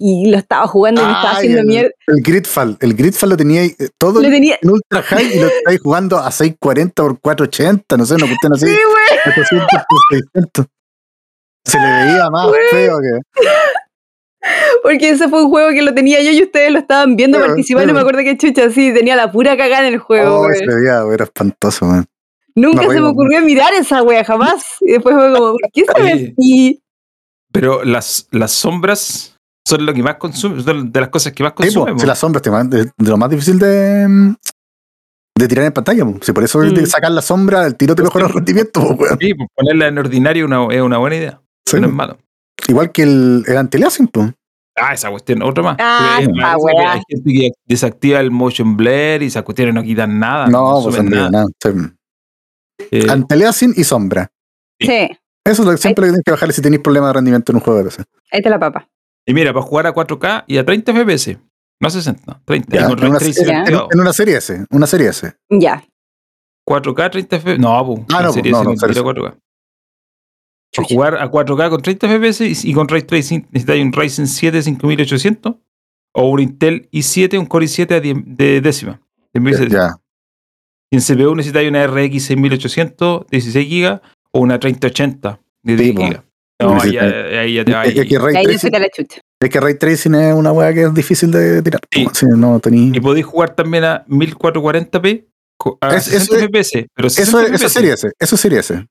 Speaker 2: Y lo estaba jugando y me estaba
Speaker 3: Ay,
Speaker 2: haciendo mierda.
Speaker 3: El Gridfall, el Gridfall lo tenía ahí, eh, todo
Speaker 2: Lo
Speaker 3: en
Speaker 2: tenía.
Speaker 3: ultra high y lo estáis jugando a 640 por 480, no sé, una cuestión así,
Speaker 2: Sí, weón.
Speaker 3: 800 por 600. Se le veía más
Speaker 2: Güey.
Speaker 3: feo que.
Speaker 2: Porque ese fue un juego que lo tenía yo y ustedes lo estaban viendo
Speaker 3: Claro,
Speaker 2: participar. No
Speaker 3: claro.
Speaker 2: me acuerdo qué chucha, sí, tenía la pura cagada en el juego.
Speaker 3: Ah, Oh,
Speaker 2: weón.
Speaker 3: se veía, güey, era espantoso, man.
Speaker 2: Nunca
Speaker 3: nos
Speaker 2: se me
Speaker 3: reímos
Speaker 2: ocurrió mirar esa wea, jamás. Y después fue como, ¿por qué se
Speaker 1: Oye.
Speaker 2: ve así?
Speaker 1: Pero las, las sombras son lo que más consume, son de las cosas que más
Speaker 3: Sí, po,
Speaker 1: consume.
Speaker 3: si
Speaker 1: po.
Speaker 3: las sombras, te man- de, de lo más difícil de, mm, de tirar en pantalla, po. si por eso
Speaker 2: Mm.
Speaker 3: de sacar la sombra, el tiro te mejora el rendimiento, po, güey.
Speaker 1: Sí, pues ponerla en ordinario una- es una buena idea.
Speaker 3: Sí, pues.
Speaker 1: No es
Speaker 3: po.
Speaker 1: malo.
Speaker 3: Igual que el, el anti-aliasing, po.
Speaker 1: Ah, esa cuestión, otra más.
Speaker 2: Ah,
Speaker 1: Porque es
Speaker 2: esa
Speaker 1: más, esa que
Speaker 2: weá.
Speaker 1: Hay gente que desactiva el motion blur y esas cuestiones Ah, no quitan nada.
Speaker 3: No, pues
Speaker 1: consumen
Speaker 3: no,
Speaker 1: nada.
Speaker 3: nada. sí.
Speaker 1: Eh,
Speaker 3: Anti-aliasing y sombra.
Speaker 1: Sí.
Speaker 2: Sí,
Speaker 3: Eso es lo que siempre tienes que bajarle si tenéis problemas de rendimiento en un juego de PC.
Speaker 2: ahí está la papa.
Speaker 1: y mira, para jugar a 4K y a 30 FPS, no a 60, 30.
Speaker 3: Ya,
Speaker 1: y con
Speaker 3: en,
Speaker 1: ray
Speaker 3: una,
Speaker 1: tracing
Speaker 2: ya.
Speaker 1: activado.
Speaker 3: en una serie S, una serie S.
Speaker 2: Ya.
Speaker 1: 4K, 30 FPS. No, pues,
Speaker 3: Ah, no, po, no, no, pero-
Speaker 1: 4K. Para jugar a 4K con 30 FPS y, y con Ray Tracing necesitáis un Ryzen 7 5800 o un Intel i7, un Core i7 a 10 de décima. de 1070.
Speaker 3: Ya.
Speaker 1: Y en CPU necesitáis una RX 6800, 16 GB o una 3080 de 10
Speaker 3: Sí, po.
Speaker 1: GB. No, ahí ya, eh,
Speaker 3: Necesitáis-
Speaker 1: ahí ya te va.
Speaker 3: Es, que- es que
Speaker 1: Y,
Speaker 3: ray
Speaker 2: Y ahí me fui
Speaker 3: tracing,
Speaker 2: a la chucha.
Speaker 3: es que ray tracing es una weá que es difícil de tirar.
Speaker 1: Sí.
Speaker 3: Sí, no tení-
Speaker 1: y podéis jugar también a 1440p co- a
Speaker 3: Es-
Speaker 1: 60
Speaker 3: eso-
Speaker 1: FPS. Pero
Speaker 3: Eso
Speaker 1: 60
Speaker 3: es eso
Speaker 1: FPS,
Speaker 3: es serie S, eso es serie S.
Speaker 1: pero-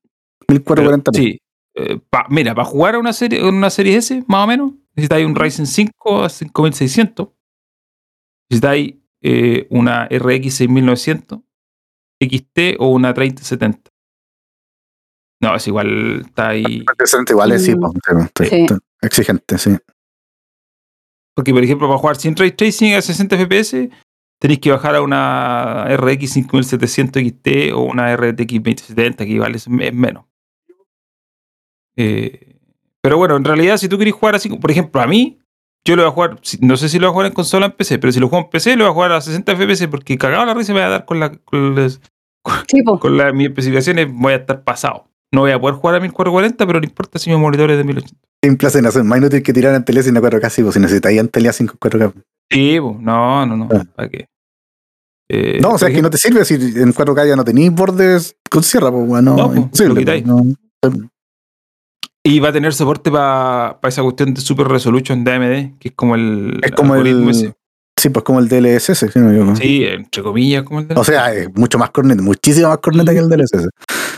Speaker 3: 1440.
Speaker 1: Sí. Eh, pa- mira, para jugar a una serie, una serie S, más o menos, necesitáis un Ryzen 5 a 5600. Necesitáis eh, una RX 6900 XT o una 3070. No, es igual, está ahí.
Speaker 3: Interesante, igual es, sí,
Speaker 2: Mm.
Speaker 3: po, sí, po, sí,
Speaker 2: Sí.
Speaker 3: sí. Exigente, sí.
Speaker 1: Porque, por ejemplo, para jugar sin ray tracing a 60 FPS, tenéis que bajar a una RX 5700 XT o una RTX 2070, que igual es, me- menos. Eh, pero bueno, en realidad, si tú querés jugar así, como- por ejemplo, a mí, yo lo voy a jugar, si- no sé si lo voy a jugar en consola o en PC, pero si lo juego en PC, lo voy a jugar a 60 FPS porque cagado la risa me va a dar con, la, con, las-
Speaker 2: Sí, po.
Speaker 1: con la- mis especificaciones, voy a estar pasado. No voy a poder jugar a 1440, pero no importa si mi monitor es de 1080.
Speaker 3: Sin placer, no sé, más inútil que tirar anti-aliasing a 4K, sí, po, si necesitáis anti-aliasing con 4K.
Speaker 1: Eh, Sí, po, no, no, no,
Speaker 3: Ah.
Speaker 1: ¿para qué? Eh,
Speaker 3: No, o
Speaker 1: por
Speaker 3: sea, es que no te sirve si en 4K ya no tenéis bordes con sierra, pues, bueno,
Speaker 1: No, po,
Speaker 3: imposible,
Speaker 1: lo quitáis.
Speaker 3: po, no.
Speaker 1: Y va a tener soporte para esa cuestión de Super Resolution de AMD, que es como el.
Speaker 3: Es como
Speaker 1: algoritmo
Speaker 3: el.
Speaker 1: ese.
Speaker 3: Sí, pues como el DLSS, sí, no, yo no.
Speaker 1: Sí, entre comillas, como el de.
Speaker 3: O sea, es mucho más corneta, muchísimo más corneta que el DLSS.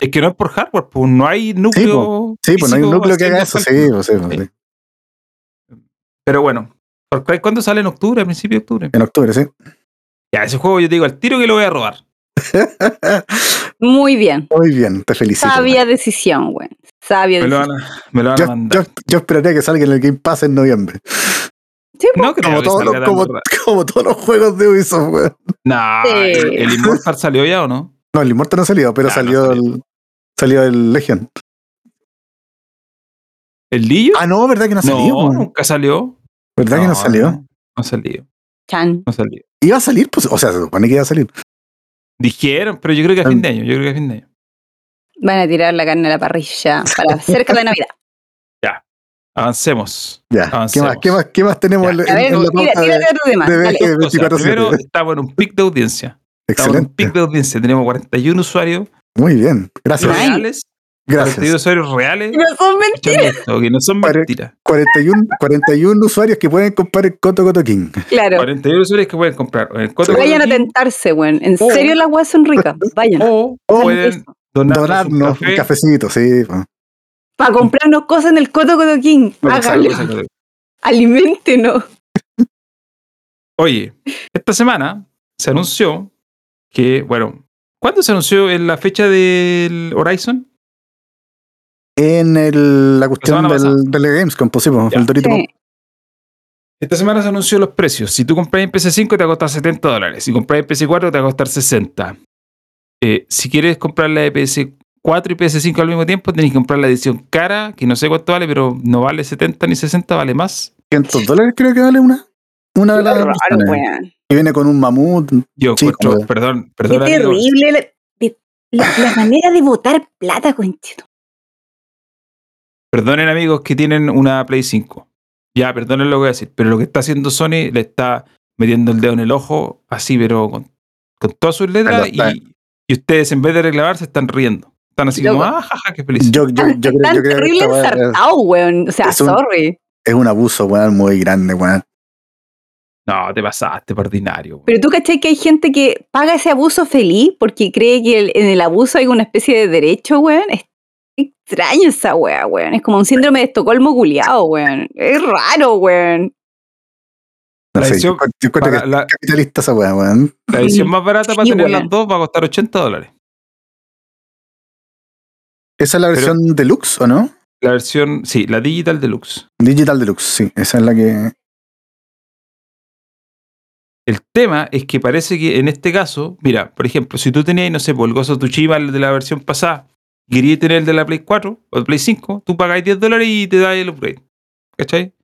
Speaker 1: es que no es por hardware, pues no hay núcleo.
Speaker 3: Sí, pues no hay un
Speaker 1: físico
Speaker 3: núcleo que haga
Speaker 1: haciendo
Speaker 3: eso, sí,
Speaker 1: cálculo.
Speaker 3: pues, sí, pues,
Speaker 1: Sí.
Speaker 3: sí.
Speaker 1: Pero bueno, ¿por qué- ¿cuándo sale en octubre? A principios de octubre.
Speaker 3: En octubre, sí.
Speaker 1: Ya, ese juego yo te digo al tiro que lo voy a robar.
Speaker 2: Muy bien.
Speaker 3: Muy bien, te felicito.
Speaker 2: Sabia decisión, weón. Sabia
Speaker 1: Me lo
Speaker 2: decisión.
Speaker 1: van a, me lo van a
Speaker 3: Yo,
Speaker 1: mandar.
Speaker 3: yo, yo esperaría que salga en el Game Pass en noviembre.
Speaker 2: Sí, po.
Speaker 1: No creo
Speaker 3: Como
Speaker 1: que
Speaker 3: todos,
Speaker 1: salga
Speaker 3: los,
Speaker 1: tan
Speaker 3: como,
Speaker 1: raro.
Speaker 3: como todos los juegos de Ubisoft, weón.
Speaker 1: Nah,
Speaker 2: Sí.
Speaker 1: ¿el, el Immortal salió ya o no?
Speaker 3: No, el Immortal no salió, pero
Speaker 1: Ah, no
Speaker 3: salió,
Speaker 1: salió.
Speaker 3: El, salió el Legion.
Speaker 1: ¿El Lillo?
Speaker 3: Ah, no, ¿verdad que no salió?
Speaker 1: no,
Speaker 3: weón?
Speaker 1: nunca salió.
Speaker 3: ¿Verdad que no salió?
Speaker 1: No, no salió,
Speaker 2: Chan.
Speaker 1: no salió.
Speaker 3: Iba a salir, pues, o sea, se supone que iba a salir.
Speaker 1: Dijeron, pero yo creo que a
Speaker 3: Ah.
Speaker 1: fin de año, yo creo que a fin de año.
Speaker 2: Van a tirar la carne a la parrilla para cerca de Navidad.
Speaker 1: Avancemos.
Speaker 3: Ya. ¿Qué
Speaker 1: Avancemos.
Speaker 3: más, qué más, qué más tenemos
Speaker 1: Ah, Ya.
Speaker 3: en,
Speaker 2: A ver,
Speaker 3: en la
Speaker 2: tira,
Speaker 3: pauta de-
Speaker 2: tírate otro tema.
Speaker 3: de
Speaker 2: dale.
Speaker 3: BG?
Speaker 1: Dos cosas.
Speaker 3: 24/7.
Speaker 1: Primero, estamos en un pic de audiencia. Estamos en un
Speaker 3: Excelente.
Speaker 1: pic de audiencia. Tenemos 41 usuarios
Speaker 3: Muy bien. Gracias.
Speaker 2: Nice.
Speaker 1: reales. 41
Speaker 3: Gracias.
Speaker 1: usuarios reales.
Speaker 2: No son mentiras.
Speaker 1: escuchando esto, que no son
Speaker 3: Pare-
Speaker 1: mentiras.
Speaker 3: 41, 41 usuarios que pueden comprar el Coto Coto King.
Speaker 2: Claro.
Speaker 1: 41 usuarios que pueden comprar. o En Coto
Speaker 2: Vayan a
Speaker 1: Coto
Speaker 2: tentarse, weón. En
Speaker 1: Oh.
Speaker 2: serio las weas son ricas.
Speaker 3: Oh,
Speaker 2: Vayan.
Speaker 1: o
Speaker 3: O
Speaker 1: pueden
Speaker 3: Donarnos un
Speaker 1: pues, café.
Speaker 3: cafecito, sí. po.
Speaker 2: Para comprarnos cosas en el Coto Coto King.
Speaker 3: Bueno,
Speaker 2: Háganlo.
Speaker 3: salud.
Speaker 2: Alimentenos.
Speaker 1: Oye, esta semana se anunció que, bueno, ¿cuándo se anunció en la fecha del Horizon?
Speaker 3: En el- la cuestión
Speaker 1: semana pasada.
Speaker 3: del, del Gamescom, pues, sí, po,
Speaker 1: Ya.
Speaker 3: el Dorito Pop.
Speaker 2: Sí.
Speaker 1: Esta semana se anunció los precios. Si tú compras en PC5 te va a costar 70 dólares. Si compras en PC4 te va a costar 60. Eh, si quieres comprar la de PS4 y PS5 al mismo tiempo, tenés que comprar la edición cara, que no sé cuánto vale, pero no vale 70 ni 60, vale más.
Speaker 3: 500 dólares creo que vale una. Una de las
Speaker 2: Claro,
Speaker 3: versiones.
Speaker 2: weón.
Speaker 3: Y viene con un mamut.
Speaker 1: Yo
Speaker 3: Sí,
Speaker 1: encuentro,
Speaker 3: como-
Speaker 1: perdón,
Speaker 2: Qué
Speaker 1: perdón. amigo,
Speaker 2: terrible la, de- la- la manera de botar plata, conchito.
Speaker 1: Perdonen amigos que tienen una Play 5. Ya, perdonen lo que voy a decir, pero lo que está haciendo Sony le está metiendo el dedo en el ojo, así, pero con, con todas sus letras,
Speaker 3: Ahí está.
Speaker 1: y, y ustedes en vez de reclamar se están riendo. Están así como,
Speaker 2: Loco.
Speaker 1: ah, jaja, qué feliz.
Speaker 3: Yo, yo, yo, creo-
Speaker 2: Tan
Speaker 3: yo creo que
Speaker 2: terrible
Speaker 3: esta weá es,
Speaker 2: ensartado, weón. O sea,
Speaker 3: es un-
Speaker 2: sorry.
Speaker 3: es un abuso, weón, muy grande, weón.
Speaker 1: No, te pasaste, por ordinario. weón.
Speaker 2: Pero tú cachai que hay gente que paga ese abuso feliz porque cree que el- en el abuso hay una especie de derecho, weón. Es extraño esa weá, weón. Es como un síndrome de Estocolmo culiado, weón. Es raro, weón.
Speaker 3: No
Speaker 1: La
Speaker 3: sé, yo,
Speaker 1: edición
Speaker 3: encuentro- yo encuentro
Speaker 1: Para
Speaker 3: que
Speaker 1: la,
Speaker 3: es capitalista esa weá, weón.
Speaker 1: la edición más barata para
Speaker 2: Sí,
Speaker 1: tener
Speaker 2: weón.
Speaker 1: las dos va a costar 80 dólares.
Speaker 3: Esa es la
Speaker 1: Pero-
Speaker 3: versión deluxe, ¿o no?
Speaker 1: La versión, sí, la Digital Deluxe.
Speaker 3: Digital Deluxe, sí. Esa es la que.
Speaker 1: Ah, El tema es que parece que en este caso, mira, por ejemplo, si tú tenías, no sé, por el Gozo Tsushima el de la versión pasada, y querías tener el de la Play 4 o el Play 5, tú pagáis 10 dólares y te da el upgrade. ¿Cachai?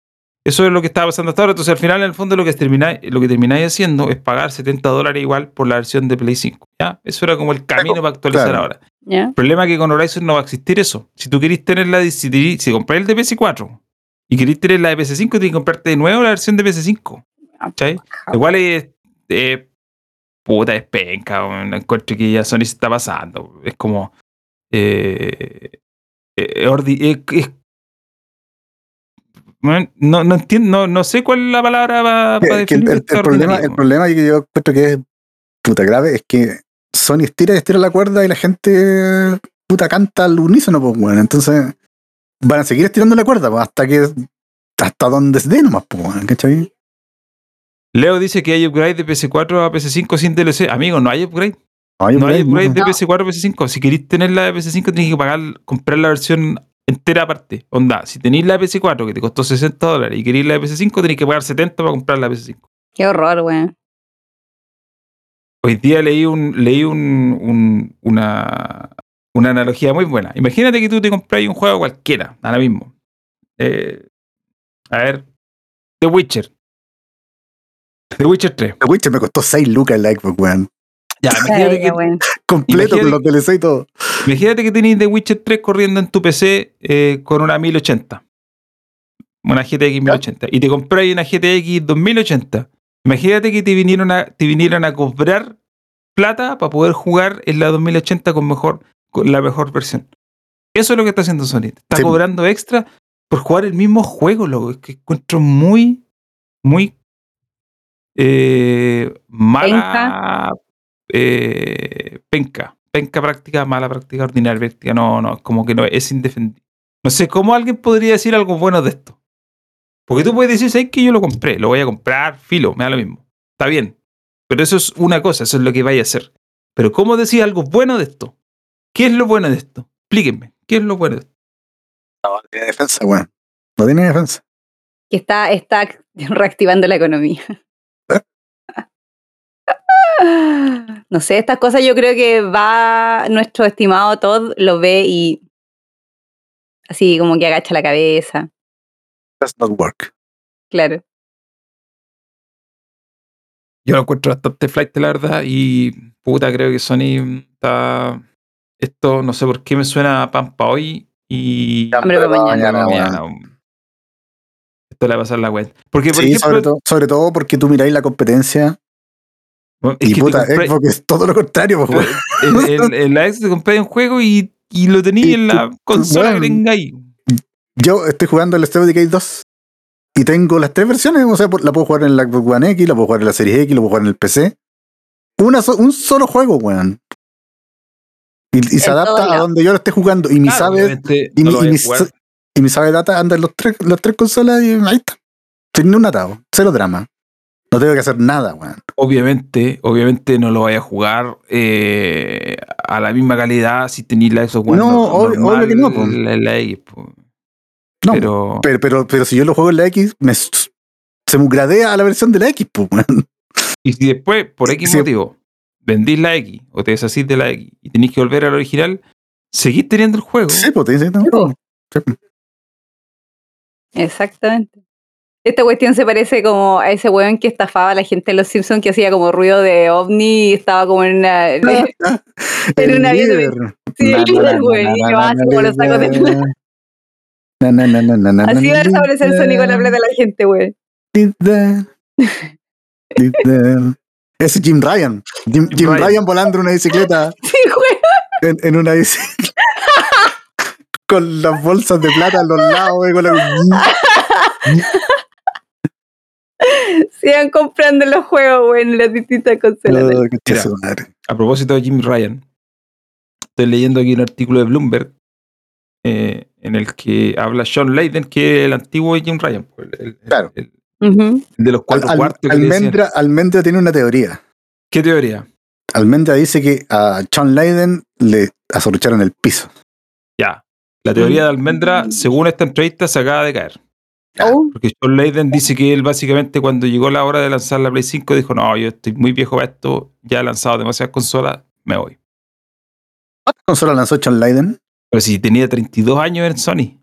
Speaker 1: Eso es lo que estaba pasando hasta ahora. Entonces, al final, en el fondo, lo que termináis, lo que termináis haciendo es pagar 70 dólares igual por la versión de Play 5. ¿ya? Eso era como el camino para actualizar
Speaker 3: claro.
Speaker 1: ahora.
Speaker 2: ¿Ya?
Speaker 1: El problema es que con Horizon no va a existir eso. Si tú querés tener la de- si, te- si comprás el de PS4 y querés tener la de PS5, tienes que comprarte de nuevo la versión de PS5. ¿Cachai? Igual es. eh, puta, es penca. Un encuentro que ya Sony se está pasando. Es como. eh, eh, ordi- eh, es- Man, no, no entiendo, no, no sé cuál es la palabra para
Speaker 3: que- que el, el problema, el problema que yo encuentro que es puta grave es que Sony estira y estira la cuerda y la gente puta canta al unísono, pues, weón. Entonces van a seguir estirando la cuerda pues, hasta que. Hasta donde se dé nomás, pues, weón, ¿cachai?
Speaker 1: Leo dice que hay upgrade de PS4 a PS5 sin DLC. Amigo, no hay upgrade. No hay upgrade de
Speaker 2: No.
Speaker 1: PS4 a PS5. Si queréis tener la de PS5, tenéis que pagar, comprar la versión entera aparte. Onda, si tenéis la de PS4 que te costó 60 dólares y queréis la de PS5, tenéis que pagar 70 para comprar la de PS5.
Speaker 2: Qué horror, weón.
Speaker 1: Hoy día leí un, leí un, un- una, una analogía muy buena. Imagínate que tú te compras un juego cualquiera, ahora mismo. Eh, a ver, The Witcher. The Witcher 3.
Speaker 3: The Witcher me costó 6 lucas el Xbox, weón.
Speaker 1: Ya, imagínate
Speaker 2: Ay,
Speaker 1: que,
Speaker 2: weón.
Speaker 3: Completo
Speaker 1: Imagínate-
Speaker 3: con los DLC y todo.
Speaker 1: Imagínate que tenéis The Witcher 3 corriendo en tu PC eh, con una 1080. Una GTX 1080. Y te compráis una GTX 2080. Imagínate que te vinieron a, te vinieran a cobrar plata para poder jugar en la 2080 con, mejor, con la mejor versión. Eso es lo que está haciendo Sony. Te Está
Speaker 3: Sí.
Speaker 1: cobrando extra por jugar el mismo juego, loco. Es que encuentro muy, muy eh, mala eh, penca. Penca práctica, mala práctica, ordinaria práctica. No, no, como que no es indefendible. No sé cómo alguien podría decir algo bueno de esto. Porque tú puedes decir, ¿sabes que yo lo compré? Lo voy a comprar, filo, me da lo mismo. Está bien. Pero eso es una cosa, eso es lo que vaya a hacer. Pero ¿cómo decir algo bueno de esto? ¿Qué es lo bueno de esto? Explíquenme, ¿qué es lo bueno de esto?
Speaker 3: No tiene defensa, weón. No tiene defensa.
Speaker 2: que está, está reactivando la economía. No sé, estas cosas yo creo que va nuestro estimado Todd, lo ve y así como que agacha la cabeza.
Speaker 3: Does not work.
Speaker 2: Claro.
Speaker 1: Yo lo encuentro bastante flight, la verdad, y puta, creo que Sony está... Esto no sé por qué me suena a Pampa hoy y...
Speaker 2: Hambre para mañana.
Speaker 1: Mañana, um, Esto le va a pasar la web. Porque, por
Speaker 3: Sí,
Speaker 1: ejemplo,
Speaker 3: sobre, todo, sobre todo porque tú miráis la competencia
Speaker 1: bueno, es
Speaker 3: y
Speaker 1: que te
Speaker 3: puta,
Speaker 1: compré-
Speaker 3: Xbox es todo lo contrario, pues, weón.
Speaker 1: en, en- en la Xbox te compráis un juego y, y lo tenéis
Speaker 3: Y
Speaker 1: en
Speaker 3: tú-
Speaker 1: la consola que
Speaker 3: weón.
Speaker 1: tengáis.
Speaker 3: Yo estoy jugando el State of Decay 2 y tengo las tres versiones, o sea, por- la puedo jugar en la Xbox One X, la puedo jugar en la Series X, la puedo jugar en el PC. Una so- un solo juego, weón. Y, y se
Speaker 2: En todos
Speaker 3: adapta a
Speaker 2: lados.
Speaker 3: donde yo lo esté jugando. Y mi
Speaker 1: Claro,
Speaker 3: sabe,
Speaker 1: obviamente
Speaker 3: y
Speaker 1: no
Speaker 3: mi-
Speaker 1: lo
Speaker 3: y
Speaker 1: vais a
Speaker 3: mi
Speaker 1: jugar.
Speaker 3: sa- y mi sabe data anda en los tres, las tres consolas y ahí está. Sin ni un atado, cero drama. No tengo que hacer nada, weón.
Speaker 1: Obviamente, obviamente no lo vaya a jugar eh, a la misma calidad si tenéis la Xbox One.
Speaker 3: No,
Speaker 1: nor-
Speaker 3: obvio-
Speaker 1: normal,
Speaker 3: obvio que no, po.
Speaker 1: La, la X, po.
Speaker 3: No, pero,
Speaker 1: pero,
Speaker 3: pero, pero, si yo lo juego en la X, me, s- se mugradea a la versión de la X, pues, weón.
Speaker 1: y si después, por X
Speaker 3: Sí.
Speaker 1: motivo, vendís la X o te deshacís de la X y tenéis que volver al original, seguís teniendo el juego.
Speaker 3: Sí, pues, te dicen, no,
Speaker 2: po. Exactamente. Esta cuestión se parece como a ese weón que estafaba a la gente en Los Simpsons que hacía como ruido de ovni y estaba como en una...
Speaker 3: el
Speaker 2: un avión de-
Speaker 3: líder.
Speaker 2: Sí, el
Speaker 3: Na, na,
Speaker 2: líder,
Speaker 3: na,
Speaker 2: güey,
Speaker 3: na,
Speaker 2: y
Speaker 3: na,
Speaker 2: que va
Speaker 3: na,
Speaker 2: así
Speaker 3: na,
Speaker 2: como
Speaker 3: na,
Speaker 2: los sacos de
Speaker 3: na, na, na, na, na, na, na,
Speaker 2: Así va
Speaker 3: na,
Speaker 2: a desaparecer
Speaker 3: na,
Speaker 2: Sony con la plata de la gente, güey.
Speaker 3: na, na. Ese Jim Ryan. Jim, Jim
Speaker 1: Ryan.
Speaker 3: Ryan. volando en una bicicleta.
Speaker 2: Sí, güey.
Speaker 3: En, en una bici. con las bolsas de plata a los lados, güey, con la-
Speaker 2: Sigan comprando los juegos, güey, en las distintas consolas.
Speaker 3: Oh, qué chucha su madre.
Speaker 1: A propósito de Jim Ryan, estoy leyendo aquí un artículo de Bloomberg eh, en el que habla Sean Layden, que es el antiguo Jim Ryan, po, el- el-
Speaker 3: Claro.
Speaker 1: el-
Speaker 2: Ujú.
Speaker 1: el de los cuatro
Speaker 3: Al- al-
Speaker 1: cuartos. que le decían.
Speaker 3: Almendra, Almendra tiene una teoría.
Speaker 1: ¿Qué teoría?
Speaker 3: Almendra dice que a John Leiden le azorrucharon el piso.
Speaker 1: Ya. La teoría de
Speaker 3: Mm.
Speaker 1: Almendra, según esta entrevista, se acaba de caer.
Speaker 3: Ah.
Speaker 2: Oh,
Speaker 1: Porque John Layden dice que él básicamente cuando llegó la hora de lanzar la Play 5 dijo, no, yo estoy muy viejo para esto, ya he lanzado demasiadas consolas, me voy.
Speaker 3: ¿Cuántas consolas lanzó John Leiden?
Speaker 1: Pero si tenía 32 años en Sony,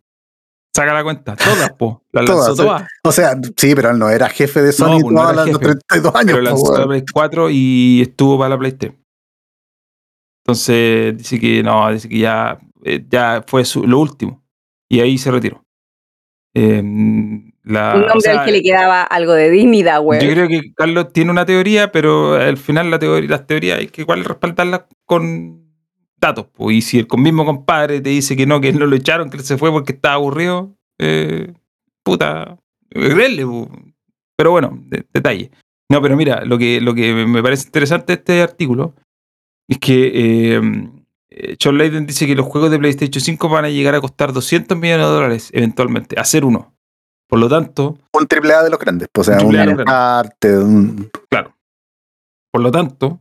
Speaker 1: saca la cuenta, todas, po, las
Speaker 3: Todas,
Speaker 1: lanzó
Speaker 3: sí.
Speaker 1: todas.
Speaker 3: O sea, sí, pero él no era jefe de Sony
Speaker 1: pues, no
Speaker 3: todas
Speaker 1: era
Speaker 3: las- los
Speaker 1: jefe.
Speaker 3: 32 años.
Speaker 1: Pero
Speaker 3: pues,
Speaker 1: lanzó
Speaker 3: weón.
Speaker 1: la Play 4 y estuvo para la Play 3. Entonces dice que no, dice que ya, eh, ya fue su- lo último. Y ahí se retiró. Em, la,
Speaker 2: un
Speaker 1: o
Speaker 2: hombre
Speaker 1: sea,
Speaker 2: al que le quedaba algo de dignidad, güey.
Speaker 1: Yo creo que Carlos tiene una teoría, pero al final la teoría, las teorías hay que igual respaldarlas con datos. Pues. Y si el con- mismo compadre te dice que no, que no lo echaron, que él se fue porque estaba aburrido, eh, puta, creerle. pues. Pero bueno, de- detalle. No, pero mira, lo que, lo que me parece interesante de este artículo es que eh, eh, John Layden dice que los juegos de PlayStation 5 van a llegar a costar 200 millones de dólares eventualmente, hacer uno. Por lo tanto,
Speaker 3: un triple A de los grandes, pues, o sea,
Speaker 1: Un triple A de
Speaker 3: un
Speaker 1: los grandes.
Speaker 3: arte, un...
Speaker 1: Por lo tanto,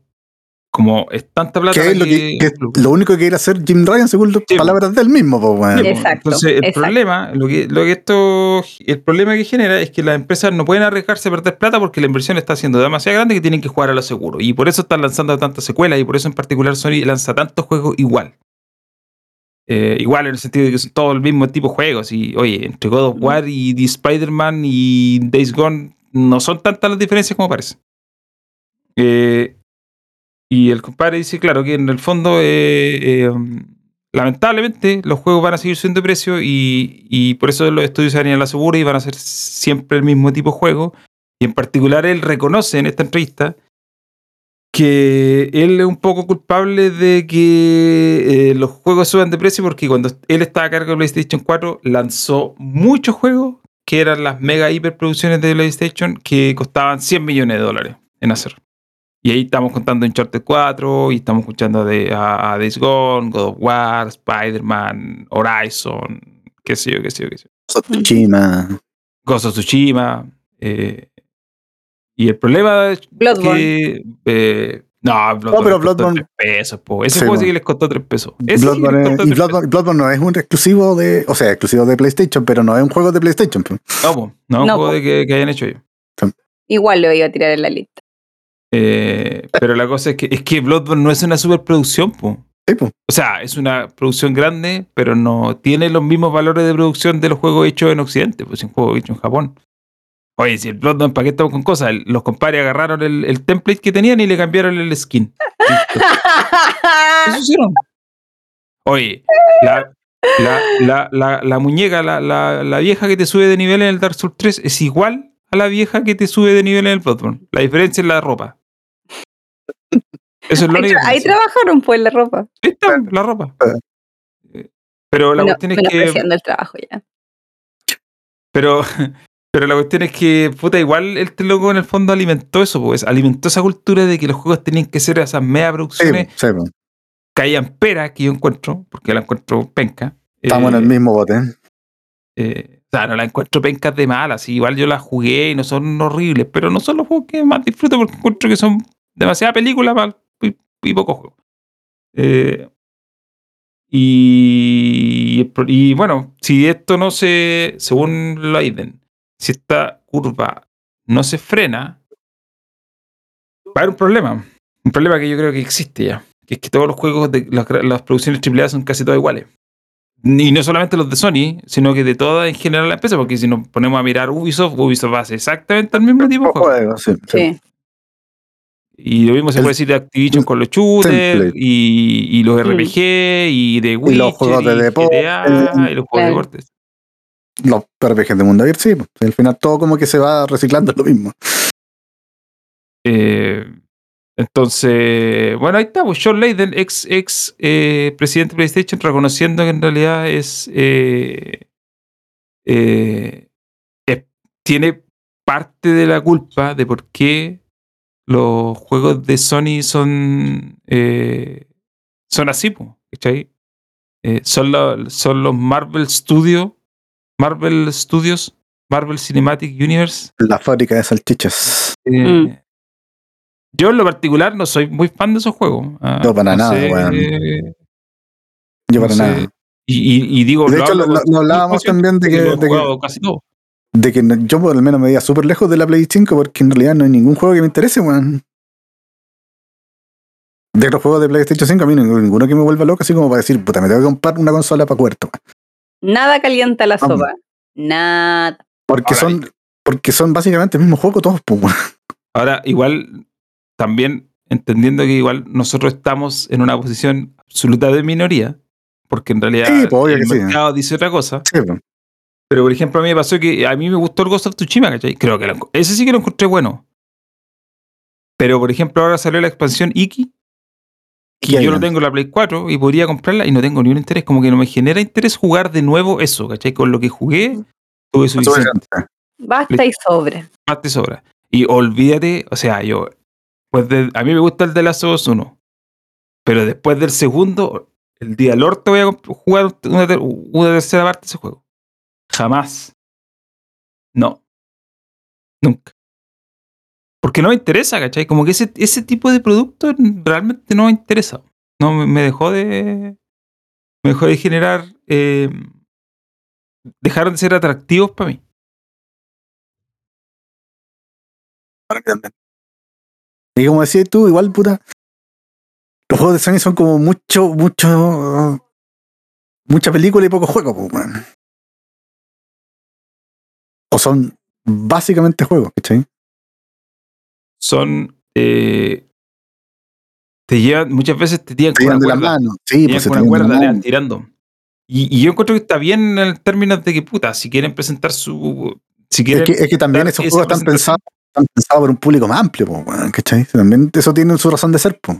Speaker 1: como es tanta plata
Speaker 3: que
Speaker 1: la
Speaker 3: es lo, que,
Speaker 1: que-
Speaker 3: que lo único que quiere hacer Jim Ryan según las
Speaker 1: Sí,
Speaker 3: palabras del mismo, pues, weón.
Speaker 1: Sí, pues,
Speaker 2: Exacto,
Speaker 1: Entonces, el
Speaker 2: exacto.
Speaker 1: problema, lo que, lo que esto, el problema que genera es que las empresas no pueden arriesgarse a perder plata porque la inversión está siendo demasiado grande que tienen que jugar a lo seguro. Y por eso están lanzando tantas secuelas y por eso en particular Sony lanza tantos juegos igual. Eh, igual en el sentido de que son todo el mismo tipo de juegos. Y oye, entre God of War y The Spider-Man y Days Gone no son tantas las diferencias como parece. Eh, y el compadre dice, claro, que en el fondo, eh, eh, lamentablemente, los juegos van a seguir subiendo de precio y, y por eso los estudios se van a ir a la segura y van a ser siempre el mismo tipo de juego. Y en particular, él reconoce en esta entrevista que él es un poco culpable de que eh, los juegos suban de precio porque cuando él estaba a cargo de PlayStation 4 lanzó muchos juegos que eran las mega hiperproducciones de PlayStation que costaban 100 millones de dólares en hacer. Y ahí estamos contando Uncharted 4 y estamos escuchando de, a, a Days Gone, God of War, Spider-Man, Horizon, qué sé yo, qué sé yo, qué sé yo.
Speaker 3: Chima.
Speaker 1: Ghost of Tsushima. eh, y el problema es
Speaker 2: Bloodborne.
Speaker 1: que eh, No, Bloodborne.
Speaker 3: No, pero
Speaker 1: les costó
Speaker 3: Bloodborne-
Speaker 1: tres pesos, po. Ese
Speaker 3: Sí,
Speaker 1: juego
Speaker 3: po.
Speaker 1: sí que les costó 3 pesos. Ese sí que les
Speaker 3: Bloodborne,
Speaker 1: costó
Speaker 3: es- y
Speaker 1: tres
Speaker 3: Bloodborne, Bloodborne no es un exclusivo de. O sea, exclusivo de PlayStation, pero no es un juego de PlayStation. pues.
Speaker 1: pesos. No, po, no, es un
Speaker 2: No,
Speaker 1: juego
Speaker 2: po.
Speaker 1: de que, que hayan hecho ellos.
Speaker 2: Igual lo iba a tirar en la lista.
Speaker 1: Eh, pero la cosa es que, es que Bloodborne no es una superproducción, po.
Speaker 3: Sí, pues.
Speaker 1: O sea, es una producción grande, pero no tiene los mismos valores de producción de los juegos hechos en Occidente, pues es un juego hecho en Japón. Oye, si el Bloodborne, ¿para qué estamos con cosas? El- Los compadres agarraron el, el template que tenían y le cambiaron el skin. Listo. Eso hicieron. Oye, la, la, la, la, la muñeca, la, la, la vieja que te sube de nivel en el Dark Souls 3 es igual a la vieja que te sube de nivel en el Bloodborne. La diferencia es la ropa. Eso es lo
Speaker 2: Ahí,
Speaker 1: único.
Speaker 2: tra- ahí trabajaron pues la ropa.
Speaker 1: Ahí está, la ropa.
Speaker 3: Claro. Ah.
Speaker 1: Eh, Pero la
Speaker 2: Bueno,
Speaker 1: cuestión es que.
Speaker 2: menospreciando el trabajo ya.
Speaker 1: Pero, pero la cuestión es que, puta, igual este loco en el fondo alimentó eso, pues. Alimentó esa cultura de que los juegos tenían que ser esas mega
Speaker 3: Sí,
Speaker 1: producciones
Speaker 3: pues, sí, pues.
Speaker 1: caían peras que yo encuentro, porque la encuentro penca.
Speaker 3: Estamos
Speaker 1: Eh,
Speaker 3: en el mismo bote. ¿eh?
Speaker 1: eh, o sea, no la encuentro pencas de malas. y Igual yo las jugué y no son horribles, pero no son los juegos que más disfruto porque encuentro que son demasiada película pa- y, y poco juego. Eh, y, y bueno, si esto no se, según Leiden, si esta curva no se frena, va a haber un problema. Un problema que yo creo que existe ya. Que es que todos los juegos, de las, gra- las producciones AAA son casi todas iguales. Y no solamente los de Sony, sino que de todas en general la empresa, porque si nos ponemos a mirar Ubisoft, Ubisoft hace exactamente el mismo tipo de juego.
Speaker 3: Juego, sí, sí.
Speaker 2: Sí.
Speaker 1: Y lo mismo se
Speaker 3: El-
Speaker 1: puede decir de Activision con los shooters
Speaker 3: Template.
Speaker 1: y, y los
Speaker 2: Mm.
Speaker 1: RPG y de Witcher,
Speaker 3: juegos de
Speaker 1: y
Speaker 3: deporte.
Speaker 1: GTA, y los juegos de
Speaker 2: Claro.
Speaker 1: deportes.
Speaker 3: Los RPGs de mundo abierto, sí. pues. Al final todo como que se va reciclando es lo mismo.
Speaker 1: Eh, entonces, bueno, ahí está, pues, Sean Layden, ex, ex eh, presidente de PlayStation, reconociendo que en realidad es. eh, eh, es- tiene parte de la culpa de por qué los juegos de Sony son. eh, son así, po, ¿cachai? Eh, son, la- son los Marvel Studios, Marvel Studios, Marvel Cinematic Universe,
Speaker 3: La fábrica de salchichas.
Speaker 1: eh,
Speaker 2: Mm.
Speaker 1: Yo en lo particular no soy muy fan de esos juegos. Ah,
Speaker 3: No, para nada, weón.
Speaker 1: eh, no
Speaker 3: Yo para
Speaker 1: sé.
Speaker 3: nada.
Speaker 1: Y, y- y digo,
Speaker 3: De hecho,
Speaker 1: hablo con
Speaker 3: lo, lo- lo hablábamos
Speaker 1: mucha gente
Speaker 3: también de que,
Speaker 1: que lo he
Speaker 3: de que-
Speaker 1: jugado casi todo.
Speaker 3: de que no- yo por lo menos me veía súper lejos de la Play 5 porque en realidad no hay ningún juego que me interese, weón. De los juegos de PlayStation 5 a mí no- ninguno que me vuelva loco, así como para decir, puta, me tengo que comprar una consola para cuarto. weón.
Speaker 2: Nada calienta la
Speaker 3: Vamos.
Speaker 2: sopa. Nada.
Speaker 3: Porque
Speaker 1: Ahora,
Speaker 3: son porque son básicamente el mismo juego todos, pues, weón.
Speaker 1: Ahora, igual, también entendiendo que igual nosotros estamos en una posición absoluta de minoría, porque en realidad
Speaker 3: Sí, pues, obvio
Speaker 1: el
Speaker 3: que sí.
Speaker 1: mercado dice otra cosa.
Speaker 3: Sí, weón.
Speaker 1: Pero, por ejemplo, a mí me pasó que a mí me gustó el Ghost of Tsushima, ¿cachai? Creo que lo enco- ese sí que lo encontré bueno. Pero, por ejemplo, ahora salió la expansión Iki,
Speaker 3: Y
Speaker 1: que
Speaker 3: ahí
Speaker 1: yo no
Speaker 3: no.
Speaker 1: tengo la Play 4 y podría comprarla y no tengo ni un interés. Como que no me genera interés jugar de nuevo eso, ¿cachai? Con lo que jugué, tuve suficiente,
Speaker 2: Basta y sobra.
Speaker 1: más te sobra. Y olvídate, o sea, yo, pues de- a mí me gusta el de Last of Us 1, pero después del segundo, el día del orto voy a comp- jugar una, ter- una tercera parte de ese juego. Jamás. No. Nunca. Porque no me interesa, ¿cachai? Como que ese, ese tipo de producto realmente no me interesa. No, me- me dejó de. Me dejó de generar. eh, dejaron de ser atractivos para mí.
Speaker 3: Para mí también. Y como decías tú, igual, puta, los juegos de Sony son como mucho, mucho, mucha película y poco juego, pues, weón. O son básicamente juegos, ¿cachai?
Speaker 1: son. eh, te llevan, muchas veces te tiran
Speaker 3: Te
Speaker 1: con una
Speaker 3: llevan de la
Speaker 1: cuerda,
Speaker 3: mano. Sí,
Speaker 1: te tiran
Speaker 3: pues se
Speaker 1: con una
Speaker 3: tiran de la
Speaker 1: cuerda, te
Speaker 3: mano.
Speaker 1: van tirando. Y, y yo encuentro que está bien en términos de que, puta, si quieren presentar su. Si
Speaker 3: Es
Speaker 1: quieren
Speaker 3: que, es que también
Speaker 1: dar
Speaker 3: esos
Speaker 1: esa
Speaker 3: juegos están
Speaker 1: presentación,
Speaker 3: pensados, están pensados por un público más amplio, pues, weón, ¿cachai? También eso tiene su razón de ser, pues.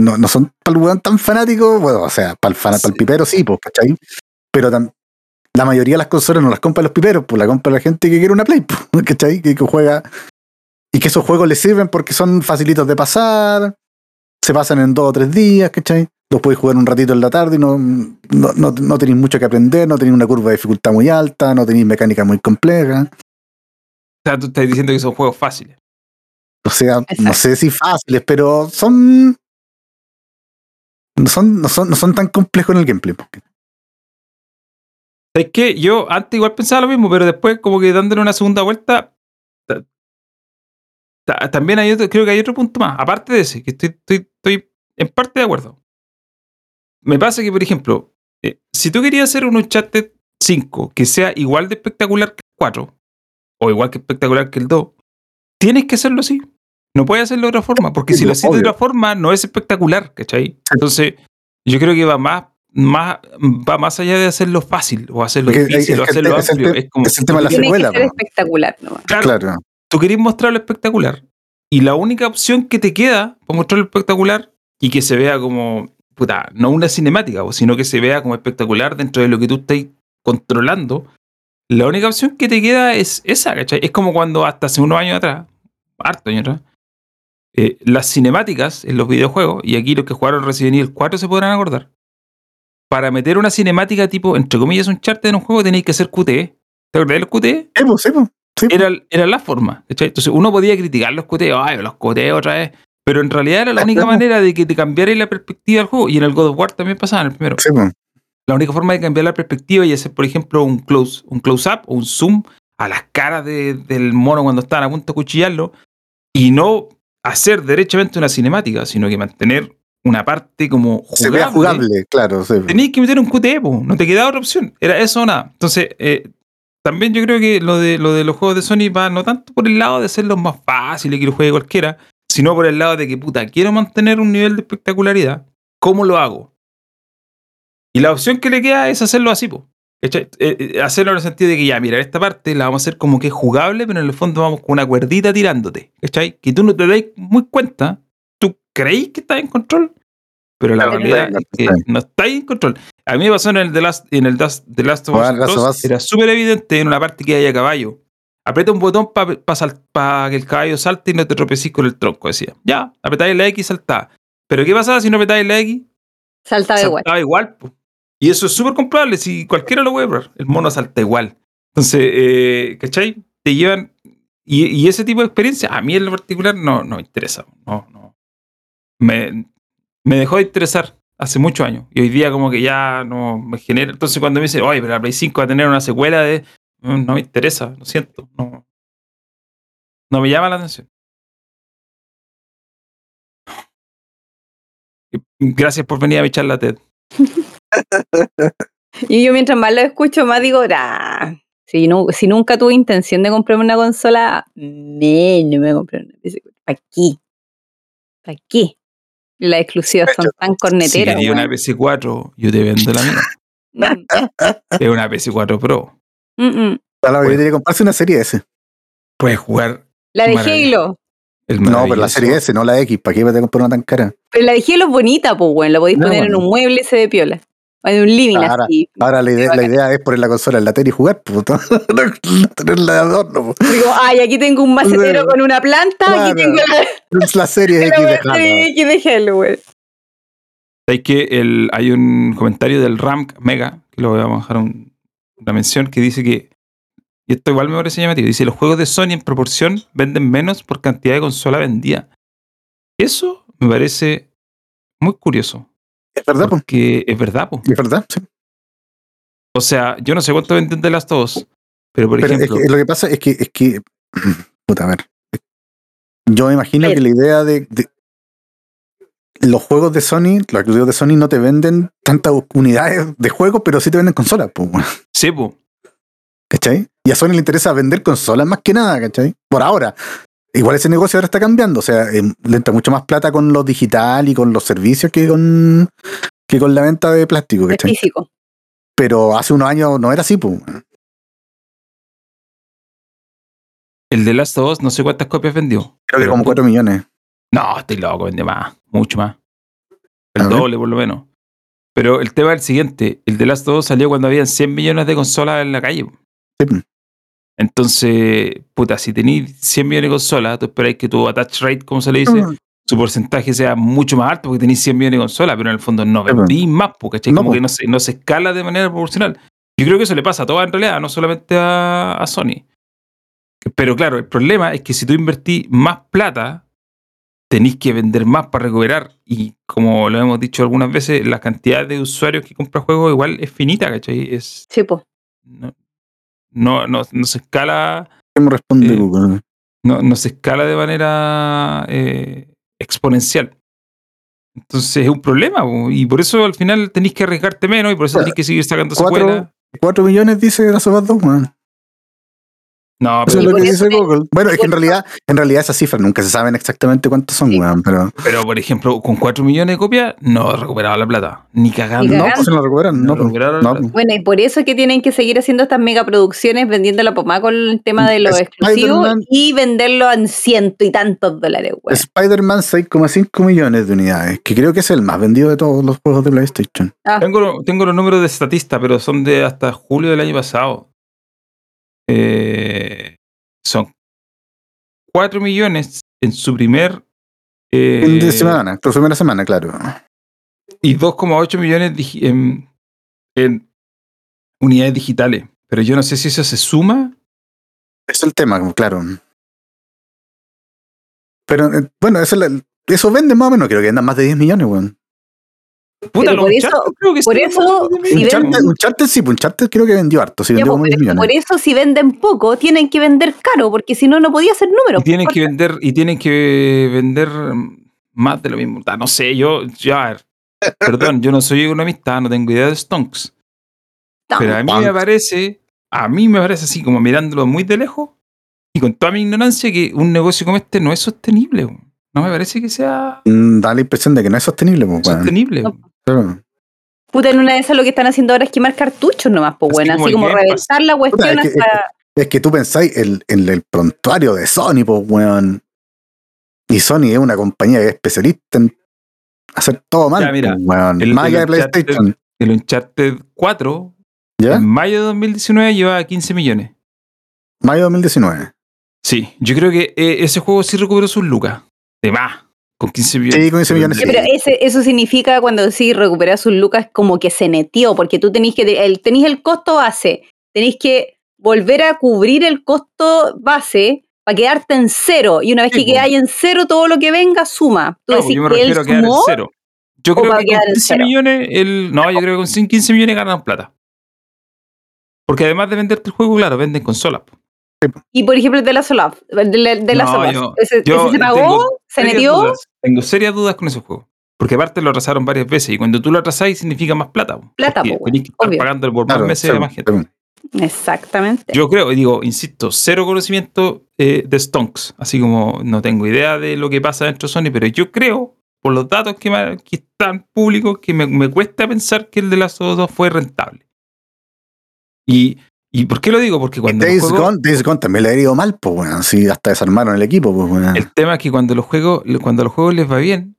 Speaker 3: No, no son para el weón tan fanático, bueno, o sea, para el,
Speaker 1: Sí.
Speaker 3: pipero sí, pues, ¿cachai? Pero tam- la mayoría de las consolas no las compra los piperos, pues la compra la gente que quiere una Play, pues, ¿cachai? Que, que juega. Y que esos juegos les sirven porque son facilitos de pasar, se pasan en dos o tres días, ¿cachai? Los podéis jugar un ratito en la tarde y no, no, no, no tenéis mucho que aprender, no tenéis una curva de dificultad muy alta, no tenéis mecánica muy compleja.
Speaker 1: O sea, tú estás diciendo que son juegos fáciles.
Speaker 3: O sea, no
Speaker 2: Exacto.
Speaker 3: sé si fáciles, pero son. No son, no son, no son tan complejos en el gameplay. porque-
Speaker 1: Es que yo antes igual pensaba lo mismo, pero después como que dándole una segunda vuelta, ta- ta- también hay otro, creo que hay otro punto más, aparte de ese, que estoy, estoy, estoy en parte de acuerdo. Me pasa que, por ejemplo, eh, si tú querías hacer un Uncharted 5 que sea igual de espectacular que el 4, o igual que espectacular que el 2, tienes que hacerlo así. No puedes hacerlo de otra forma, porque si lo haces de
Speaker 3: Obvio.
Speaker 1: otra forma no es espectacular, ¿cachai? Entonces, yo creo que va más, más, va más allá de hacerlo fácil o hacerlo
Speaker 3: Porque
Speaker 1: difícil
Speaker 3: es
Speaker 1: o
Speaker 3: que
Speaker 1: hacerlo
Speaker 3: es el
Speaker 1: amplio.
Speaker 3: te-
Speaker 1: Es como,
Speaker 3: es el tema de la
Speaker 1: tú querés-
Speaker 2: Tiene
Speaker 3: secuela,
Speaker 2: que ser
Speaker 3: po.
Speaker 2: espectacular, ¿no?
Speaker 1: claro,
Speaker 3: Claro.
Speaker 1: tú querés mostrar lo espectacular. Y la única opción que te queda para mostrar lo espectacular y que se vea como, puta, no una cinemática, po, sino que se vea como espectacular dentro de lo que tú estás controlando, la única opción que te queda es esa, ¿cachai? Es como cuando hasta hace unos años atrás, harto años atrás, eh, las cinemáticas en los videojuegos, y aquí los que jugaron Resident Evil 4 se podrán acordar, para meter una cinemática tipo, entre comillas, un charter en un juego tenéis que hacer QTE. ¿Te acordás del QTE?
Speaker 3: Sí, po, sí, po. Sí, po.
Speaker 1: era, era la forma. ¿cachai? Entonces uno podía criticar los coteos, ay, los coteos otra vez. Pero en realidad era la única
Speaker 3: Claro.
Speaker 1: manera de que te cambiara la perspectiva del juego. Y en el God of War también pasaba en el primero.
Speaker 3: pues, Sí, po.
Speaker 1: La única forma de cambiar la perspectiva y hacer, por ejemplo, un close, un close up o un zoom a las caras de- del mono cuando estaban a punto de cuchillarlo. Y no hacer derechamente una cinemática, sino que mantener una parte como
Speaker 3: Se vea jugable, claro. sí, pues. po.
Speaker 1: tenías que meter un QTE, po, no te quedaba otra opción. Era eso o nada. Entonces, eh, también yo creo que lo de, lo de los juegos de Sony va no tanto por el lado de ser los más fáciles que lo juegue cualquiera, sino por el lado de que, puta, quiero mantener un nivel de espectacularidad. ¿Cómo lo hago? Y la opción que le queda es hacerlo así, po. ¿Cachai? Eh, eh, hacerlo en el sentido de que ya, mira, esta parte la vamos a hacer como que es jugable, pero en el fondo vamos con una cuerdita tirándote. ¿Cachai? Que tú no te das muy cuenta. Tú creís que estás en control, pero la
Speaker 3: Claro,
Speaker 1: realidad
Speaker 3: claro,
Speaker 1: es que
Speaker 3: claro.
Speaker 1: no estáis en control. A mí me pasó en el The Last, en el Das- The Last of
Speaker 3: Ah,
Speaker 1: Us.
Speaker 3: Last of
Speaker 1: 2,
Speaker 3: Us.
Speaker 1: Era súper evidente en una parte que hay a caballo. Aprieta un botón para que el caballo salte y no te tropecís con el tronco, decía. Ya, apretáis la X y saltá. Pero ¿qué pasaba si no apretáis la X?
Speaker 2: Saltaba igual.
Speaker 1: saltaba igual. po. Y eso es súper comprobable, si cualquiera lo puede probar, el mono salta igual. Entonces, eh, ¿cachai? Te llevan... Y, y ese tipo de experiencia, a mí en lo particular, no, no me interesa. No, no. Me, me dejó de interesar hace muchos años. Y hoy día como que ya no me genera... Entonces cuando me dicen, oye, pero la Play 5 va a tener una secuela de... mm, No me interesa, lo siento. No, no me llama la atención. Gracias por venir a mi charla TED.
Speaker 2: Y yo mientras más lo escucho, más digo, "Nah, si, nu- si nunca tuve intención de comprarme una consola, men, no me voy a comprar una ¿Para qué? ¿Para qué? Las exclusivas son tan
Speaker 1: Si
Speaker 2: corneteras.
Speaker 1: quería una
Speaker 2: weón.
Speaker 1: PC4, yo te vendo la mía. Es una PC4 Pro.
Speaker 2: Mm, mm, mm.
Speaker 3: A la hora que
Speaker 1: Bueno.
Speaker 3: tiene que comprarse una serie S.
Speaker 1: Puedes jugar
Speaker 2: La de
Speaker 1: Maravilla.
Speaker 2: Halo.
Speaker 1: el
Speaker 3: No, pero la
Speaker 1: maravilloso-
Speaker 3: serie S, no la X. ¿Para qué vas a comprar una tan cara?
Speaker 2: Pero la de Halo es bonita, pues, weón. La podéis
Speaker 3: No,
Speaker 2: poner en
Speaker 3: bueno.
Speaker 2: un mueble y se ve piola. O en un living
Speaker 3: Ahora-
Speaker 2: así.
Speaker 3: Ahora la idea, la
Speaker 2: bacán.
Speaker 3: idea es poner la consola en la tele y jugar, puto. No tenerla de adorno, pues. po.
Speaker 2: Digo, ay, aquí tengo un macetero con una planta,
Speaker 3: Claro.
Speaker 2: aquí tengo la,
Speaker 3: Es la serie X de
Speaker 2: la
Speaker 3: cara.
Speaker 2: serie X de Halo, weón.
Speaker 1: Hay que el, hay un comentario del Ram Mega, que lo voy a bajar un- una mención, que dice que, y esto igual me parece llamativo, dice, los juegos de Sony en proporción venden menos por cantidad de consola vendida. Eso me parece muy curioso,
Speaker 3: Es verdad, po.
Speaker 1: porque es verdad, po.
Speaker 3: Es verdad, sí.
Speaker 1: O sea, yo no sé cuánto venden de las dos, pero por
Speaker 3: Pero es
Speaker 1: ejemplo,
Speaker 3: que lo que pasa es que, es que puta, a ver. Yo me imagino que la idea de, de- los juegos de Sony, los exclusivos de Sony no te venden tantas unidades de juego, pero sí te venden consolas, pues, bueno,
Speaker 1: sí, po.
Speaker 3: ¿cachai? Y a Sony le interesa vender consolas más que nada, ¿cachai? Por ahora. Igual ese negocio ahora está cambiando, o sea, em, le entra mucho más plata con lo digital y con los servicios que con que con la venta de plástico,
Speaker 2: Es
Speaker 3: ¿cachai?
Speaker 2: físico.
Speaker 3: Pero hace unos años no era así, pues. bueno.
Speaker 1: el de Last of Us no sé cuántas copias vendió.
Speaker 3: Creo que
Speaker 1: pero
Speaker 3: como 4 millones.
Speaker 1: No, estoy loco, vende más, mucho más.
Speaker 3: A
Speaker 1: El
Speaker 3: ver.
Speaker 1: doble, por lo menos. Pero el tema es el siguiente: el The Last of Us salió cuando habían 100 millones de consolas en la calle.
Speaker 3: Sí, pues.
Speaker 1: Entonces, puta, si tenéis 100 millones de consolas, tú esperáis que tu attach rate, como se le dice, su porcentaje sea mucho más alto porque tenéis 100 millones de consolas, pero en el fondo no
Speaker 3: Sí, pues.
Speaker 1: vendís más, porque ¿cachai?
Speaker 3: No,
Speaker 1: como
Speaker 3: pues.
Speaker 1: que no se, no se escala de manera proporcional. Yo creo que eso le pasa a todas en realidad, no solamente a, a Sony. Pero claro, el problema es que si tú invertís más plata, tenéis que vender más para recuperar. Y como lo hemos dicho algunas veces, la cantidad de usuarios que compra juegos igual es finita, ¿cachai? Es,
Speaker 2: Sí, po.
Speaker 1: no, no, no, no se escala.
Speaker 3: ¿Qué me responde
Speaker 1: Eh,
Speaker 3: Google?
Speaker 1: no, no se escala de manera eh, exponencial. Entonces es un problema, po, y por eso al final tenéis que arriesgarte menos y por eso
Speaker 3: Claro.
Speaker 1: tenéis que seguir sacando
Speaker 3: Cuatro-
Speaker 1: secuelas.
Speaker 3: 4 millones dice Last of Us 2, weón.
Speaker 1: No, pero,
Speaker 3: Eso es lo
Speaker 2: por
Speaker 3: que
Speaker 2: eso
Speaker 3: dice
Speaker 2: que-
Speaker 3: Google. Bueno, es que en realidad, en realidad esas cifras nunca se saben exactamente cuántos son,
Speaker 2: Sí.
Speaker 3: weón, pero
Speaker 1: pero, por ejemplo, con 4 millones de copias no recuperaba la plata, ni cagando.
Speaker 3: no,
Speaker 2: cagando.
Speaker 3: pues se lo recuperaron,
Speaker 1: No
Speaker 3: no, pues,
Speaker 1: recuperaron
Speaker 3: no,
Speaker 1: la-
Speaker 3: pues.
Speaker 2: Bueno, y por eso es que tienen que seguir haciendo estas megaproducciones, vendiendo la pomada con el tema de los exclusivos
Speaker 3: Spider-Man.
Speaker 2: y venderlo en ciento y tantos dólares, weón.
Speaker 3: Spider-Man 6,5 millones de unidades, que creo que es el más vendido de todos los juegos de PlayStation.
Speaker 2: Ah,
Speaker 1: Tengo, lo- tengo los números de estatista, pero son de hasta julio del año pasado. Eh, son 4 millones en su primer. eh,
Speaker 3: Fin de semana, tu primera semana, claro.
Speaker 1: y 2,8 millones digi- en, en unidades digitales. Pero yo no sé si eso se suma.
Speaker 3: Es el tema, como, claro. Pero eh, bueno, eso, la- eso vende más o menos, creo que andan más de 10 millones, weón.
Speaker 1: Puta,
Speaker 2: Pero
Speaker 1: los
Speaker 2: por eso-
Speaker 1: Uncharted creo que
Speaker 2: por
Speaker 1: sí,
Speaker 2: eso,
Speaker 1: ¿no? Tiene
Speaker 2: si
Speaker 1: que
Speaker 2: ven-
Speaker 1: ser-
Speaker 3: Uncharted, Uncharted sí, pues, Uncharted creo que vendió harto, sí
Speaker 2: ya,
Speaker 3: vendió
Speaker 2: pues,
Speaker 3: como 10
Speaker 2: pero
Speaker 3: millones.
Speaker 2: por eso si venden poco, tienen que vender caro, porque si no, no podía hacer números.
Speaker 1: y tienen
Speaker 2: por-
Speaker 1: que vender y tienen que vender mm, más de lo mismo. Ah, No sé, yo ya perdón, yo no soy economista, no tengo idea de stonks,
Speaker 2: Tan-
Speaker 1: pero a mí me
Speaker 3: stonks.
Speaker 1: parece, a mí me parece así como mirándolo muy de lejos y con toda mi ignorancia que un negocio como este no es sostenible. weón. No me parece que sea
Speaker 3: Mm, Da la impresión de que no es sostenible, pues, weón.
Speaker 1: sostenible.
Speaker 2: No,
Speaker 1: weón.
Speaker 3: Claro.
Speaker 2: Puta, en una de esas lo que están haciendo ahora es quemar cartuchos nomás, pues
Speaker 1: Así
Speaker 2: bueno,
Speaker 1: como
Speaker 2: así
Speaker 1: el
Speaker 2: como
Speaker 1: Game Pass.
Speaker 2: reventar la cuestión
Speaker 3: Puta, es que-
Speaker 2: hasta...
Speaker 3: Es que tú pensáis el, el, el prontuario de Sony, pues, weón. Y Sony es una compañía que es especialista en hacer todo mal,
Speaker 1: Ya, mira,
Speaker 3: pues, weón.
Speaker 1: el-
Speaker 3: Más allá de
Speaker 1: el Uncharted-
Speaker 3: PlayStation,
Speaker 1: El Uncharted 4
Speaker 3: ¿ya?
Speaker 1: En mayo de 2019 llevaba 15 millones.
Speaker 3: Mayo de 2019.
Speaker 1: Sí, yo creo que eh, ese juego sí recuperó sus lucas. De más, con 15 millones.
Speaker 3: Sí, con 15 millones,
Speaker 2: Sí,
Speaker 3: sí.
Speaker 2: pero ese, eso significa cuando sí recuperar sus lucas como que se neteó, porque tú tenés que el, tenés el costo base, tenés que volver a cubrir el costo base para quedarte en cero. Y una vez
Speaker 1: Sí,
Speaker 2: que
Speaker 1: po.
Speaker 2: quedáis en cero, todo lo que venga suma. Tú
Speaker 1: No,
Speaker 2: decís
Speaker 1: yo me
Speaker 2: que él
Speaker 1: refiero a quedar en
Speaker 2: sumó,
Speaker 1: cero. Yo
Speaker 2: o
Speaker 1: creo
Speaker 2: va a
Speaker 1: que con
Speaker 2: quedar en
Speaker 1: 15
Speaker 2: cero?
Speaker 1: millones, el, no, yo creo que con 100, 15 millones ganan plata. Porque además de venderte el juego, claro, venden consolas. po.
Speaker 2: y por ejemplo el de la Solaf, el de la, el de la
Speaker 1: No,
Speaker 2: Solaf,
Speaker 1: yo-
Speaker 2: ese,
Speaker 1: yo
Speaker 2: ese se pagó,
Speaker 1: tengo
Speaker 2: se
Speaker 1: Serias
Speaker 2: neteó.
Speaker 1: dudas. Tengo serias dudas con ese juego. Porque aparte lo atrasaron varias veces. Y cuando tú lo atrasáis, significa más plata. po.
Speaker 2: Plata,
Speaker 1: Porque
Speaker 2: po,
Speaker 1: tenés que estar
Speaker 2: obvio.
Speaker 1: pagando por
Speaker 3: Claro,
Speaker 1: más meses
Speaker 3: sí,
Speaker 1: de más gente.
Speaker 3: sí.
Speaker 2: Exactamente.
Speaker 1: Yo creo, y digo, insisto, cero conocimiento eh, de Stonks. Así como no tengo idea de lo que pasa dentro de Sony, pero yo creo, por los datos que, ma- que están públicos, que me, me cuesta pensar que el de las dos fue rentable. Y, ¿Y por qué lo digo? Porque
Speaker 3: Y
Speaker 1: cuando los
Speaker 3: Days
Speaker 1: juegos-
Speaker 3: Gone, Days Gone también le ha ido mal, pues, weón. Sí, hasta desarmaron el equipo, pues, weón.
Speaker 1: el tema es que cuando los juegos, cuando a los juegos les va bien,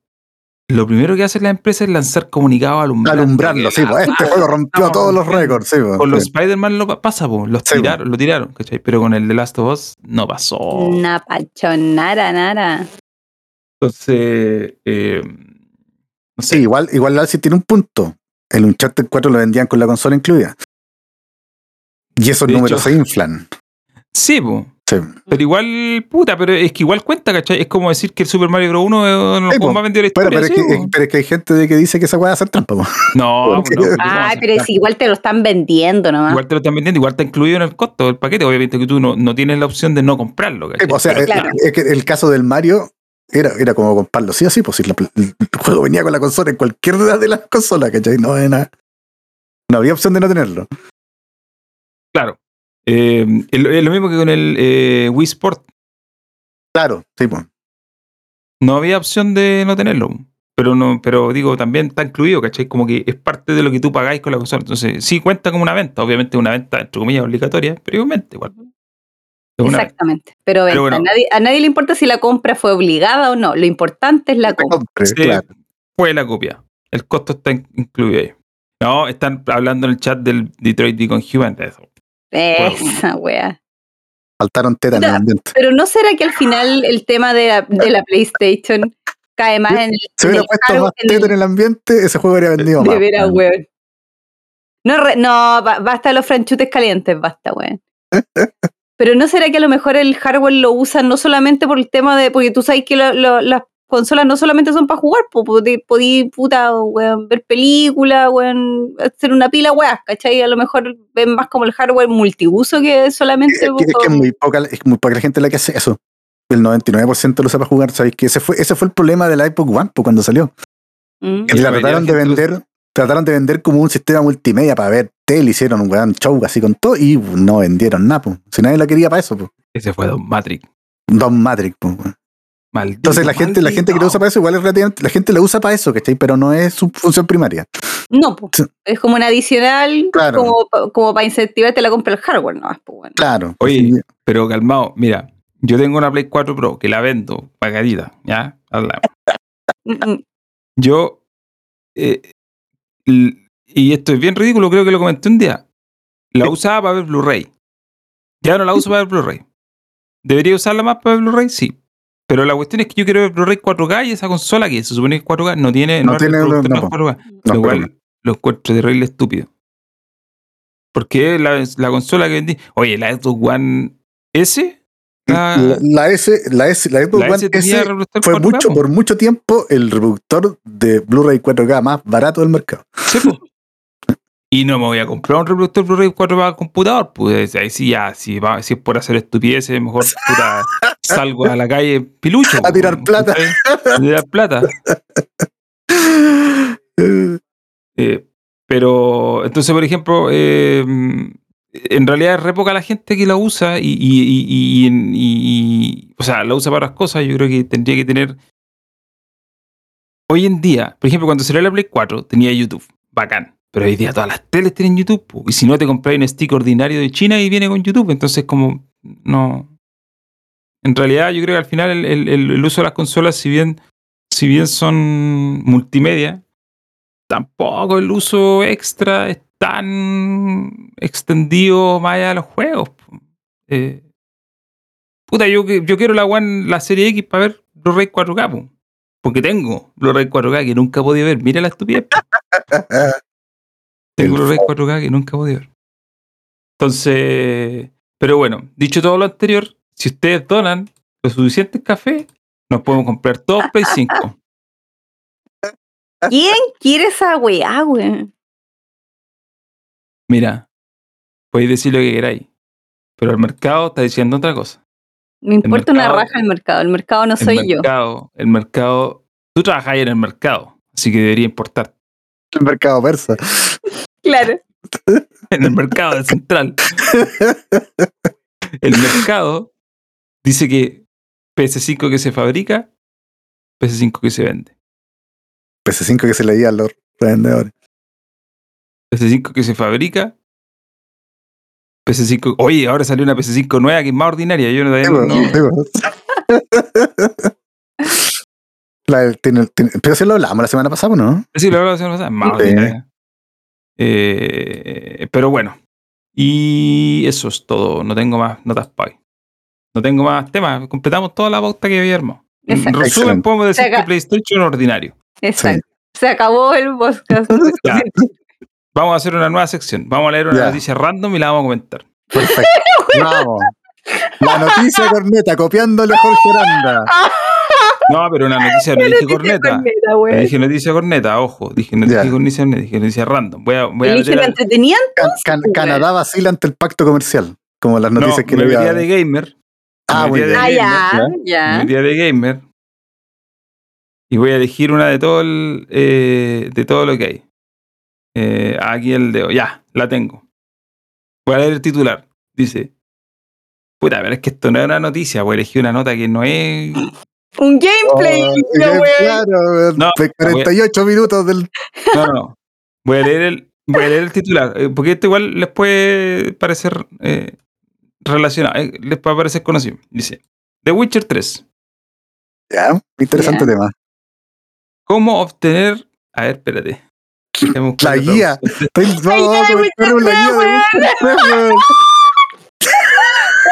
Speaker 1: lo primero que hace la empresa es lanzar comunicados alumbrando.
Speaker 3: Alumbrarlo, sí, pues. Este juego rompió
Speaker 1: ah, estamos
Speaker 3: todos los
Speaker 1: rompiendo.
Speaker 3: récords, sí, pues.
Speaker 1: Con los
Speaker 3: Sí.
Speaker 1: Spider-Man lo pa- pasa, po, los
Speaker 3: Sí, po.
Speaker 1: tiraron, lo tiraron, ¿cachai? Pero con el de Last of Us no pasó.
Speaker 2: Una pachonara, nara.
Speaker 1: Entonces, eh, no sé.
Speaker 3: Sí, igual, igual Lalsi tiene un punto. El Uncharted 4 lo vendían con la consola incluida. Y esos
Speaker 1: De
Speaker 3: números
Speaker 1: hecho-
Speaker 3: se inflan.
Speaker 1: Sí, po.
Speaker 3: Sí.
Speaker 1: Pero igual, puta, pero es que igual cuenta, ¿cachai? Es como decir que el Super Mario Bros. 1 es uno de los
Speaker 3: Sí,
Speaker 1: juegos
Speaker 3: po.
Speaker 1: más vendidos de la historia.
Speaker 3: Pero, pero, es
Speaker 1: sí,
Speaker 3: que,
Speaker 1: po.
Speaker 3: pero es que hay gente de que dice que esa weá va a ser trampa, po.
Speaker 1: No, no,
Speaker 3: porque-
Speaker 1: no, porque
Speaker 2: Ay,
Speaker 1: no,
Speaker 2: pero es igual te lo están vendiendo nomás.
Speaker 1: Igual te lo están vendiendo, igual está incluido en el costo del paquete. Obviamente que tú no, no tienes la opción de no comprarlo, ¿cachai?
Speaker 3: O sea,
Speaker 1: Pero
Speaker 3: eh,
Speaker 2: claro.
Speaker 3: es que el caso del Mario era, era como comprarlo, sí o sí, pues si la pl- el juego venía con la consola en cualquiera de las consolas, ¿cachai? No, era- no había opción de no tenerlo.
Speaker 1: claro. Eh, es lo- es lo mismo que con el eh, Wii Sport.
Speaker 3: Claro, sí, pues.
Speaker 1: No había opción de no tenerlo. Pero no, pero digo, también está incluido, ¿cachai? Como que es parte de lo que tú pagáis con la consola. Entonces, sí cuenta como una venta, obviamente una venta, entre comillas, obligatoria, pero igualmente, igual. Es una venta.
Speaker 2: Exactamente. Pero,
Speaker 1: Pero bueno.
Speaker 2: venta, a, nadie, a nadie le importa si la compra fue obligada o no. Lo importante es la compra.
Speaker 3: Hombre,
Speaker 1: Sí,
Speaker 3: claro.
Speaker 1: Fue la copia. El costo está in- incluido ahí. No, están hablando en el chat del Detroit Beacon Human. Eso.
Speaker 2: Esa wea.
Speaker 3: Faltaron tetas en el
Speaker 2: Puta.
Speaker 3: ambiente.
Speaker 2: Pero no será que al final el tema de la, de la PlayStation cae más en el.
Speaker 3: Si
Speaker 2: en
Speaker 3: hubiera
Speaker 2: el
Speaker 3: puesto
Speaker 2: cargo-
Speaker 3: más
Speaker 2: en el-
Speaker 3: tetas en el ambiente, ese juego habría vendido más.
Speaker 2: de veras,
Speaker 3: weón.
Speaker 2: weón. No, re- no, ba- basta de los franchutes calientes, basta, weón. Pero ¿no será que a lo mejor el hardware lo usan no solamente por el tema de, porque tú sabes que lo- lo- las consolas no solamente son para jugar, po, po- te podí, puta, weón, ver películas, weón, hacer una pila, weas, ¿cachai? A lo mejor ven más como el hardware multiuso que solamente...
Speaker 3: Es que, es que es muy poca, es muy poca la gente la que hace eso. El 99% lo usa para jugar, ¿sabéis? Que ese fue, ese fue el problema de la Xbox One pues, cuando salió.
Speaker 2: Mm.
Speaker 3: Que
Speaker 1: Y la
Speaker 3: la
Speaker 1: mayoría
Speaker 3: trataron
Speaker 1: de
Speaker 3: de
Speaker 1: la gente
Speaker 3: vender, trataron de vender como un sistema multimedia para ver tele, hicieron un gran show así con todo y no vendieron nada, pues. Si nadie la quería para eso, pues.
Speaker 1: Ese fue Don Matrix.
Speaker 3: Don Matrix, pues. weón.
Speaker 1: Maldito.
Speaker 3: Entonces la gente, la gente que lo usa para eso, igual es relativamente, la gente la usa para eso, ¿cachai? Pero no es su función primaria.
Speaker 2: No, po.
Speaker 3: Sí.
Speaker 2: es como un adicional,
Speaker 3: Claro.
Speaker 2: como, pa- como para incentivarte la compra del hardware, ¿no? Po, bueno.
Speaker 3: Claro.
Speaker 1: Oye,
Speaker 3: Pues, Sí,
Speaker 1: Pero calmado, mira, yo tengo una Play 4 Pro que la vendo pagadita, ¿ya? Habla.
Speaker 2: Mm, mm.
Speaker 1: Yo, eh, l- y esto es bien ridículo, creo que lo comenté un día, la usaba para ver Blu-ray. Ya no la uso para ver Blu-ray. ¿Debería usarla más para ver Blu-ray? Sí. Pero la cuestión es que yo quiero ver Blu-ray 4K y esa consola que se supone que es 4K no tiene,
Speaker 3: No
Speaker 1: es
Speaker 3: tiene-
Speaker 1: reproductor, no
Speaker 3: no,
Speaker 1: es
Speaker 3: po.
Speaker 1: 4K.
Speaker 3: no,
Speaker 1: lo
Speaker 3: pero-
Speaker 1: cual lo encuentro terrible estúpido. Porque la, la consola que vendí. Oye, la Xbox One S. La,
Speaker 3: la, la S, la S, la Xbox
Speaker 1: la S
Speaker 3: One
Speaker 1: tenía
Speaker 3: S
Speaker 1: reproductor
Speaker 3: fue
Speaker 1: 4K,
Speaker 3: mucho,
Speaker 1: po.
Speaker 3: por mucho tiempo el reproductor de Blu-ray 4K más barato del mercado.
Speaker 1: Sí, po. Y no me voy a comprar un reproductor Blu-ray 4 para computador. Pues ahí sí, ya, si, va- si es por hacer estupideces, mejor puta, salgo a la calle pilucho.
Speaker 3: A tirar
Speaker 1: po,
Speaker 3: plata.
Speaker 1: ¿cachai? A tirar plata.
Speaker 3: Eh,
Speaker 1: Eh, pero, entonces, por ejemplo, eh, en realidad es re poca la gente que la usa y, y- y- y- y- y- y- o sea, la usa para otras cosas. Yo creo que tendría que tener. Hoy en día, por ejemplo, cuando salió la Play 4, tenía YouTube. Bacán. Pero hoy día todas las teles tienen YouTube. po. Y si no, te compras un stick ordinario de China y viene con YouTube. Entonces, como, no. En realidad, yo creo que al final el, el- el- el uso de las consolas, si bien, si bien son multimedia, tampoco el uso extra es tan extendido más allá de los juegos. po. Eh, puta, yo, que- yo quiero la One, la serie X para ver Blu-ray 4K, po. porque tengo Blu-ray 4K que nunca podía ver. Mira la estupidez. po. Tengo
Speaker 3: El
Speaker 1: Blu-ray 4K que nunca podía ver. Entonces, pero bueno, dicho todo lo anterior, si ustedes donan lo suficiente café, nos podemos comprar todos Play 5.
Speaker 2: ¿Quién quiere esa weá, weón?
Speaker 1: Mira, podéis decir lo que queráis, pero el mercado está diciendo otra cosa.
Speaker 2: Me importa una
Speaker 1: mercado-
Speaker 2: raja el mercado, el mercado no
Speaker 1: El
Speaker 2: Ah, soy yo.
Speaker 1: mercado, el mercado, tú trabajas en el mercado, así que debería importar.
Speaker 3: mercado persa.
Speaker 2: Claro.
Speaker 1: En el mercado del central. El mercado dice que PS5 que se fabrica, PS5 que se vende.
Speaker 3: PS5 que se leía a los vendedores.
Speaker 1: PS5 que se fabrica. PS5, oye, ahora salió una PS5 nueva que es más ordinaria. Yo no,
Speaker 3: Sí, pues.
Speaker 1: todavía
Speaker 3: po,
Speaker 1: no-
Speaker 3: sí, po. La- tiene- tiene- pero si lo hablamos la semana pasada, ¿no?
Speaker 1: Sí, lo hablaba la semana pasada. Más
Speaker 3: Sí.
Speaker 1: ordinaria. Eh, pero bueno. Y eso es todo. No tengo más notas para hoy. No tengo más temas. Completamos toda la pauta que había armado. En
Speaker 2: Exacto.
Speaker 1: resumen,
Speaker 3: Excelente.
Speaker 1: podemos decir
Speaker 2: Saca-
Speaker 1: que PlayStation es ordinario.
Speaker 2: Exacto. Se acabó el podcast.
Speaker 1: Ya. Vamos a hacer una nueva sección. Vamos a leer una
Speaker 3: Ya.
Speaker 1: noticia random y la vamos a comentar.
Speaker 3: Perfecto. Bravo. La noticia corneta, copiándole a Jorge Aranda.
Speaker 2: Ah,
Speaker 1: No, pero una noticia no dije corneta.
Speaker 2: Corneta,
Speaker 1: No
Speaker 2: weón.
Speaker 1: Dije noticia corneta, ojo. Dije noticia
Speaker 3: Ya.
Speaker 1: corneta, dije noticia random. Voy a, voy a
Speaker 2: Elige
Speaker 1: meter
Speaker 2: la
Speaker 1: al-
Speaker 2: entretenían.
Speaker 3: Can- Can-
Speaker 2: güey.
Speaker 3: Canadá vacila ante el pacto comercial. Como las
Speaker 1: No,
Speaker 3: noticias que
Speaker 1: me
Speaker 3: leía.
Speaker 1: metí a de gamer.
Speaker 3: Ah,
Speaker 1: me
Speaker 3: muy
Speaker 1: metí a
Speaker 3: bien.
Speaker 2: Ah,
Speaker 1: de
Speaker 2: ya,
Speaker 3: gamer,
Speaker 2: ya.
Speaker 1: mi día de gamer y voy a elegir una de todo el, eh, de todo lo que hay Eh, aquí el dedo ya la tengo voy a leer el titular dice puta pero es que esto no es una noticia voy a elegir una nota que no es
Speaker 2: Un gameplay.
Speaker 3: Oh,
Speaker 2: no,
Speaker 3: bien,
Speaker 2: weón.
Speaker 3: claro, eh, weón.
Speaker 1: No,
Speaker 3: Fue 48 minutos del.
Speaker 1: no no voy a leer el voy a leer el titular eh, porque esto igual les puede parecer eh, relacionado eh, les puede parecer conocido dice The Witcher 3
Speaker 3: Ya, interesante tema.
Speaker 1: cómo obtener a ver espérate Déjame buscar
Speaker 3: La guía. Estoy-
Speaker 2: Ay,
Speaker 3: vamos a
Speaker 2: ya,
Speaker 3: comentar
Speaker 2: güey,
Speaker 3: una guía de
Speaker 2: güey.
Speaker 3: Witcher tres, weón.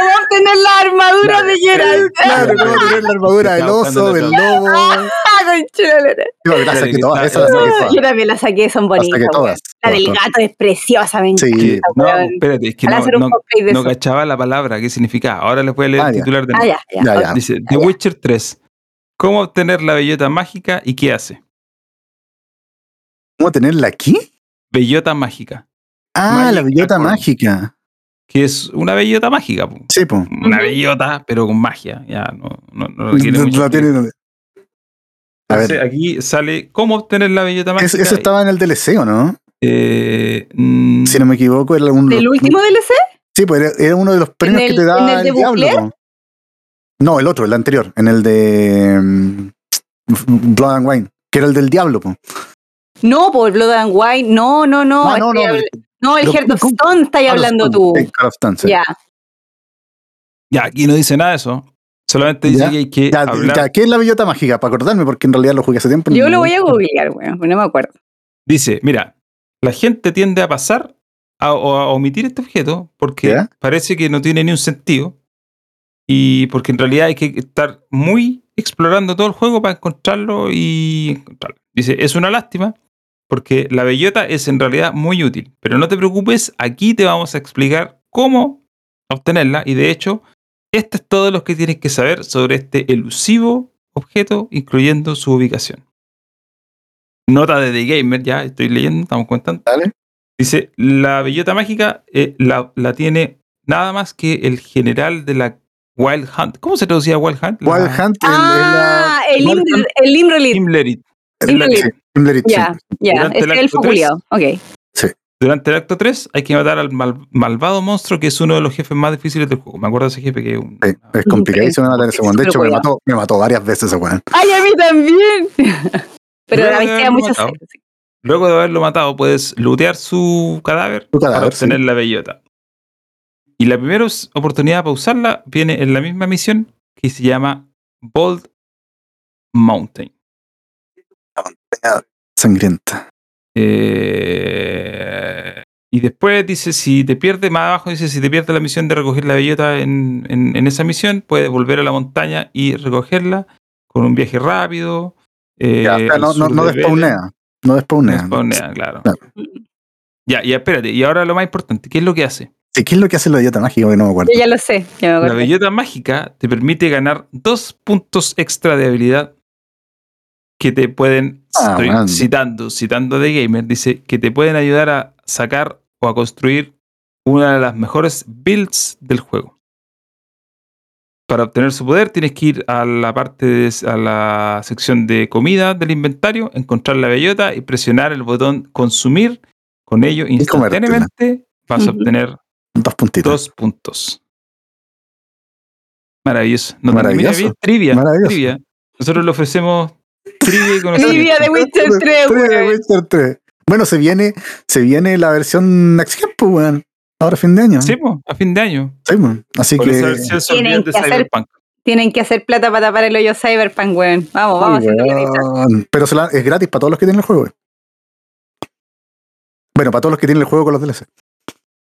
Speaker 2: Weón, tener la armadura de Gerald.
Speaker 3: Claro, como tener la armadura del
Speaker 1: Estaba buscando
Speaker 3: oso, del
Speaker 1: otra.
Speaker 3: lobo.
Speaker 2: Ah, conchulala.
Speaker 3: Yo me la
Speaker 1: Claro,
Speaker 3: saqué
Speaker 1: que
Speaker 3: todas,
Speaker 1: está-
Speaker 3: esas las saqué
Speaker 2: Yo
Speaker 3: todas.
Speaker 2: también la saqué, son
Speaker 3: Las saqué
Speaker 2: bonitas. weón.
Speaker 3: todas.
Speaker 2: La del
Speaker 3: todas,
Speaker 2: gato es preciosa, me
Speaker 3: todas.
Speaker 2: encanta.
Speaker 3: Sí,
Speaker 1: No,
Speaker 2: weón.
Speaker 1: espérate, es que
Speaker 2: Ojalá
Speaker 1: no,
Speaker 2: hacer un
Speaker 1: no-
Speaker 2: cosplay de
Speaker 1: no
Speaker 2: eso.
Speaker 1: cachaba la palabra, qué significaba. Ahora les voy a leer
Speaker 3: Ah,
Speaker 1: el
Speaker 3: ya.
Speaker 1: titular de
Speaker 2: Ah,
Speaker 1: nuevo.
Speaker 2: ya, ya.
Speaker 3: ya, Ah, ya.
Speaker 1: Dice, The
Speaker 2: ya.
Speaker 1: Witcher 3. ¿Cómo obtener la bellota mágica y qué hace?
Speaker 3: ¿Cómo tenerla aquí?
Speaker 1: Bellota mágica. pues.
Speaker 3: Ah,
Speaker 1: Magic
Speaker 3: la bellota
Speaker 1: Armor.
Speaker 3: mágica.
Speaker 1: Que es una bellota mágica. po.
Speaker 3: Sí, pues.
Speaker 1: Una
Speaker 2: Ujú.
Speaker 1: bellota, pero con magia. Ya, no, no, no requiere mucho.
Speaker 3: La tiene- A
Speaker 1: Entonces,
Speaker 3: ver,
Speaker 1: aquí sale cómo obtener la bellota
Speaker 3: es-
Speaker 1: mágica.
Speaker 3: eso estaba em en el DLC, ¿o no?
Speaker 1: Eh, mm,
Speaker 3: Si no me equivoco, era uno de
Speaker 2: ¿Del
Speaker 3: los-
Speaker 2: último DLC?
Speaker 3: Sí, pues era, era uno de los premios
Speaker 2: el-
Speaker 3: que te daba
Speaker 2: en el
Speaker 3: el,
Speaker 2: de
Speaker 3: diablo.
Speaker 2: Buclet?
Speaker 3: po. No, el otro, el anterior, en el de mm, Blood and Wine, que era el del diablo. po.
Speaker 2: No, por Blood and Wine. No, no, no. Este
Speaker 3: Ah, no, no,
Speaker 2: estoy habl-
Speaker 3: el-
Speaker 2: no, el
Speaker 3: pero
Speaker 2: Heart of
Speaker 3: ¿cómo? Ah,
Speaker 2: Stone estás hablando tú.
Speaker 3: Sí, Call of Stone, sí.
Speaker 2: Ya.
Speaker 1: ya, aquí no dice nada de eso. Solamente dice
Speaker 3: Ya.
Speaker 1: que hay que
Speaker 3: Ya,
Speaker 1: hablar.
Speaker 3: ya, ¿Qué es la bellota mágica? Para acordarme, porque en realidad lo jugué hace tiempo.
Speaker 2: Yo
Speaker 3: no-
Speaker 2: lo voy a googlear, weón. No me acuerdo.
Speaker 1: Dice, mira, la gente tiende a pasar a- o a omitir este objeto porque
Speaker 3: ¿Ya?
Speaker 1: parece que no tiene ni un sentido y porque en realidad hay que estar muy explorando todo el juego para encontrarlo y encontrarlo. Dice, es una lástima porque la bellota es en realidad muy útil, pero no te preocupes, aquí te vamos a explicar cómo obtenerla y de hecho, esto es todo lo que tienes que saber sobre este elusivo objeto, incluyendo su ubicación. Nota de The Gamer, ya estoy leyendo, estamos contando.
Speaker 3: Dale.
Speaker 1: Dice, la bellota mágica eh, la, la tiene nada más que el general de la Wild Hunt. ¿Cómo se traducía Wild Hunt? La-
Speaker 3: Wild Hunt, el- el-
Speaker 2: Ah,
Speaker 3: la-
Speaker 2: el
Speaker 3: Wild
Speaker 2: Imr-
Speaker 3: Hunt,
Speaker 2: el Imrolit.
Speaker 1: Kimlerit.
Speaker 2: Imrolit.
Speaker 3: sí, Imlerit, sí.
Speaker 2: Ya, ya.
Speaker 1: Durante
Speaker 2: Es
Speaker 1: el
Speaker 2: el
Speaker 1: acto tres.
Speaker 2: culiao. Ok.
Speaker 1: Durante el acto 3 hay que matar al mal- malvado monstruo que es uno de los jefes más difíciles del juego. Me acuerdo de ese jefe que es un...
Speaker 3: Sí, es complicadísimo matar a ese weón. De hecho, me
Speaker 2: Supercuidado.
Speaker 3: mató, me mató varias veces ese weón.
Speaker 2: ¡Ay, a mí también! Pero
Speaker 1: Yo
Speaker 2: la
Speaker 1: creo que
Speaker 2: bestia
Speaker 1: lo
Speaker 2: mucho
Speaker 1: mataba.
Speaker 2: sexo, sí.
Speaker 1: Luego de haberlo matado, puedes lootear su cadáver,
Speaker 3: Su cadáver,
Speaker 1: para obtener la bellota. Y la primera os- oportunidad para usarla viene en la misma misión que se llama Bold Mountain.
Speaker 3: Sangrienta.
Speaker 1: Eh, y después dice, si te pierdes, más abajo dice, si te pierdes la misión de recoger la bellota en, en- en esa misión, puedes volver a la montaña y recogerla con un viaje rápido. eh,
Speaker 3: Ya, o sea,
Speaker 1: al
Speaker 3: no, no,
Speaker 1: sur
Speaker 3: no
Speaker 1: de Belén.
Speaker 3: despawnea. No despawnea.
Speaker 1: No despawnea, claro.
Speaker 3: Claro.
Speaker 1: Ya, ya, espérate. Y ahora lo más importante, ¿qué es lo que hace?
Speaker 3: Sí, ¿Qué es lo que hace la bellota mágica? Que no me acuerdo.
Speaker 2: Yo ya lo sé, ya me
Speaker 1: La
Speaker 2: acuerdo.
Speaker 1: bellota mágica te permite ganar dos puntos extra de habilidad que te pueden,
Speaker 3: Ah,
Speaker 1: estoy
Speaker 3: man.
Speaker 1: citando, citando de Gamer, dice que te pueden ayudar a sacar o a construir una de las mejores builds del juego. Para obtener su poder tienes que ir a la parte de- a la sección de comida del inventario, encontrar la bellota y presionar el botón consumir. Con ello
Speaker 3: comértela.
Speaker 1: instantáneamente vas a
Speaker 2: Ujú.
Speaker 1: obtener
Speaker 3: Dos puntitos.
Speaker 1: Dos puntos. Maravilloso. No,
Speaker 3: Maravilloso.
Speaker 1: mira, bien, trivia,
Speaker 3: Maravilloso.
Speaker 1: trivia. Nosotros le ofrecemos trivia y
Speaker 2: Trivia
Speaker 1: conocimiento.
Speaker 2: de Witcher 3,
Speaker 3: Tres,
Speaker 2: weón.
Speaker 3: Witcher 3. Bueno, se viene, se viene la versión Next Gen, pues, weón. Ahora fin de año.
Speaker 1: Sí, po, a fin de año.
Speaker 3: Sí, weón. Así
Speaker 1: Por
Speaker 3: que.
Speaker 1: eso se se
Speaker 2: Tienen
Speaker 1: olvidan de
Speaker 2: que hacer-
Speaker 1: Cyberpunk.
Speaker 2: Tienen que hacer plata para tapar el hoyo Cyberpunk, weón. Vamos, vamos.
Speaker 3: Uy,
Speaker 2: haciendo guerrita.
Speaker 3: weón. Pero se la- es gratis para todos los que tienen el juego, weón. Bueno, para todos los que tienen el juego con los DLC.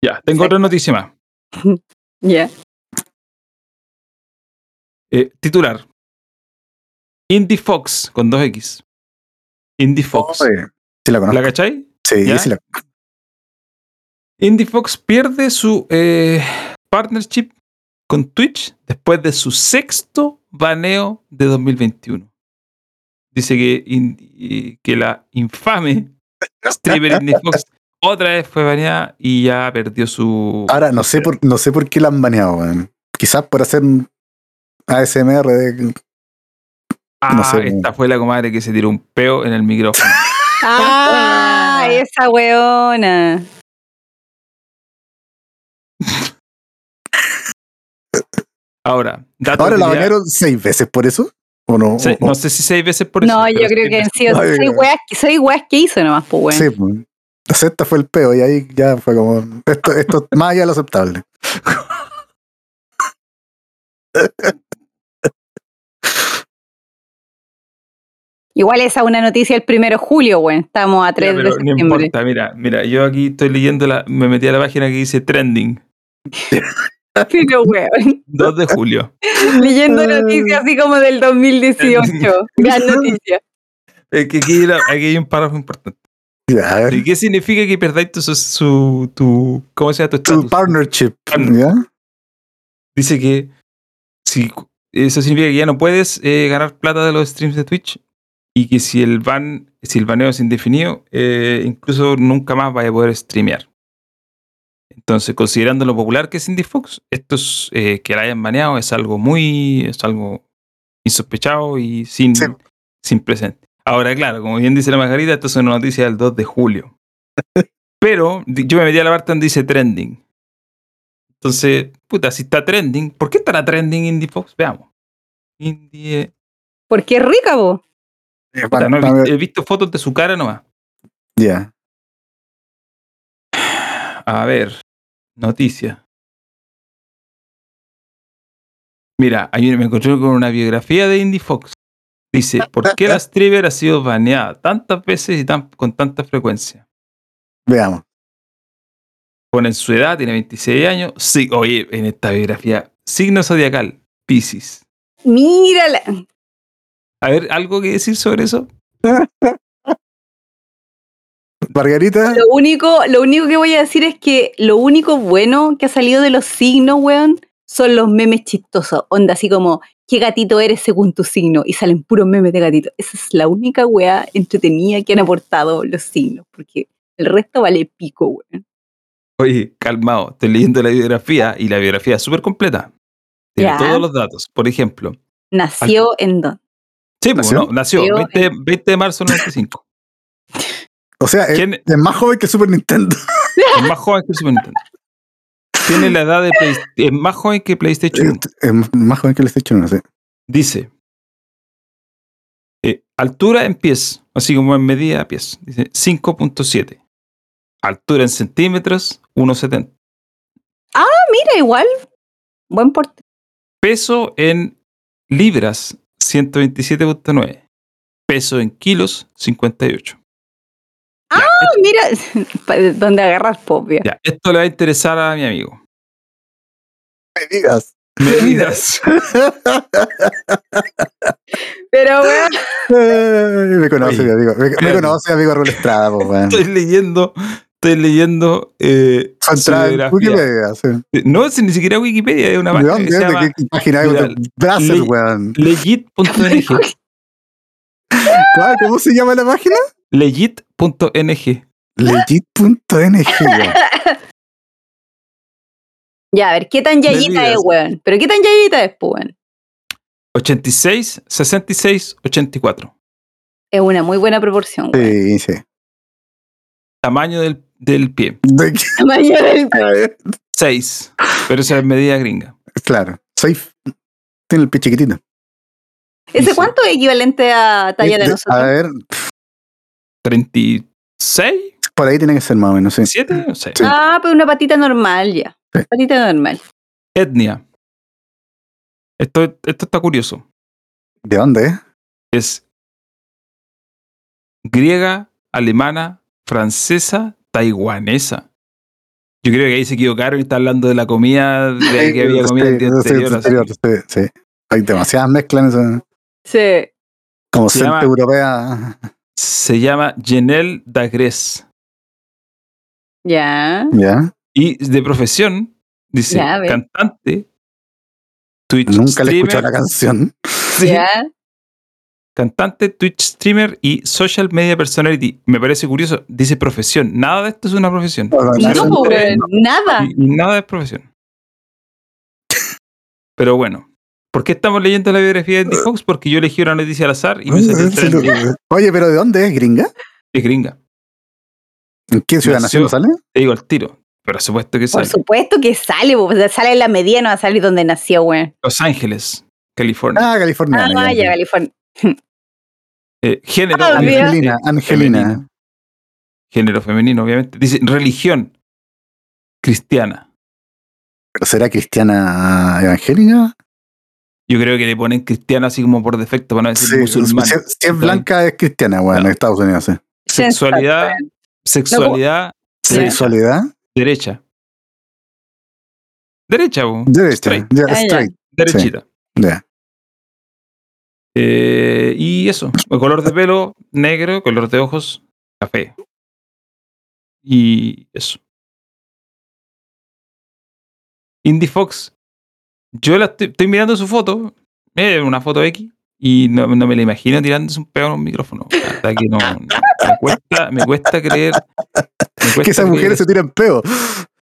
Speaker 1: Ya, tengo otra noticia más.
Speaker 2: Ya.
Speaker 1: Eh, titular. Indie Fox con 2X. Indie Fox.
Speaker 3: Oye, Sí,
Speaker 1: ¿La
Speaker 3: la conozco.
Speaker 1: cachai?
Speaker 3: Sí,
Speaker 1: ¿ya?
Speaker 3: sí, la
Speaker 1: Indie Fox pierde su eh, partnership con Twitch después de su sexto baneo de 2021. Dice que, in- y- que la infame streamer Indie Fox otra vez fue baneada y ya perdió su.
Speaker 3: Ahora, no sé, por, no sé por qué la han baneado, weón. Quizás por hacer un ASMR de.
Speaker 1: Ah,
Speaker 3: no sé.
Speaker 1: esta fue la comadre que se tiró un peo en el micrófono.
Speaker 2: Ah, esa weona.
Speaker 1: Ahora, dato
Speaker 3: Ahora
Speaker 1: de
Speaker 3: la
Speaker 1: utilidad.
Speaker 3: banearon seis veces por eso. ¿O no?
Speaker 1: Se-
Speaker 3: O-
Speaker 1: no sé si seis veces por eso.
Speaker 2: No, yo
Speaker 1: pero
Speaker 2: creo
Speaker 1: seis
Speaker 2: que han
Speaker 1: veces.
Speaker 2: sido
Speaker 3: Ay,
Speaker 2: seis
Speaker 3: weón.
Speaker 2: weas, que- seis weas que hizo nomás, pues weón.
Speaker 3: Sí, pues. La sexta fue el peo y ahí ya fue como. Esto, esto es más allá de lo aceptable.
Speaker 2: Igual esa es una noticia el primero de julio, weón. Estamos a 3
Speaker 1: Ya,
Speaker 2: de
Speaker 1: pero no
Speaker 2: septiembre.
Speaker 1: importa, Ah. mira, mira, yo aquí estoy leyendo la, me metí a la página que dice trending.
Speaker 2: Pero, weón.
Speaker 1: 2 de julio.
Speaker 2: Leyendo noticias así como del 2018. Gran noticia.
Speaker 1: Es que aquí, la- aquí hay un párrafo importante.
Speaker 3: Ya, a ver.
Speaker 1: ¿Y qué significa que perdáis tu, so- su, tu, ¿cómo se llama tu
Speaker 3: Tu
Speaker 1: estatus?
Speaker 3: partnership,
Speaker 1: Partner.
Speaker 3: ¿ya?
Speaker 1: Dice que si cu- eso significa que ya no puedes eh, ganar plata de los streams de Twitch y que si el ban, si el baneo es indefinido, eh, incluso nunca más vas a poder streamear. Entonces, considerando lo popular que es Indie Fox, esto es, eh, que la hayan baneado es algo muy, es algo insospechado y sin,
Speaker 3: Sí.
Speaker 1: sin presente. Ahora, claro, como bien dice la Margarita, esto es una noticia del 2 de julio. Pero di- yo me metí a la parte donde dice trending. Entonces, puta, si está trending, ¿por qué estará trending Indie Fox? Veamos. Indie. eh,
Speaker 2: Porque es rica, vos.
Speaker 3: Eh,
Speaker 1: puta,
Speaker 3: para-
Speaker 1: no he vi-
Speaker 3: para-
Speaker 1: he visto fotos de su cara nomás.
Speaker 3: Ya.
Speaker 1: A ver, noticia. Mira, ayer me encontré con una biografía de Indie Fox. Dice,
Speaker 3: Ah,
Speaker 1: ¿por qué la streamer ha sido baneada tantas veces y tan, con tanta frecuencia?
Speaker 3: Veamos.
Speaker 1: Ponen su edad, tiene 26 años. Sí, oye, en esta biografía, signo zodiacal, Pisces.
Speaker 2: Mírala.
Speaker 1: A ver, ¿algo que decir sobre eso?
Speaker 3: Margarita,
Speaker 2: Lo único, lo único que voy a decir es que lo único bueno que ha salido de los signos, weón, son los memes chistosos. Onda, así como, ¿qué gatito eres según tu signo? Y salen puros memes de gatito. Esa es la única weá entretenida que han aportado los signos, porque el resto vale pico, weón.
Speaker 1: Oye, calmado, estoy leyendo la biografía y la biografía es súper completa. Tiene
Speaker 2: Ya.
Speaker 1: todos los datos. Por ejemplo,
Speaker 2: Nació en don.
Speaker 1: sí, pues,
Speaker 3: ¿Nació?
Speaker 1: ¿no? nació
Speaker 2: Nació
Speaker 1: 20, 20 de marzo del 95.
Speaker 3: o sea, es,
Speaker 1: ¿Quién-
Speaker 3: es más joven que Super Nintendo.
Speaker 1: Es más joven que el Super Nintendo. Tiene la edad de PlayStation. Es más joven que PlayStation 1.
Speaker 3: es más joven que el Station, no sé.
Speaker 1: Dice. eh, altura en pies, así como en medida de pies. Dice 5.7. Altura en centímetros, 1.70.
Speaker 2: Mira, igual, buen porte.
Speaker 1: Peso en libras, 127.9. Peso en kilos, 58.
Speaker 2: Ah, mira, pa- donde agarras popia.
Speaker 1: Ya, esto le va a interesar a mi amigo.
Speaker 3: Me digas.
Speaker 1: Medidas.
Speaker 2: Pero, weón,
Speaker 3: Ay, me conoce,
Speaker 1: Oye,
Speaker 3: mi amigo. Me, me
Speaker 1: espérate.
Speaker 3: conoce, amigo Rol Estrada, po, weón.
Speaker 1: Estoy leyendo. Estoy leyendo. Eh,
Speaker 3: Su entrada en
Speaker 1: biografía.
Speaker 3: Wikipedia, sí.
Speaker 1: No, si ni siquiera Wikipedia, es una
Speaker 3: ¿De
Speaker 1: página
Speaker 3: dónde?
Speaker 1: que se llama
Speaker 3: ¿De qué página hay?
Speaker 1: Mira,
Speaker 3: Otro- Brazzers,
Speaker 1: le-
Speaker 3: weón.
Speaker 1: legit.ng.
Speaker 3: ¿Cuál? ¿Cómo se llama la página?
Speaker 1: Legit.ng.
Speaker 3: Legit.ng. weón.
Speaker 2: ya, a ver, ¿qué tan yayita
Speaker 1: Medidas.
Speaker 2: es, weón? Pero, ¿qué tan yayita es, po, weón?
Speaker 1: 86, 66, 84.
Speaker 2: Es una muy buena proporción. güey.
Speaker 3: Sí, sí.
Speaker 1: Tamaño del, del pie.
Speaker 3: ¿De qué?
Speaker 2: Tamaño del-
Speaker 3: Ay,
Speaker 1: 6. Pero esa es medida gringa.
Speaker 3: Claro. Soy. f- Tiene el pie chiquitito.
Speaker 1: Sí,
Speaker 2: ¿Ese
Speaker 1: sí.
Speaker 2: cuánto es equivalente a talla de
Speaker 3: De- A
Speaker 2: nosotros?
Speaker 3: ver,
Speaker 1: 36,
Speaker 3: por ahí tiene que ser más o menos, sí.
Speaker 1: 7, no sé.
Speaker 3: Sí.
Speaker 2: Ah, pues una patita normal ya.
Speaker 3: Sí.
Speaker 2: Patita normal.
Speaker 1: Etnia. Esto, esto está curioso.
Speaker 3: ¿De dónde? eh?
Speaker 1: Es griega, alemana, francesa, taiwanesa. Yo creo que ahí se equivocaron y está hablando de la comida de ahí que había
Speaker 3: Sí,
Speaker 1: comido el día
Speaker 3: sí,
Speaker 1: anterior.
Speaker 3: sí,
Speaker 1: así.
Speaker 3: anterior, sí, sí. Hay demasiadas mezclas en eso.
Speaker 2: Sí.
Speaker 3: Como
Speaker 1: Se
Speaker 3: centro
Speaker 1: llama-
Speaker 3: europea.
Speaker 1: se llama Jenel Dagres
Speaker 2: Ya.
Speaker 3: Ya.
Speaker 1: y de profesión dice
Speaker 2: Ya, a ver.
Speaker 1: cantante, Twitch
Speaker 3: Nunca le he
Speaker 1: streamer,
Speaker 3: escuchado la canción.
Speaker 1: sí,
Speaker 2: Ya.
Speaker 1: cantante, Twitch streamer y social media personality. Me parece curioso, dice profesión. Nada de esto es una profesión.
Speaker 3: No, no,
Speaker 1: O
Speaker 2: No,
Speaker 1: sea,
Speaker 3: eso
Speaker 2: po,
Speaker 3: no-
Speaker 2: güey, Nada.
Speaker 1: y- y nada es profesión. Pero bueno, ¿por qué estamos leyendo la biografía de Andy Fox? Porque yo elegí una noticia al azar y me
Speaker 3: Ah,
Speaker 1: salió el tren
Speaker 3: Oye, pero ¿de dónde es gringa?
Speaker 1: es gringa.
Speaker 3: ¿En qué ciudad nació? ¿No sale?
Speaker 1: Te digo al tiro, pero supuesto que
Speaker 2: Por
Speaker 1: sale.
Speaker 2: supuesto que sale, po, o sea, sale en la media, no va a salir donde nació, güey.
Speaker 1: Los Ángeles, California.
Speaker 3: Ah, California.
Speaker 2: Ah, ya, California.
Speaker 1: Eh, género.
Speaker 2: Ah, mira.
Speaker 1: obviamente,
Speaker 3: Angelina, Angelina.
Speaker 1: femenino. Género femenino, obviamente. Dice religión cristiana.
Speaker 3: ¿Pero será cristiana evangélica?
Speaker 1: Yo creo que le ponen cristiana así como por defecto para no decir
Speaker 3: Sí, si,
Speaker 1: musulmán.
Speaker 3: si es blanca es cristiana, bueno,
Speaker 1: Claro.
Speaker 3: en Estados Unidos, sí.
Speaker 1: Sexualidad,
Speaker 2: Sensato,
Speaker 1: sexualidad,
Speaker 3: Sexualidad,
Speaker 1: derecha. Derecha, po.
Speaker 3: Derecha,
Speaker 1: Straight.
Speaker 3: ya,
Speaker 2: Ah, ya.
Speaker 3: straight,
Speaker 1: derechita.
Speaker 3: ya.
Speaker 1: Eh, y eso, el color de pelo negro, color de ojos café. Y eso. Indie Fox. Yo la estoy, estoy mirando su foto, eh, una foto X, y no, no me la imagino tirándose un pedo en un micrófono. Hasta que no. no- me, cuesta, me cuesta creer. me
Speaker 3: Que
Speaker 1: cuesta
Speaker 3: esas mujeres
Speaker 1: creer.
Speaker 3: se tiran peo.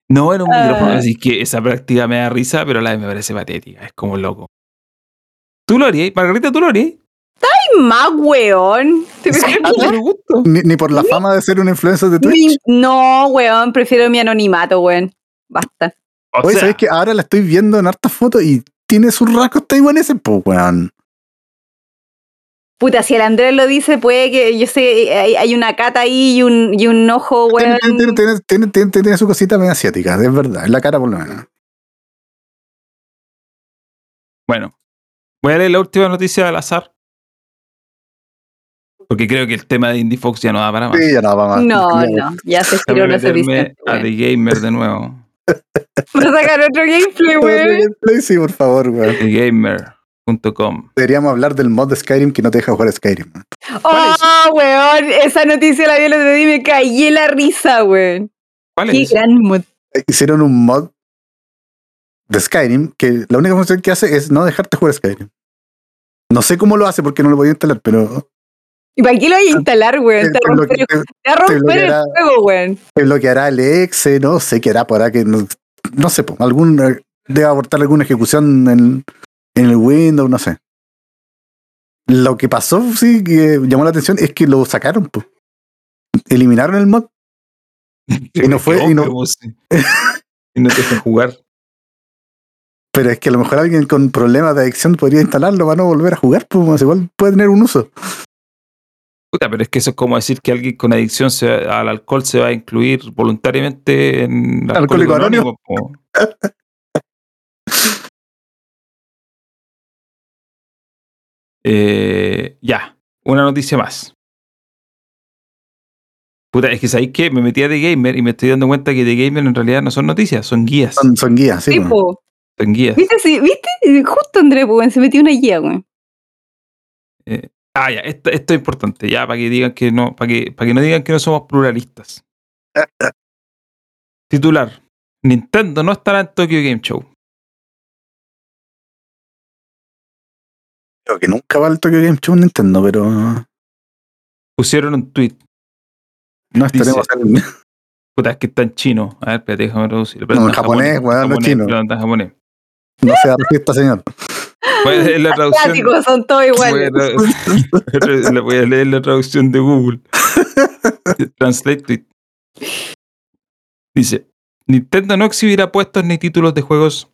Speaker 1: No era un
Speaker 2: Ah.
Speaker 1: micrófono, así que esa práctica me da risa, pero a la vez me parece patética. Es como loco. ¿Tú lo harías? Margarita, ¿tú lo harías?
Speaker 2: ¡Ay, más weón! ¿Te
Speaker 1: Sí,
Speaker 2: imaginas?
Speaker 1: por gusto.
Speaker 3: Ni, ni por la fama de ser un influencer de Twitch.
Speaker 2: Mi- No, weón, prefiero mi anonimato, weón. Basta.
Speaker 1: O
Speaker 3: Oye,
Speaker 1: sea,
Speaker 3: ¿sabes que Ahora la estoy viendo en hartas fotos y tiene sus rasgos taiwaneses, pues, weón.
Speaker 2: Puta, si el Andrés lo dice, puede que, yo sé, hay, hay una cata ahí y un, y un ojo,
Speaker 3: Tiene,
Speaker 2: weón.
Speaker 3: tiene- tiene- tiene- tiene- tiene su cosita medio asiática, es verdad, en la cara por lo menos.
Speaker 1: Bueno, voy a leer la última noticia al azar. Porque creo que el tema de Indie Fox ya no da para más.
Speaker 3: Sí, ya no, vamos.
Speaker 2: No,
Speaker 3: ya,
Speaker 2: no, Ah, eh. ya se
Speaker 1: Voy
Speaker 2: estiró
Speaker 1: a
Speaker 2: lo
Speaker 1: meterme
Speaker 2: suficiente.
Speaker 1: a
Speaker 2: weón.
Speaker 1: The Gamer de nuevo.
Speaker 2: Vamos a sacar otro gameplay, weón.
Speaker 3: Play, Sí, por favor, weón.
Speaker 1: TheGamer.com.
Speaker 3: Deberíamos hablar del mod de Skyrim que no te deja jugar Skyrim. weón.
Speaker 1: ¿Cuál es?
Speaker 2: Oh, weón, esa noticia la vi el otro día y me caí en la risa, weón.
Speaker 1: ¿Cuál
Speaker 2: Qué
Speaker 1: es?
Speaker 2: gran mod.
Speaker 3: Eh, Hicieron un mod de Skyrim que la única función que hace es no dejarte jugar Skyrim. No sé cómo lo hace porque no lo voy a instalar, pero eh,
Speaker 2: ¿Y para qué lo voy a instalar,
Speaker 3: te,
Speaker 2: weón? Ah, Te
Speaker 3: te
Speaker 2: va a
Speaker 3: bloque-
Speaker 2: romper el-
Speaker 3: te-
Speaker 2: te va a romper el
Speaker 3: bloqueará.
Speaker 2: juego, weón.
Speaker 3: te bloqueará el exe, eh, no sé qué hará por ahí, que no, no sé, po, algún, eh, debe abortar alguna ejecución en, en el Windows, no sé. Lo que pasó, sí, que llamó la atención es que lo sacaron, po. eliminaron el mod. Y no fue- y no-
Speaker 1: Y no te dejan jugar.
Speaker 3: Pero es que a lo mejor alguien con problemas de adicción podría instalarlo para no volver a jugar, pues igual puede tener un uso.
Speaker 1: Puta, pero es que eso es como decir que alguien con adicción se- al alcohol se va a incluir voluntariamente en
Speaker 3: Alcohólico
Speaker 1: po. Eh, ya, una noticia más. Puta, es que sabéis que me metí a The Gamer y me estoy dando cuenta que The Gamer en realidad no son noticias, son guías. Son,
Speaker 3: Son, son guías, sí.
Speaker 2: Sí,
Speaker 3: po.
Speaker 2: po.
Speaker 1: guías.
Speaker 2: ¿Viste? Sí, ¿Viste? Justo Andrés, weón, se metió una guía, weón.
Speaker 1: Ah, ya, esto, esto es importante, ya, para que digan que no, para que, para que no digan que no somos pluralistas. Titular. Nintendo no estará en Tokyo Game Show.
Speaker 3: Creo que nunca va al Tokyo Game Show Nintendo, pero no
Speaker 1: Pusieron un tweet.
Speaker 3: estaremos en-
Speaker 1: Puta, es que está en chino. A ver, espérate, déjame traducir. Pero
Speaker 3: No,
Speaker 1: está
Speaker 3: en japonés, weón, no
Speaker 1: japonés,
Speaker 3: chino.
Speaker 1: pero está en japonés.
Speaker 3: no se da fiesta, señor.
Speaker 1: Pues, es la traducción.
Speaker 2: Asiáticos son todos iguales.
Speaker 1: Voy a tra- le voy a leer la traducción de Google. Translate tweet. Dice: Nintendo no exhibirá puestos ni títulos de juegos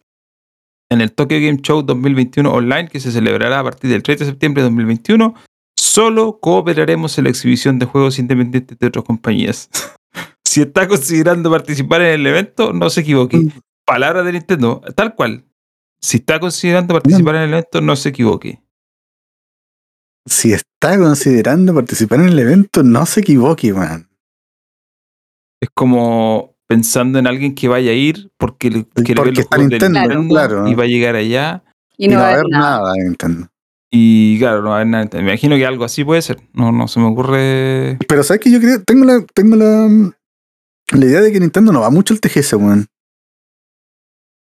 Speaker 1: en el Tokyo Game Show 2021 online que se celebrará a partir del 3 de septiembre de 2021. Solo cooperaremos en la exhibición de juegos independientes de otras compañías. si está considerando participar en el evento, no se equivoque.
Speaker 3: Mm.
Speaker 1: Palabra de Nintendo, tal cual. Si está considerando participar en el evento, no se equivoque.
Speaker 3: si está considerando participar en el evento, no se equivoque, man.
Speaker 1: Es como pensando en alguien que vaya a ir porque le quiere
Speaker 3: Porque
Speaker 1: ver los
Speaker 3: está
Speaker 1: juegos de
Speaker 3: Nintendo,
Speaker 1: Nintendo
Speaker 3: claro.
Speaker 1: y va a llegar allá
Speaker 2: Y no va a haber nada.
Speaker 3: nada de Nintendo.
Speaker 1: y claro, no va a haber nada. Me imagino que algo así puede ser. No, no se me ocurre.
Speaker 3: Pero sabes que yo creo, tengo la, tengo la, la idea de que Nintendo no va mucho al TGS, weón.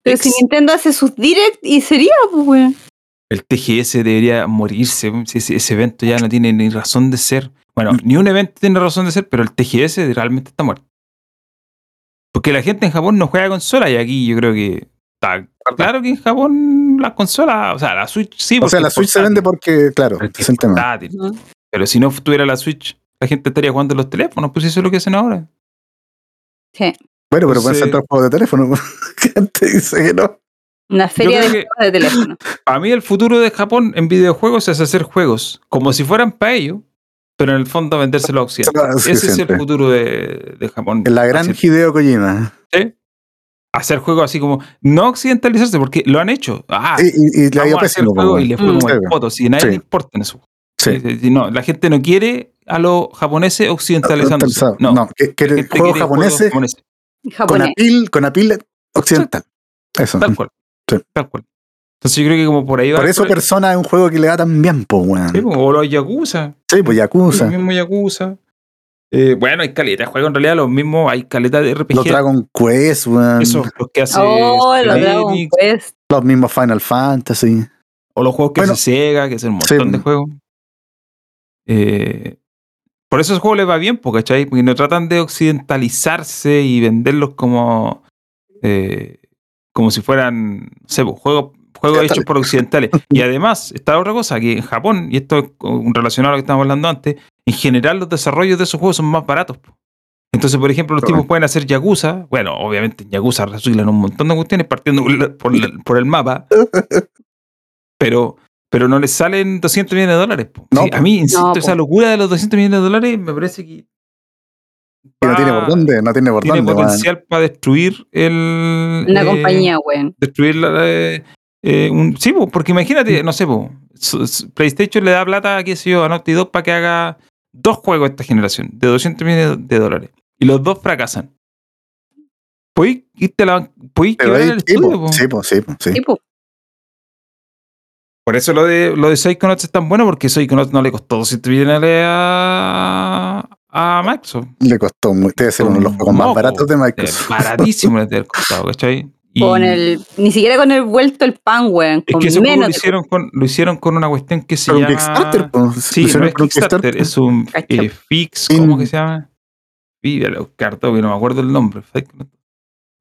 Speaker 2: Pero si
Speaker 1: Ex-
Speaker 2: Nintendo hace sus direct y sería, pues, weón.
Speaker 1: El TGS debería morirse. Si Ese, ese evento ya no tiene ni razón de ser. Bueno,
Speaker 3: Mm.
Speaker 1: ni un evento tiene razón de ser, pero el TGS realmente está muerto. Porque la gente en Japón no juega consola y aquí yo creo que está claro que en Japón las consolas, o sea, la Switch sí.
Speaker 3: O
Speaker 1: porque
Speaker 3: sea, la
Speaker 1: es
Speaker 3: Switch se
Speaker 1: portátil.
Speaker 3: vende porque, claro,
Speaker 1: Pero es que
Speaker 3: es el
Speaker 1: es
Speaker 3: tema.
Speaker 1: portátil. Pero si no tuviera la Switch, la gente estaría jugando en los teléfonos, pues eso es lo que hacen ahora.
Speaker 3: Bueno, pero pueden
Speaker 1: Entonces-
Speaker 3: saltar juegos de teléfono. weón. Gente dice que no.
Speaker 2: Una feria de
Speaker 1: creo que-
Speaker 2: juegos de teléfono.
Speaker 1: A mí el futuro de Japón en videojuegos es hacer juegos, como si fueran para ellos, pero en el fondo vendérselo a Occidente.
Speaker 3: Ah, sí,
Speaker 1: Ese es
Speaker 3: siempre.
Speaker 1: el Ah, futuro de, de Japón.
Speaker 3: La gran
Speaker 1: Hacer-
Speaker 3: Hideo Kojima.
Speaker 1: Hacer juegos así como, no occidentalizarse, porque lo han hecho. Ah,
Speaker 3: Y, y, y le ha
Speaker 1: vamos
Speaker 3: ido
Speaker 1: a hacer
Speaker 3: pésimo,
Speaker 1: juegos y
Speaker 3: weón.
Speaker 1: le fue como
Speaker 3: Sí,
Speaker 1: el poto, si nadie
Speaker 3: Sí.
Speaker 1: le importa en eso.
Speaker 3: Sí.
Speaker 1: Sí, sí, No, la gente no quiere a los japoneses occidentalizándose.
Speaker 3: No,
Speaker 1: No,
Speaker 3: que, que
Speaker 1: la gente
Speaker 3: juegos
Speaker 1: quiere
Speaker 3: japoneses
Speaker 1: japoneses.
Speaker 2: Japonés.
Speaker 3: con apil, con apil occidental. Eso.
Speaker 1: Tal cual.
Speaker 3: Sí.
Speaker 1: Tal cual. Entonces yo creo que como por ahí va.
Speaker 3: Por eso Persona es un juego que le va tan bien, po, weón.
Speaker 1: Sí, pues, o los Yakuza.
Speaker 3: Sí, pues Yakuza.
Speaker 1: Los mismos Yakuza. Eh, bueno, hay caleta de juego en realidad, los mismos, hay caleta de RPG.
Speaker 3: Los Dragon Quest, weón.
Speaker 1: Eso, los que hace
Speaker 2: oh, lo
Speaker 1: Square
Speaker 2: Dragon
Speaker 1: Enix,
Speaker 2: Quest.
Speaker 3: Los mismos Final Fantasy.
Speaker 1: o los juegos que
Speaker 3: Bueno.
Speaker 1: hace Sega, que hace un
Speaker 3: Sí.
Speaker 1: montón de juegos. Eh, por eso a esos juegos les va bien, po, ¿cachai? Porque no tratan de occidentalizarse y venderlos como, eh, como si fueran, no sé, po, juegos, juegos
Speaker 3: Occidentales.
Speaker 1: hechos por occidentales. Y además, está otra cosa, que en Japón, y esto es con- relacionado a lo que estábamos hablando antes, en general los desarrollos de esos juegos son más baratos. po. Entonces, por ejemplo, los
Speaker 3: Claro.
Speaker 1: tipos pueden hacer Yakuza. Bueno, obviamente en Yakuza reciclan un montón de cuestiones partiendo por la- por, la- por el mapa. pero, pero no les salen 200 millones de dólares. po.
Speaker 3: No,
Speaker 1: Sí, a
Speaker 3: po.
Speaker 1: mí, insisto,
Speaker 2: No, po.
Speaker 1: esa locura de los 200 millones de dólares me parece que...
Speaker 3: Que no tiene
Speaker 1: va-
Speaker 3: por dónde, no tiene por
Speaker 1: Ah, Tiene
Speaker 3: dónde, weón.
Speaker 1: potencial para destruir el...
Speaker 2: Una
Speaker 1: eh,
Speaker 2: compañía, weón.
Speaker 1: destruir la- eh, eh, un, sí, po, porque imagínate, no sé, po, su- su- PlayStation le da plata qué sé yo, a Naughty Dog para que haga dos juegos esta generación de 200 millones de dólares y los dos fracasan. Podéis irte a la ban- podéis
Speaker 3: Pero
Speaker 1: quebrar
Speaker 3: ahí-
Speaker 1: el
Speaker 3: sí,
Speaker 1: estudio,
Speaker 3: po,
Speaker 1: po.
Speaker 3: sí, po, sí, po, sí.
Speaker 2: Tipo,
Speaker 1: Por eso lo de, lo de Psychonauts es tan bueno, porque Psychonauts no le costó 200 millones a, a Microsoft.
Speaker 3: Le costó muy, debe ser uno de los juegos
Speaker 1: No,
Speaker 3: más
Speaker 1: po.
Speaker 3: baratos de
Speaker 1: Eh,
Speaker 3: Microsoft.
Speaker 1: baratísimo les debe haber costado, ¿cachai? Y-
Speaker 2: con el, ni siquiera con el vuelto el pan, weón.
Speaker 1: es
Speaker 2: Con
Speaker 1: que ese juego
Speaker 2: menos
Speaker 1: lo
Speaker 2: de-
Speaker 1: hicieron, con, lo hicieron con una cuestión que se
Speaker 3: Pero un
Speaker 1: llama...
Speaker 3: Kickstarter, po.
Speaker 1: Sí,
Speaker 3: Hicieron
Speaker 1: no es
Speaker 3: con un
Speaker 1: Kickstarter, es un
Speaker 2: Cacho.
Speaker 1: eh, fix, ¿cómo
Speaker 3: In-
Speaker 1: que se llama? Fíjalo, cartón, que no me acuerdo el nombre. fake, no.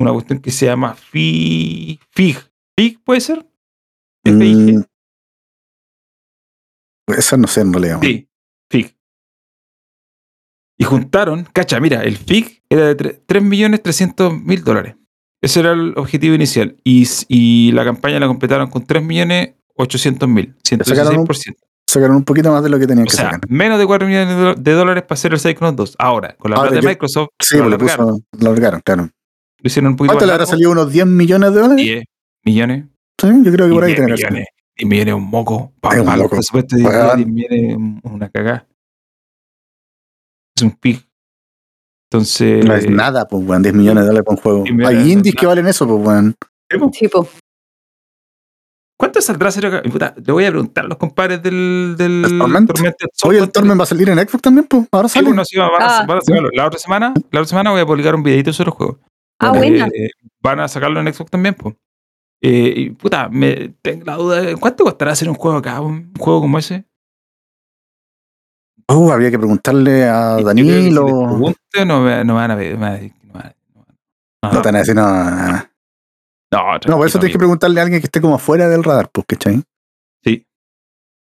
Speaker 1: Una cuestión que se llama fi- FIG. ¿FIG puede ser? FIG.
Speaker 3: Mm. Eso no sé en realidad. weón.
Speaker 1: Sí, FIG. Y juntaron, cacha, mira, el FIG era de tre- 3.300.000 dólares. Ese era el objetivo inicial. Y, s- y la campaña la completaron con 3.800.000,
Speaker 3: sacaron un-
Speaker 1: 116%.
Speaker 3: Sacaron un poquito más de lo que tenían
Speaker 1: O
Speaker 3: que
Speaker 1: sea,
Speaker 3: sacar.
Speaker 1: menos de 4 millones de dola- de dólares para hacer el Psychonauts 2. Ahora, con la
Speaker 3: Ahora,
Speaker 1: plata de
Speaker 3: yo-
Speaker 1: Microsoft,
Speaker 3: Sí,
Speaker 1: lo
Speaker 3: pues le
Speaker 1: alargaron.
Speaker 3: puso, lo largaron, claro.
Speaker 1: Lo hicieron un poquito más
Speaker 3: ¿Cuánto le habrá
Speaker 1: largo,
Speaker 3: salido? ¿Unos 10 millones de dólares?
Speaker 1: 10 millones.
Speaker 3: Sí, yo creo que por ahí
Speaker 1: y
Speaker 3: tiene
Speaker 1: 10
Speaker 3: que ser.
Speaker 1: millones. 10 millones es un moco. Pa,
Speaker 3: Es un
Speaker 1: pa, los
Speaker 3: moco.
Speaker 1: presupuestos de
Speaker 3: Weón.
Speaker 1: 10 millones es una cagada. Es un pig. Entonces.
Speaker 3: No es nada, pues, weón. 10 millones de dólares por un juego.
Speaker 1: 10 millones
Speaker 3: Hay
Speaker 1: de
Speaker 3: indies
Speaker 1: dólares.
Speaker 3: que valen eso, pues, weón.
Speaker 2: Tipo,
Speaker 1: ¿Cuánto saldrá cero ca- puta, Le voy a preguntar a los compadres del, del
Speaker 3: ¿El Torment? Oye, el Torment va a salir en Xbox también, pues. Ahora
Speaker 1: Sí,
Speaker 3: sale.
Speaker 1: bueno, sí, van a-
Speaker 2: Ah.
Speaker 1: van a sacarlo. La otra semana, la otra semana voy a publicar un videito sobre el juego.
Speaker 2: ah,
Speaker 1: Eh,
Speaker 2: buena.
Speaker 1: van a sacarlo en Xbox también, pues. y puta, me tengo la duda de cuánto costará hacer un juego acá, un juego como ese.
Speaker 3: Uh, habría que preguntarle a
Speaker 1: Yo creo que si
Speaker 3: Danilo.
Speaker 1: les pregunto, no, me- no van a ver. No, van a decir- no van a- no,
Speaker 3: No te van a decir nada. No, por eso
Speaker 1: tranquilo,
Speaker 3: tienes que preguntarle a alguien que esté como afuera del radar, pues, ¿cachai?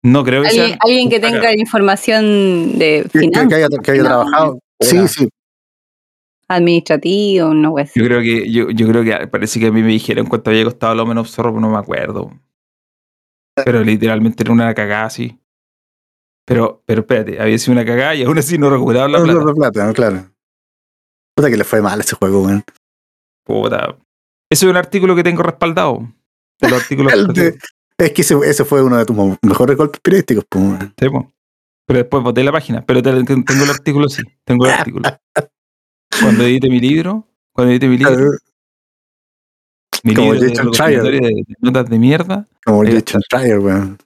Speaker 1: No creo que
Speaker 2: Alguien,
Speaker 1: sea.
Speaker 2: alguien que tenga información de
Speaker 3: Que, que- que
Speaker 2: finanzas,
Speaker 3: haya, que haya
Speaker 2: No.
Speaker 3: trabajado. Sí,
Speaker 1: Fuera.
Speaker 3: sí.
Speaker 2: administrativo, no, weón.
Speaker 1: Yo creo que, yo, yo creo que parece que a mí me dijeron cuánto había costado lo menos zorro, pero no me acuerdo. Pero literalmente era una cagada así. Pero, pero espérate, había sido una cagada y aún así no recuperaron la
Speaker 3: No, no,
Speaker 1: plata.
Speaker 3: no, plata, claro. Puta que le fue mal a ese juego, weón.
Speaker 1: Puta. Ese es un artículo que tengo respaldado. De los artículos
Speaker 3: El
Speaker 1: que
Speaker 3: de- Es que ese, ese fue uno de tus mo- mejores golpes pirísticos, pues, weón.
Speaker 1: Sí, po. Pero después boté la página. Pero te- te- tengo el artículo, sí. Tengo el artículo. Cuando edite mi libro, cuando edite mi libro,
Speaker 3: Eh,
Speaker 1: mi
Speaker 3: como
Speaker 1: libro de,
Speaker 3: Jason
Speaker 1: recopilatorio de, de notas de mierda,
Speaker 3: Como
Speaker 1: Ahí
Speaker 3: el
Speaker 1: está.
Speaker 3: Jason Trier, weón.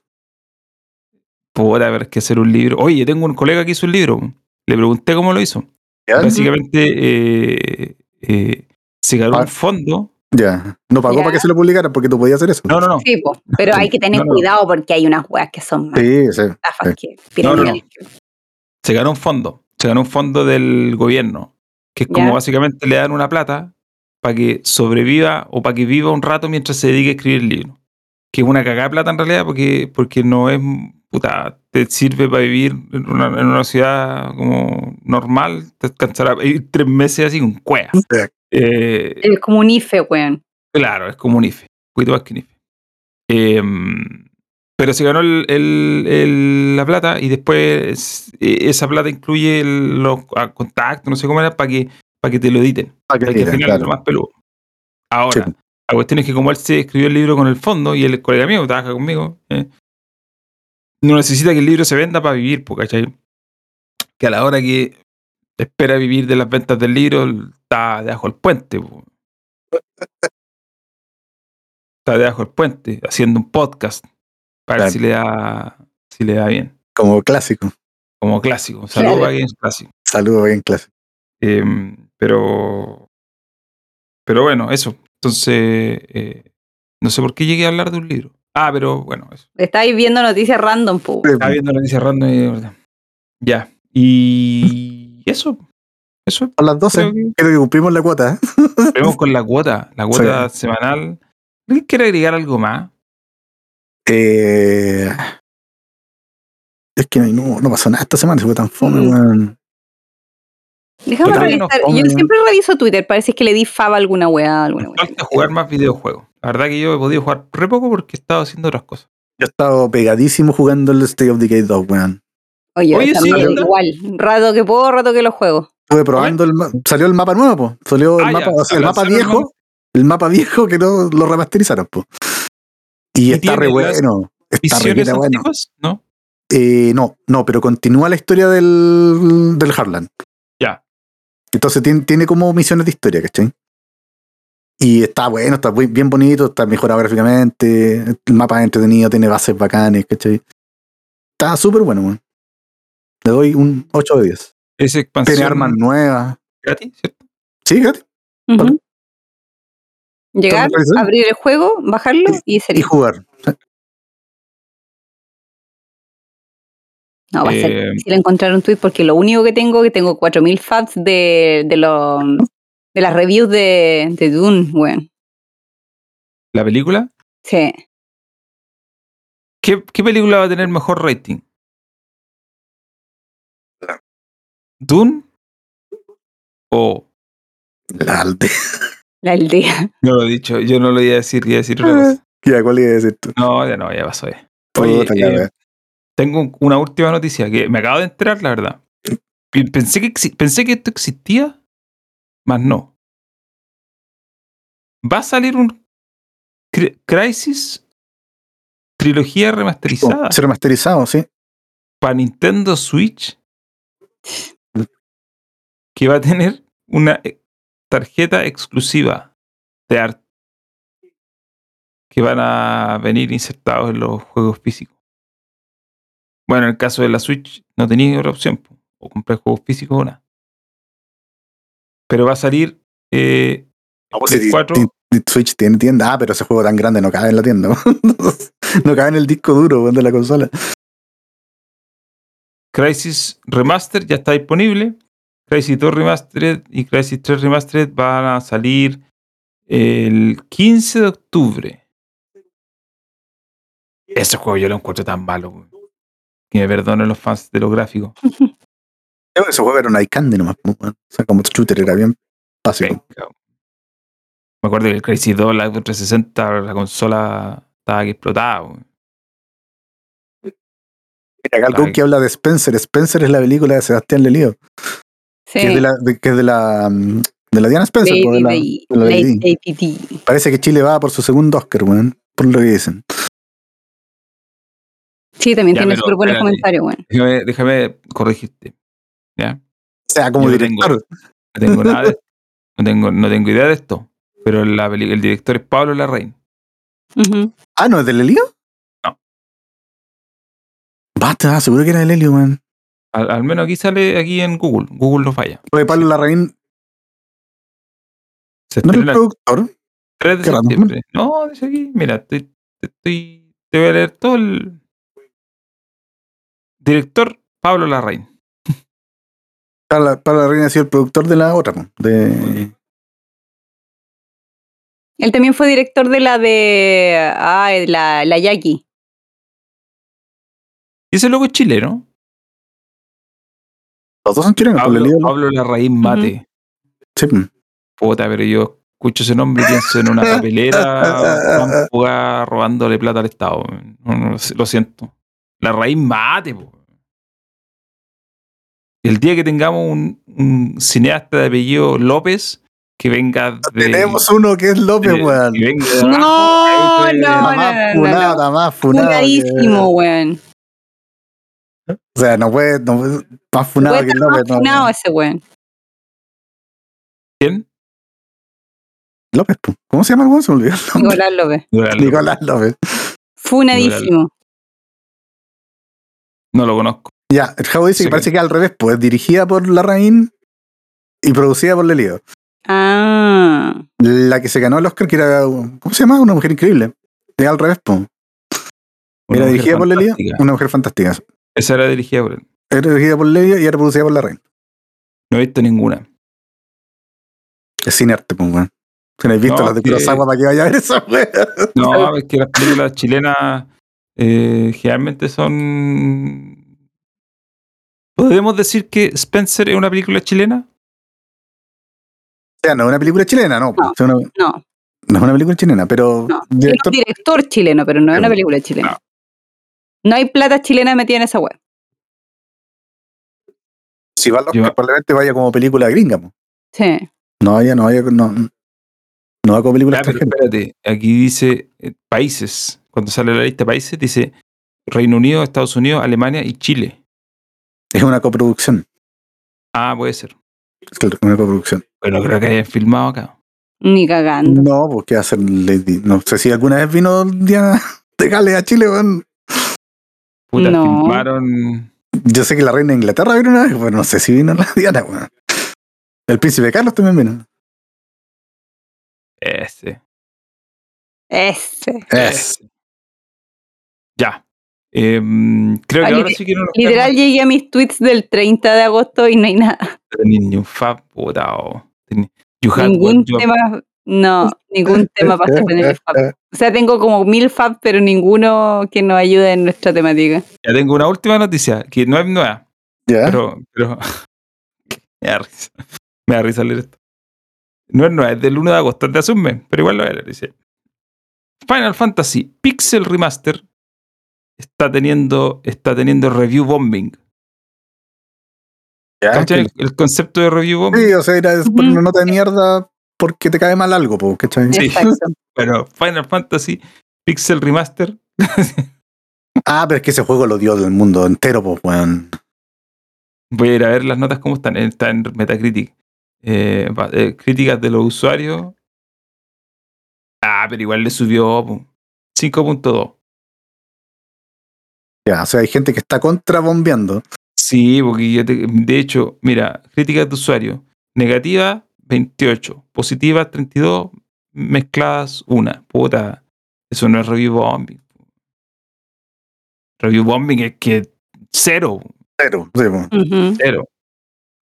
Speaker 1: por haber que hacer un libro. Oye, tengo un colega que hizo un libro. Le pregunté cómo lo hizo.
Speaker 3: ¿Ya?
Speaker 1: Básicamente, eh, eh, se ganó
Speaker 3: Ah.
Speaker 1: un fondo.
Speaker 3: Ya. No pagó
Speaker 2: Ya.
Speaker 3: para que se lo publicaran porque tú podías hacer eso.
Speaker 1: No, no, no.
Speaker 2: Sí, po, pero hay que tener
Speaker 1: No, no.
Speaker 2: cuidado porque hay unas weas que son más
Speaker 3: Sí, sí.
Speaker 2: estafas que
Speaker 1: No, no, no.
Speaker 2: piramidales.
Speaker 1: Se ganó un fondo. Se ganó un fondo del gobierno. Que es como
Speaker 2: Ya.
Speaker 1: básicamente le dan una plata para que sobreviva o para que viva un rato mientras se dedique a escribir el libro. Que es una cagada de plata en realidad porque, porque no es. Puta, te sirve para vivir en una, en una ciudad como normal. Te alcanzará a ir tres meses así con cuea. Eh,
Speaker 2: Es como un E, IFE, weón.
Speaker 1: Claro, es como un IFE, un poquito más que un IFE. Em, pero se ganó el- el- el- la plata y después eh, esa plata incluye el- los ah, contactos, no sé cómo era, para que, para que te lo editen.
Speaker 3: Para que
Speaker 1: Para que al
Speaker 3: tiren,
Speaker 1: final es
Speaker 3: claro.
Speaker 1: lo más peludo. Ahora,
Speaker 3: Sí.
Speaker 1: la cuestión es que como él se escribió el libro con el fondo y el colega mío que trabaja conmigo, eh, no necesita que el libro se venda para vivir, po, ¿cachai? Que a la hora que espera vivir de las ventas del libro, está debajo del puente. po. está debajo del puente haciendo un podcast para
Speaker 3: Claro.
Speaker 1: ver si le da si le da bien.
Speaker 3: Como clásico.
Speaker 1: Como clásico. Un saludo
Speaker 2: Claro.
Speaker 1: para quien es clásico.
Speaker 3: Saludo bien clásico.
Speaker 1: Em, pero pero bueno, eso. Entonces, eh, no sé por qué llegué a hablar de un libro. Ah, pero bueno, eso.
Speaker 2: Estáis viendo noticias random, pues, pu.
Speaker 1: Estaba viendo noticias random y de verdad. Ya. Y eso. Eso es.
Speaker 3: A las 12.
Speaker 1: creo que-
Speaker 3: Creo que cumplimos la cuota. ¿eh?
Speaker 1: Vemos con la cuota, la cuota semanal. ¿Alguien quiere agregar algo más?
Speaker 3: Eh, es que no, no pasó nada esta semana, se fue tan fome,
Speaker 2: Mm.
Speaker 3: weón.
Speaker 2: Déjame
Speaker 1: Total,
Speaker 2: revisar.
Speaker 3: nos come,
Speaker 2: Yo
Speaker 3: ¿no?
Speaker 2: siempre reviso Twitter, parece que le di fava a alguna weá, alguna weá.
Speaker 1: Falta jugar más videojuegos. La verdad que yo he podido jugar re poco porque he estado haciendo otras cosas.
Speaker 3: Yo he estado pegadísimo jugando el State of Decay 2, weón.
Speaker 2: Oye,
Speaker 1: Oye, sí,
Speaker 2: también
Speaker 1: anda.
Speaker 2: igual. Rato que puedo, rato que lo juego.
Speaker 3: Estuve probando el ma- Salió el mapa nuevo, po. Salió el
Speaker 1: Ah,
Speaker 3: mapa,
Speaker 1: ya,
Speaker 3: o sea, el mapa
Speaker 1: lanzaron el
Speaker 3: viejo.
Speaker 1: mapa.
Speaker 3: El mapa viejo que no lo remasterizaron, po. Y,
Speaker 1: ¿Y
Speaker 3: está re
Speaker 1: tiene las
Speaker 3: bueno. Está re
Speaker 1: ¿Misiones
Speaker 3: pila bueno.
Speaker 1: antiguas? ¿No?
Speaker 3: Eh, no, no, pero continúa la historia del, del Harlan.
Speaker 1: Ya.
Speaker 3: Entonces tiene, tiene como misiones de historia, ¿cachai? Y está bueno, está muy- bien bonito, está mejorado gráficamente, el mapa es entretenido, tiene bases bacanes, ¿cachai? Está súper bueno, weón. Le doy un 8 de 10.
Speaker 1: Es expansión
Speaker 3: Tiene armas nuevas.
Speaker 1: gratis, ¿cierto?
Speaker 3: Sí, gratis.
Speaker 2: Ujú.
Speaker 3: Vale.
Speaker 2: Llegar,
Speaker 3: Entonces, ¿sí?
Speaker 2: abrir el juego, bajarlo y
Speaker 3: Y
Speaker 2: sería.
Speaker 3: jugar.
Speaker 2: No, va a ser
Speaker 1: Eh,
Speaker 2: difícil encontrar un tweet porque lo único que tengo que tengo 4000 faps de, de, los de las reviews de, de Dune, weón.
Speaker 1: la película.
Speaker 2: Sí.
Speaker 1: ¿Qué, qué película va a tener mejor rating? ¿Dune? ¿O
Speaker 3: La alde.
Speaker 2: La aldea.
Speaker 1: No lo he dicho, yo no lo iba a decir, iba a decir otra cosa.
Speaker 3: Ya, ¿cuál iba a decir tú?
Speaker 1: No, ya no, ya pasó. ya. Oye,
Speaker 3: Puta, la
Speaker 1: eh,
Speaker 3: wea.
Speaker 1: Tengo un- una última noticia que me acabo de enterar, la verdad. P- Pensé que, exi- pensé que esto existía, mas no. Va a salir un Cri- Crisis trilogía remasterizada
Speaker 3: Se remasterizado, sí.
Speaker 1: para Nintendo Switch que va a tener una e- tarjeta exclusiva de arte que van a venir insertados en los juegos físicos. Bueno, en el caso de la Switch no tenía otra opción, po, o comprar juegos físicos o nada. Pero va a salir eh, Play
Speaker 3: Ah, pues si
Speaker 1: 4.
Speaker 3: ti- ti- Switch tiene tienda. Ah, pero ese juego tan grande no cabe en la tienda. no cabe en el disco duro weón, de la consola.
Speaker 1: Crisis Remaster ya está disponible. Crisis 2 Remastered y Crisis 3 Remastered van a salir el 15 de octubre. Ese juego yo lo encuentro tan malo. weón. Que me perdonen los fans de los gráficos.
Speaker 3: Yo, Eh, Ese juego era un iCandy nomás. po, weón. O sea, como shooter era bien básico.
Speaker 1: Venga. Me acuerdo que el Crisis 2, la Xbox 360, la consola estaba que explotaba. weón.
Speaker 3: Mira, Gal Gadot que habla de Spencer. Spencer es la película de Sebastián Lelío.
Speaker 2: Sí.
Speaker 3: Que es de la, de- que es de la, mm, de la Diana Spencer. po, de la-
Speaker 2: Lady
Speaker 3: de la Lady.
Speaker 2: Lady APT.
Speaker 3: parece que Chile va por su segundo Oscar, weón. Por lo que dicen.
Speaker 2: Sí, también
Speaker 1: Ya,
Speaker 2: tiene
Speaker 1: pero
Speaker 2: súper buenos
Speaker 1: espérate.
Speaker 2: comentarios, weón.
Speaker 1: Déjame, déjame corregirte. ¿Ya?
Speaker 3: O sea, como
Speaker 1: Yo lo
Speaker 3: director.
Speaker 1: No tengo nada de- no tengo, no tengo idea de esto. Pero la peli- el director es Pablo Larraín.
Speaker 2: Ujú.
Speaker 3: Ah, ¿no es de Lelío?
Speaker 1: No.
Speaker 3: Basta, seguro que era de Lelio, weón.
Speaker 1: Al, al menos aquí sale aquí en Google. Google no falla.
Speaker 3: Porque Pablo Larraín
Speaker 1: Se
Speaker 3: no era el
Speaker 1: estrena el
Speaker 3: productor.
Speaker 1: 3 de
Speaker 3: qué raro.
Speaker 1: septiembre. No, dice aquí. Mira, estoy, estoy- te voy a leer todo el. Director Pablo Larraín.
Speaker 3: Pablo Pablo Larraín ha sido el productor de la otra, po, de
Speaker 2: Él también fue director de la de. Ah, la, la Jackie.
Speaker 1: Y ese loco es chileno.
Speaker 3: Los dos son chilenos, pues, por
Speaker 1: Pablo,
Speaker 3: el lío.
Speaker 1: Pablo Larraín Mate.
Speaker 3: Sí.
Speaker 1: Puta, pero yo escucho ese nombre y pienso en una papelera jugada robándole plata al Estado. No, no, lo siento. La raíz mate, po. El día que tengamos un, un cineasta de apellido López que venga de.
Speaker 3: Tenemos uno que es López,
Speaker 1: de-
Speaker 3: weón.
Speaker 1: que venga de
Speaker 2: No,
Speaker 1: abajo, ahí ustedes-
Speaker 2: no,
Speaker 3: Está
Speaker 2: no.
Speaker 3: más funado, está más funado.
Speaker 2: Funadísimo, weón.
Speaker 3: que- O sea, no puede, no puede- más funado
Speaker 2: Puede
Speaker 3: que
Speaker 2: estar más
Speaker 3: López. no,
Speaker 2: funado
Speaker 3: weón.
Speaker 2: ese weón.
Speaker 1: ¿Quién?
Speaker 3: López, po. ¿cómo se llama el weón? Se me olvidó. el nombre.
Speaker 2: Nicolás López.
Speaker 3: Nicolás López.
Speaker 2: Funadísimo.
Speaker 1: No lo conozco.
Speaker 3: Ya, el Javo dice
Speaker 1: Sí.
Speaker 3: que parece que es al revés, pues es dirigida por Larraín y producida por Lelio.
Speaker 2: Ah.
Speaker 3: La que se ganó el Oscar, que era, ¿cómo se llama? Una mujer increíble. Es al revés, pues.
Speaker 1: Una
Speaker 3: Era
Speaker 1: mujer
Speaker 3: dirigida por Lelio,
Speaker 1: fantástica.
Speaker 3: una mujer fantástica.
Speaker 1: Esa era dirigida por él.
Speaker 3: Era dirigida por Lelio y era producida por Larraín.
Speaker 1: No he visto ninguna.
Speaker 3: Es sin arte, pues, weón. Si no has visto
Speaker 1: No,
Speaker 3: las de
Speaker 1: que-
Speaker 3: Kurosawa, ¿para que vaya a ver esa weá?
Speaker 1: No, es que las películas chilenas eh, generalmente son. ¿Podemos decir que Spencer es una película chilena?
Speaker 3: O sea, no es una película chilena, no.
Speaker 2: No.
Speaker 3: po. O sea, una-
Speaker 2: No,
Speaker 3: no es una película chilena, pero
Speaker 2: No.
Speaker 3: director-
Speaker 2: es un director chileno, pero no es una
Speaker 3: Pero-
Speaker 2: película chilena. No hay plata chilena metida en esa web.
Speaker 3: si va al Oscar,
Speaker 1: Yo-
Speaker 3: probablemente vaya como película gringa. po.
Speaker 2: Sí.
Speaker 3: No vaya, no vaya, no, no va como película
Speaker 1: Ya, pero
Speaker 3: extranjera.
Speaker 1: espérate, aquí dice eh, países. Cuando sale la lista de países, dice Reino Unido, Estados Unidos, Alemania y Chile.
Speaker 3: Es una coproducción.
Speaker 1: Ah, puede ser.
Speaker 3: Es que Una coproducción.
Speaker 1: Pero creo que hayan filmado acá.
Speaker 2: Ni cagando.
Speaker 3: No, pues, porque hacer Lady. No sé si alguna vez vino Diana de Gales a Chile, weón.
Speaker 1: Puta,
Speaker 2: No.
Speaker 1: filmaron.
Speaker 3: Yo sé que la reina de Inglaterra vino una vez, pero no sé si vino la Diana, weón. El príncipe Carlos también vino.
Speaker 1: Este.
Speaker 2: Ese.
Speaker 3: Es.
Speaker 1: Ya. Em, creo
Speaker 2: Ah,
Speaker 1: que ahora
Speaker 2: liter-
Speaker 1: sí que no nos
Speaker 2: Literal llegué a mis tweets del 30 de agosto y no hay nada.
Speaker 1: queda ni- ni un fab votado. Ni- You had
Speaker 2: Ningún
Speaker 1: one job.
Speaker 2: tema. No, ningún tema para estar en el FAB. O sea, tengo como mil FAB, pero ninguno que nos ayude en nuestra temática.
Speaker 1: Ya tengo una última noticia, que no es nueva,
Speaker 2: ¿Ah?
Speaker 3: ¿Ya?
Speaker 1: pero, pero me da risa. Me da risa leer esto. No es nueva, es del 1 de agosto, es de hace un mes, pero igual lo era, dice. Final Fantasy Pixel Remaster está teniendo, está teniendo review bombing.
Speaker 2: Ah,
Speaker 3: Ya,
Speaker 1: ¿Cachan el, el concepto de review bombing?
Speaker 3: Sí, o sea, era es poner
Speaker 2: Ujú.
Speaker 3: una nota de mierda porque te cae mal algo, po, ¿cachai?
Speaker 1: Sí.
Speaker 2: Exacto.
Speaker 1: Pero Final Fantasy Pixel Remaster
Speaker 3: Ah, pero es que ese juego lo dio del mundo entero, pues, weón.
Speaker 1: Voy a ir a ver las notas cómo están. Está en Metacritic. Eh, va- eh, críticas de los usuarios. Ah, pero igual le subió po. 5.2.
Speaker 3: Ya, o sea, hay gente que está contra bombeando.
Speaker 1: Sí, porque yo te- de hecho, mira, críticas de usuario. Negativa, 28. Positiva, 32. Mezcladas, 1. Puta, eso no es review bombing. Review bombing es que cero,
Speaker 3: Pero, sí, po.
Speaker 2: Ujú.
Speaker 1: Cero.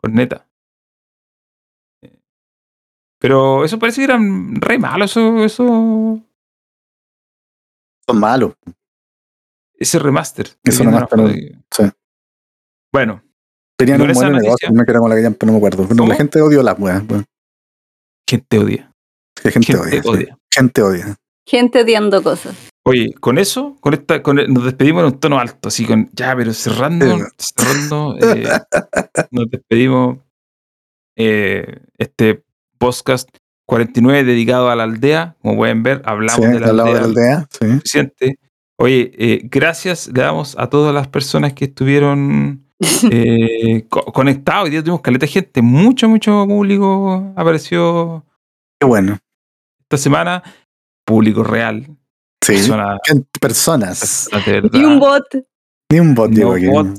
Speaker 1: Corneta. Eh, Pero eso parece que eran re malos, eso, eso,
Speaker 3: son malos.
Speaker 1: ese remaster.
Speaker 3: Eso
Speaker 1: Estoy viendo
Speaker 3: remaster,
Speaker 1: una foto
Speaker 3: sí.
Speaker 1: que- Bueno,
Speaker 3: Tenían
Speaker 1: Con
Speaker 3: un
Speaker 1: esa
Speaker 3: buen
Speaker 1: noticia-
Speaker 3: negocio, me quedo con la que ya- no me acuerdo. Pero
Speaker 1: ¿Cómo?
Speaker 3: la gente odió las weas, weón.
Speaker 1: ¿quién te odia?
Speaker 3: Que gente,
Speaker 1: ¿Quién
Speaker 3: odia.
Speaker 1: te
Speaker 3: sí.
Speaker 1: odia?
Speaker 3: Gente odia.
Speaker 2: Gente odiando cosas.
Speaker 1: Oye, con eso, con esta, con el- nos despedimos en un tono alto, así con, ya, pero cerrando, cerrando, eh, nos despedimos eh, este podcast 49 dedicado a la aldea, como pueden ver, hablamos
Speaker 3: sí,
Speaker 1: de la
Speaker 3: al lado de
Speaker 1: aldea,
Speaker 3: la aldea, sí.
Speaker 1: suficiente. Oye, eh, gracias le damos a todas las personas que estuvieron eh, co- conectados. Hoy día tuvimos caleta de gente, mucho, mucho público apareció
Speaker 3: Qué bueno.
Speaker 1: esta semana. Público real,
Speaker 3: Sí.
Speaker 1: personas
Speaker 3: Gente- personas.
Speaker 1: personas de verdad.
Speaker 2: Y un bot.
Speaker 3: Ni un bot,
Speaker 1: No
Speaker 3: digo aquí.
Speaker 1: bot.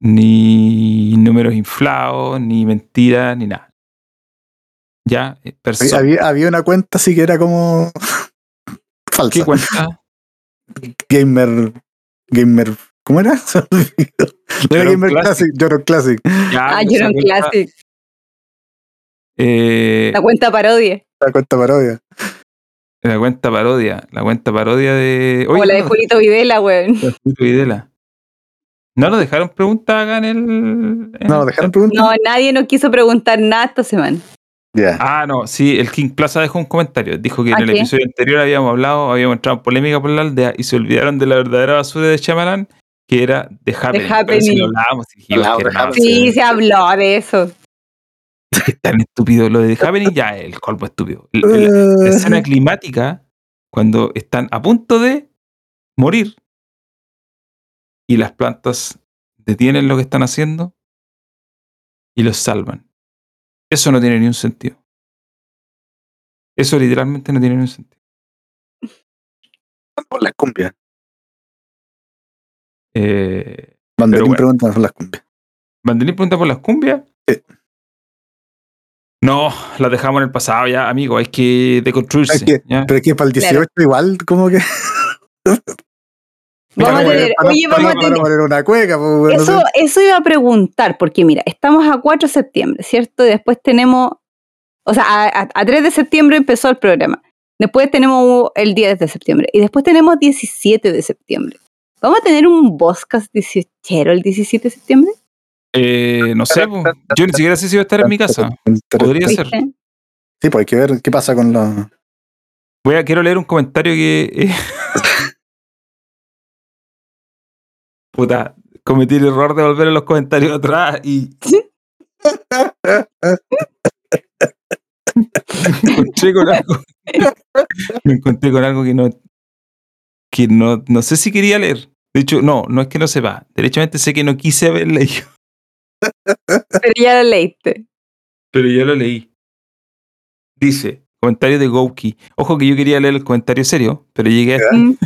Speaker 1: Ni números inflados, ni mentiras, ni nada. Ya, eh,
Speaker 3: Había-
Speaker 1: personas.
Speaker 3: Había, había una cuenta así que era como
Speaker 1: ¿Qué
Speaker 3: falsa.
Speaker 1: cuenta?
Speaker 3: Gamer. Gamer. ¿Cómo era? Se me olvidó. No era
Speaker 1: Llorón
Speaker 3: Gamer Classic,
Speaker 1: Classic.
Speaker 3: Llorón Classic.
Speaker 1: Ya,
Speaker 2: Ah,
Speaker 1: pero esa
Speaker 2: Jordan
Speaker 1: cuenta,
Speaker 2: Classic.
Speaker 1: eh,
Speaker 2: La cuenta parodia.
Speaker 3: La cuenta parodia.
Speaker 1: la cuenta parodia. La cuenta parodia de.
Speaker 2: Como
Speaker 1: Oye,
Speaker 2: la de
Speaker 1: no,
Speaker 2: Julito Videla, weón.
Speaker 1: La Fito Videla. No nos dejaron preguntas acá en el. en
Speaker 3: No,
Speaker 1: el
Speaker 3: dejaron
Speaker 1: chat.
Speaker 3: preguntas.
Speaker 2: No, nadie nos quiso preguntar nada esta semana.
Speaker 3: Ya.
Speaker 1: Ah, no, sí, el King Plaza dejó un comentario. Dijo que
Speaker 2: ¿Ah,
Speaker 1: en el
Speaker 2: qué?
Speaker 1: episodio anterior habíamos hablado, habíamos entrado en polémica por la aldea y se olvidaron de la verdadera basura de Shyamalan, que era The Happening. Pero si
Speaker 2: Happening.
Speaker 1: lo hablábamos, dijimos
Speaker 3: Hablamos
Speaker 1: que
Speaker 3: de
Speaker 1: era una
Speaker 3: Happening.
Speaker 1: basura.
Speaker 2: Sí, se habló de eso.
Speaker 1: que es tan estúpido lo de The Happening, ya el colpo estúpido. El- el- la escena
Speaker 3: Eh,
Speaker 1: climática cuando están a punto de morir y las plantas detienen lo que están haciendo y los salvan. Eso no tiene ni un sentido. Eso literalmente no tiene ningún sentido.
Speaker 3: Por las cumbias.
Speaker 1: Eh,
Speaker 3: Banderín
Speaker 1: bueno.
Speaker 3: pregunta por las cumbias.
Speaker 1: Vandelín pregunta por las cumbias.
Speaker 3: Sí.
Speaker 1: No, las dejamos en el pasado ya, amigo. Hay que deconstruirse.
Speaker 3: Hay que-
Speaker 1: ¿ya?
Speaker 3: Pero es que para el
Speaker 2: Claro.
Speaker 3: 18 igual, como que.
Speaker 2: Vamos a
Speaker 1: Para-
Speaker 2: tener,
Speaker 3: para-
Speaker 2: oye,
Speaker 3: para-
Speaker 2: vamos a
Speaker 3: para
Speaker 2: tener.
Speaker 3: poner una cueca, pues, bueno,
Speaker 2: Eso,
Speaker 3: no sé.
Speaker 2: eso iba a preguntar, porque mira, estamos a 4 de septiembre, ¿cierto? Y Después tenemos, o sea, a, a- a 3 de septiembre empezó el programa. Después tenemos el 10 de septiembre. Y después tenemos 17 de septiembre. ¿Vamos a tener un podcast 18 el 17 de septiembre?
Speaker 1: Eh, no sé, po. yo ni siquiera sé si voy a estar en mi casa. Podría ser.
Speaker 2: ¿Viste?
Speaker 3: Sí, pues hay que ver qué pasa con los.
Speaker 1: Voy a, quiero leer un comentario que. eh, Puta, cometí el error de volver a los comentarios atrás y. me encontré con algo. me encontré con algo que no. Que no, no sé si quería leer. De hecho, no, no es que no sepa. Derechamente sé que no quise haber leído.
Speaker 2: Pero ya lo leíste.
Speaker 1: Pero ya lo leí. Dice, comentario de Gouki. Ojo que yo quería leer el comentario serio, pero llegué a este
Speaker 2: Mm.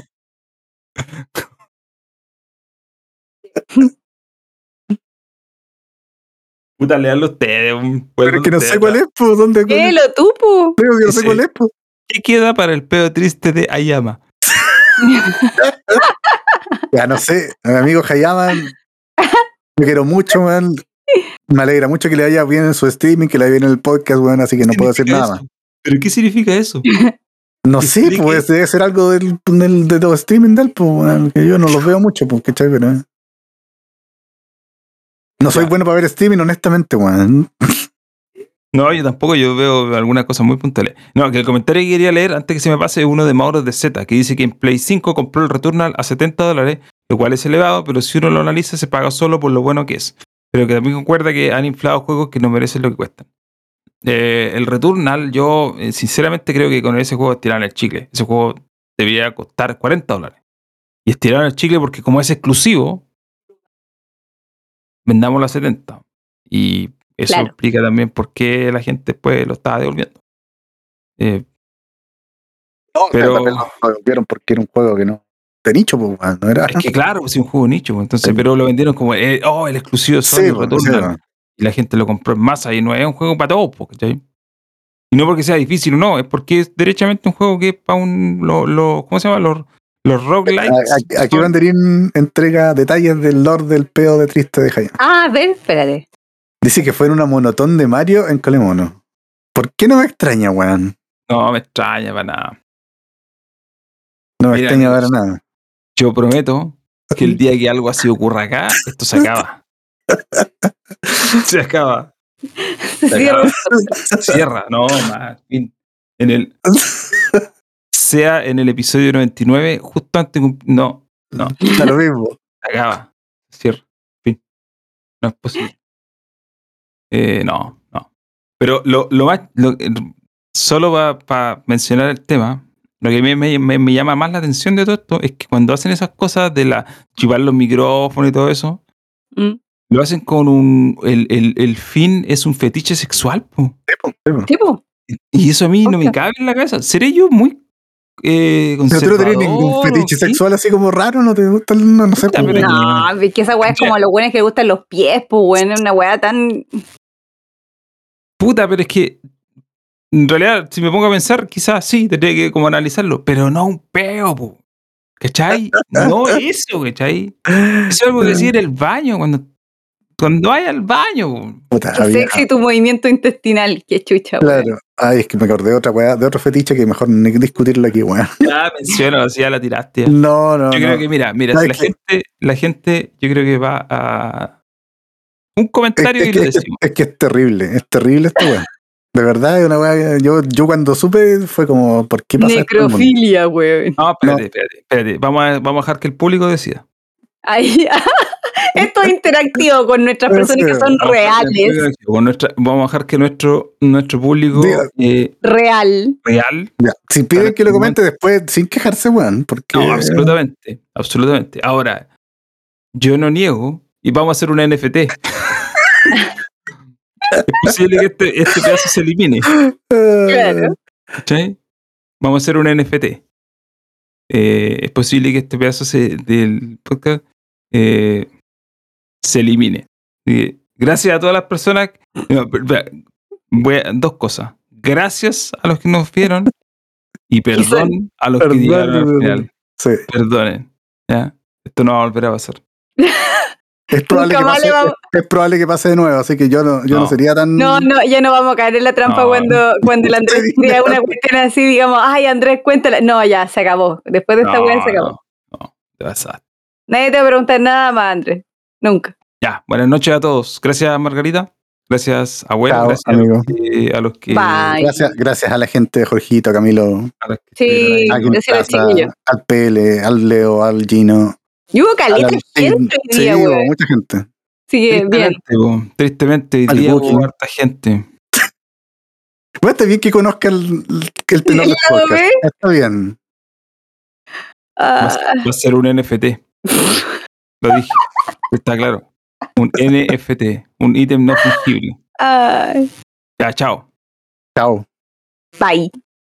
Speaker 1: Puta, leanlo ustedes. un-
Speaker 3: Pero es que no
Speaker 1: ustedes,
Speaker 3: sé cuál
Speaker 1: ¿verdad?
Speaker 3: es, pues, ¿dónde? coño?
Speaker 2: Léelo tú, po.
Speaker 3: Creo que no sé
Speaker 1: Sí.
Speaker 3: cuál es, pues.
Speaker 1: ¿Qué queda para el pedo triste de Ayama?
Speaker 3: Ya no sé, a mi amigo Hayama, lo quiero mucho, weón. Me alegra mucho que le vaya bien en su streaming, que le vaya bien en el podcast, weón, así que no puedo decir
Speaker 1: ¿Significa
Speaker 3: nada más.
Speaker 1: eso? ¿Pero qué significa eso?
Speaker 3: No sé,
Speaker 1: Explique.
Speaker 3: pues debe ser algo del, del, de los streaming del, pues, weón, que yo no los veo mucho, pues, ¿cachai? Pero, eh. No soy
Speaker 1: Ya.
Speaker 3: bueno para ver streaming, honestamente, weón.
Speaker 1: No, yo tampoco, yo veo alguna cosa muy puntual. No, que el comentario que quería leer antes que se me pase es uno de Mauro de Z, que dice que en Play 5 compró el Returnal a 70 dólares, lo cual es elevado, pero si uno lo analiza se paga solo por lo bueno que es. Pero que también concuerda que han inflado juegos que no merecen lo que cuestan. Eh, el Returnal, yo eh, sinceramente creo que con ese juego estiraron el chicle. Ese juego debería costar 40 dólares. Y estiraron el chicle porque como es exclusivo, vendámoslo a 70. Y eso
Speaker 2: Claro.
Speaker 1: explica también por qué la gente después lo estaba devolviendo. Eh,
Speaker 3: No,
Speaker 1: Pero-
Speaker 3: también lo lo vieron porque era un juego que no. De nicho, pues, weón, no era.
Speaker 1: es que claro, es un juego de nicho, pues, entonces,
Speaker 3: Sí.
Speaker 1: pero lo vendieron como, eh, oh, el exclusivo de Sony
Speaker 3: Sí, pues, sí,
Speaker 1: Returnal.
Speaker 3: weón.
Speaker 1: y la gente lo compró en masa y no es un juego para todos, po, ¿cachai? Y no porque sea difícil o no, es porque es derechamente un juego que es para un. Lo, lo- ¿Cómo se llama? Los, los roguelikes.
Speaker 3: Eh, A- a- Aquí
Speaker 1: son-
Speaker 3: Banderín entrega detalles del lore del peo de triste de Hayama.
Speaker 2: Ah, a ver, espérate.
Speaker 3: Dice que fue en una monotón de Mario en Colemono. ¿Por qué no me extraña, weón?
Speaker 1: No me extraña para nada.
Speaker 3: No me
Speaker 1: Mira,
Speaker 3: extraña para
Speaker 1: amigos.
Speaker 3: nada.
Speaker 1: Yo prometo que el día que algo así ocurra acá, esto se acaba. se acaba.
Speaker 2: Se cierra.
Speaker 1: Cierra. No, más. fin. En el. Sea en el episodio 99, justo antes. de cum- No,
Speaker 3: Está lo mismo.
Speaker 1: Se acaba. Cierra. Fin. No es posible. Eh, no, no. Pero lo, lo más. lo- eh, solo para mencionar el tema, lo que me, me- me- me llama más la atención de todo esto es que cuando hacen esas cosas de la chupar los micrófonos y todo eso,
Speaker 2: Mm.
Speaker 1: lo hacen con un. El, el- el fin es un fetiche sexual, po.
Speaker 2: Sí, po.
Speaker 1: Y eso a mí no me
Speaker 2: Otra.
Speaker 1: cabe en la cabeza. ¿Seré yo muy. Eh,
Speaker 3: Pero tú no
Speaker 1: conservador?
Speaker 3: tenés ningún fetiche
Speaker 1: ¿Sí?
Speaker 3: sexual así como raro, no te gusta, el- no, no sé.
Speaker 1: Puta,
Speaker 3: pues,
Speaker 1: pero-
Speaker 3: weón.
Speaker 2: No, es que esa weá es como a los buenos que le gustan los pies, pues, weón. Es una weá tan.
Speaker 1: Puta, pero es que en realidad, si me pongo a pensar, quizás sí, tendría que como analizarlo, pero no un peo, po. ¿cachai? No eso, ¿cachai? Eso es algo que decir el baño, cuando, cuando vaya al baño. po.
Speaker 3: Puta,
Speaker 2: Qué
Speaker 3: había-
Speaker 2: sexy tu movimiento intestinal. Qué chucha, weón.
Speaker 3: Claro. Ay, es que me acordé de otra weá, de otro fetiche que mejor ni discutirlo aquí, weón.
Speaker 1: Ya menciono, ya la tiraste. ya.
Speaker 3: No, no.
Speaker 1: Yo
Speaker 3: no.
Speaker 1: creo que, mira, mira, si
Speaker 3: ¿Sabes
Speaker 1: la
Speaker 3: qué?
Speaker 1: gente, la gente, yo creo que va a un
Speaker 3: Es,
Speaker 1: comentario
Speaker 3: es
Speaker 1: y
Speaker 3: que,
Speaker 1: lo
Speaker 3: es que-
Speaker 1: decimos.
Speaker 3: es que es terrible, es terrible esta weá. De verdad, es una weá. que Yo, yo cuando supe fue como, ¿por qué pasa esto en el mundo?
Speaker 2: Necrofilia, weón.
Speaker 1: No, espérate, espérate, espérate. Vamos a, vamos a dejar que el público decida.
Speaker 2: Ahí- Esto es interactivo con nuestras
Speaker 3: Pero
Speaker 2: personas que
Speaker 3: sí.
Speaker 2: son
Speaker 1: Vamos a dejar que el
Speaker 2: reales.
Speaker 1: público- con nuestra- vamos a dejar que nuestro, nuestro público
Speaker 3: Diga.
Speaker 1: eh,
Speaker 2: Real.
Speaker 1: real
Speaker 3: Ya, Si
Speaker 1: Para
Speaker 3: piden que lo
Speaker 1: el
Speaker 3: comente después, sin quejarse, weón, porque. eh,
Speaker 1: No, absolutamente, absolutamente. Ahora, yo no niego y vamos a hacer una NFT. es posible que este, este pedazo se elimine.
Speaker 3: Eh,
Speaker 2: Claro.
Speaker 1: ¿Cachai? Vamos a hacer un NFT. Eh, es posible que este pedazo se- del podcast eh, se elimine. Así que, gracias a todas las personas. no, pero, pero, voy a- dos cosas. Gracias a los que nos vieron y perdón a los que
Speaker 3: Perdón,
Speaker 1: llegaron al final.
Speaker 3: Sí.
Speaker 1: Perdonen. ¿ya? Esto no va a volver a pasar.
Speaker 3: Es probable,
Speaker 2: Nunca
Speaker 3: que
Speaker 2: más
Speaker 3: pase,
Speaker 2: le vamos-
Speaker 3: es probable que pase de nuevo, así que yo no, yo no,
Speaker 1: No.
Speaker 3: sería tan.
Speaker 2: No, no, ya no vamos a caer en la trampa
Speaker 1: No.
Speaker 2: cuando, cuando el Andrés
Speaker 3: Sí,
Speaker 2: crea
Speaker 3: no.
Speaker 2: una cuestión así, digamos, ay Andrés, cuéntala. No, ya, se acabó. Después de esta
Speaker 1: No,
Speaker 2: weá se acabó.
Speaker 1: no, no, te vas a-
Speaker 2: Nadie te va a preguntar nada más, Andrés. Nunca.
Speaker 1: Ya, buenas noches a todos. Gracias, Margarita. Gracias, abuela.
Speaker 3: Chao,
Speaker 1: gracias a
Speaker 3: amigo.
Speaker 1: los que- a los que.
Speaker 2: Bye.
Speaker 3: Gracias, gracias a la gente de Jorgito, Camilo,
Speaker 1: a los que
Speaker 2: Sí.
Speaker 1: estuvieron ahí.
Speaker 3: a
Speaker 2: Gracias a los
Speaker 3: Quintaza,
Speaker 2: chiquillos.
Speaker 3: al PL, al Leo, al Gino.
Speaker 2: Y hubo
Speaker 3: a la
Speaker 2: caleta de
Speaker 3: Lucín.
Speaker 2: gente hoy
Speaker 3: Sí,
Speaker 2: día,
Speaker 3: hubo
Speaker 2: weón.
Speaker 3: mucha gente.
Speaker 2: Así que bien.
Speaker 1: Tristemente, po, tristemente, hoy
Speaker 3: Al
Speaker 1: día
Speaker 3: Booking.
Speaker 1: hubo harta gente.
Speaker 3: Bueno, está bien que conozca el, el tenor
Speaker 2: Sí,
Speaker 3: del
Speaker 2: la
Speaker 3: podcast.
Speaker 2: bebé.
Speaker 3: Está bien.
Speaker 1: Va a
Speaker 2: Ah,
Speaker 1: ser- va a ser un NFT. Lo dije. Está claro. Un NFT. Un ítem no fungible.
Speaker 2: ay.
Speaker 1: Ya, chao.
Speaker 3: Chao.
Speaker 2: ah, bye.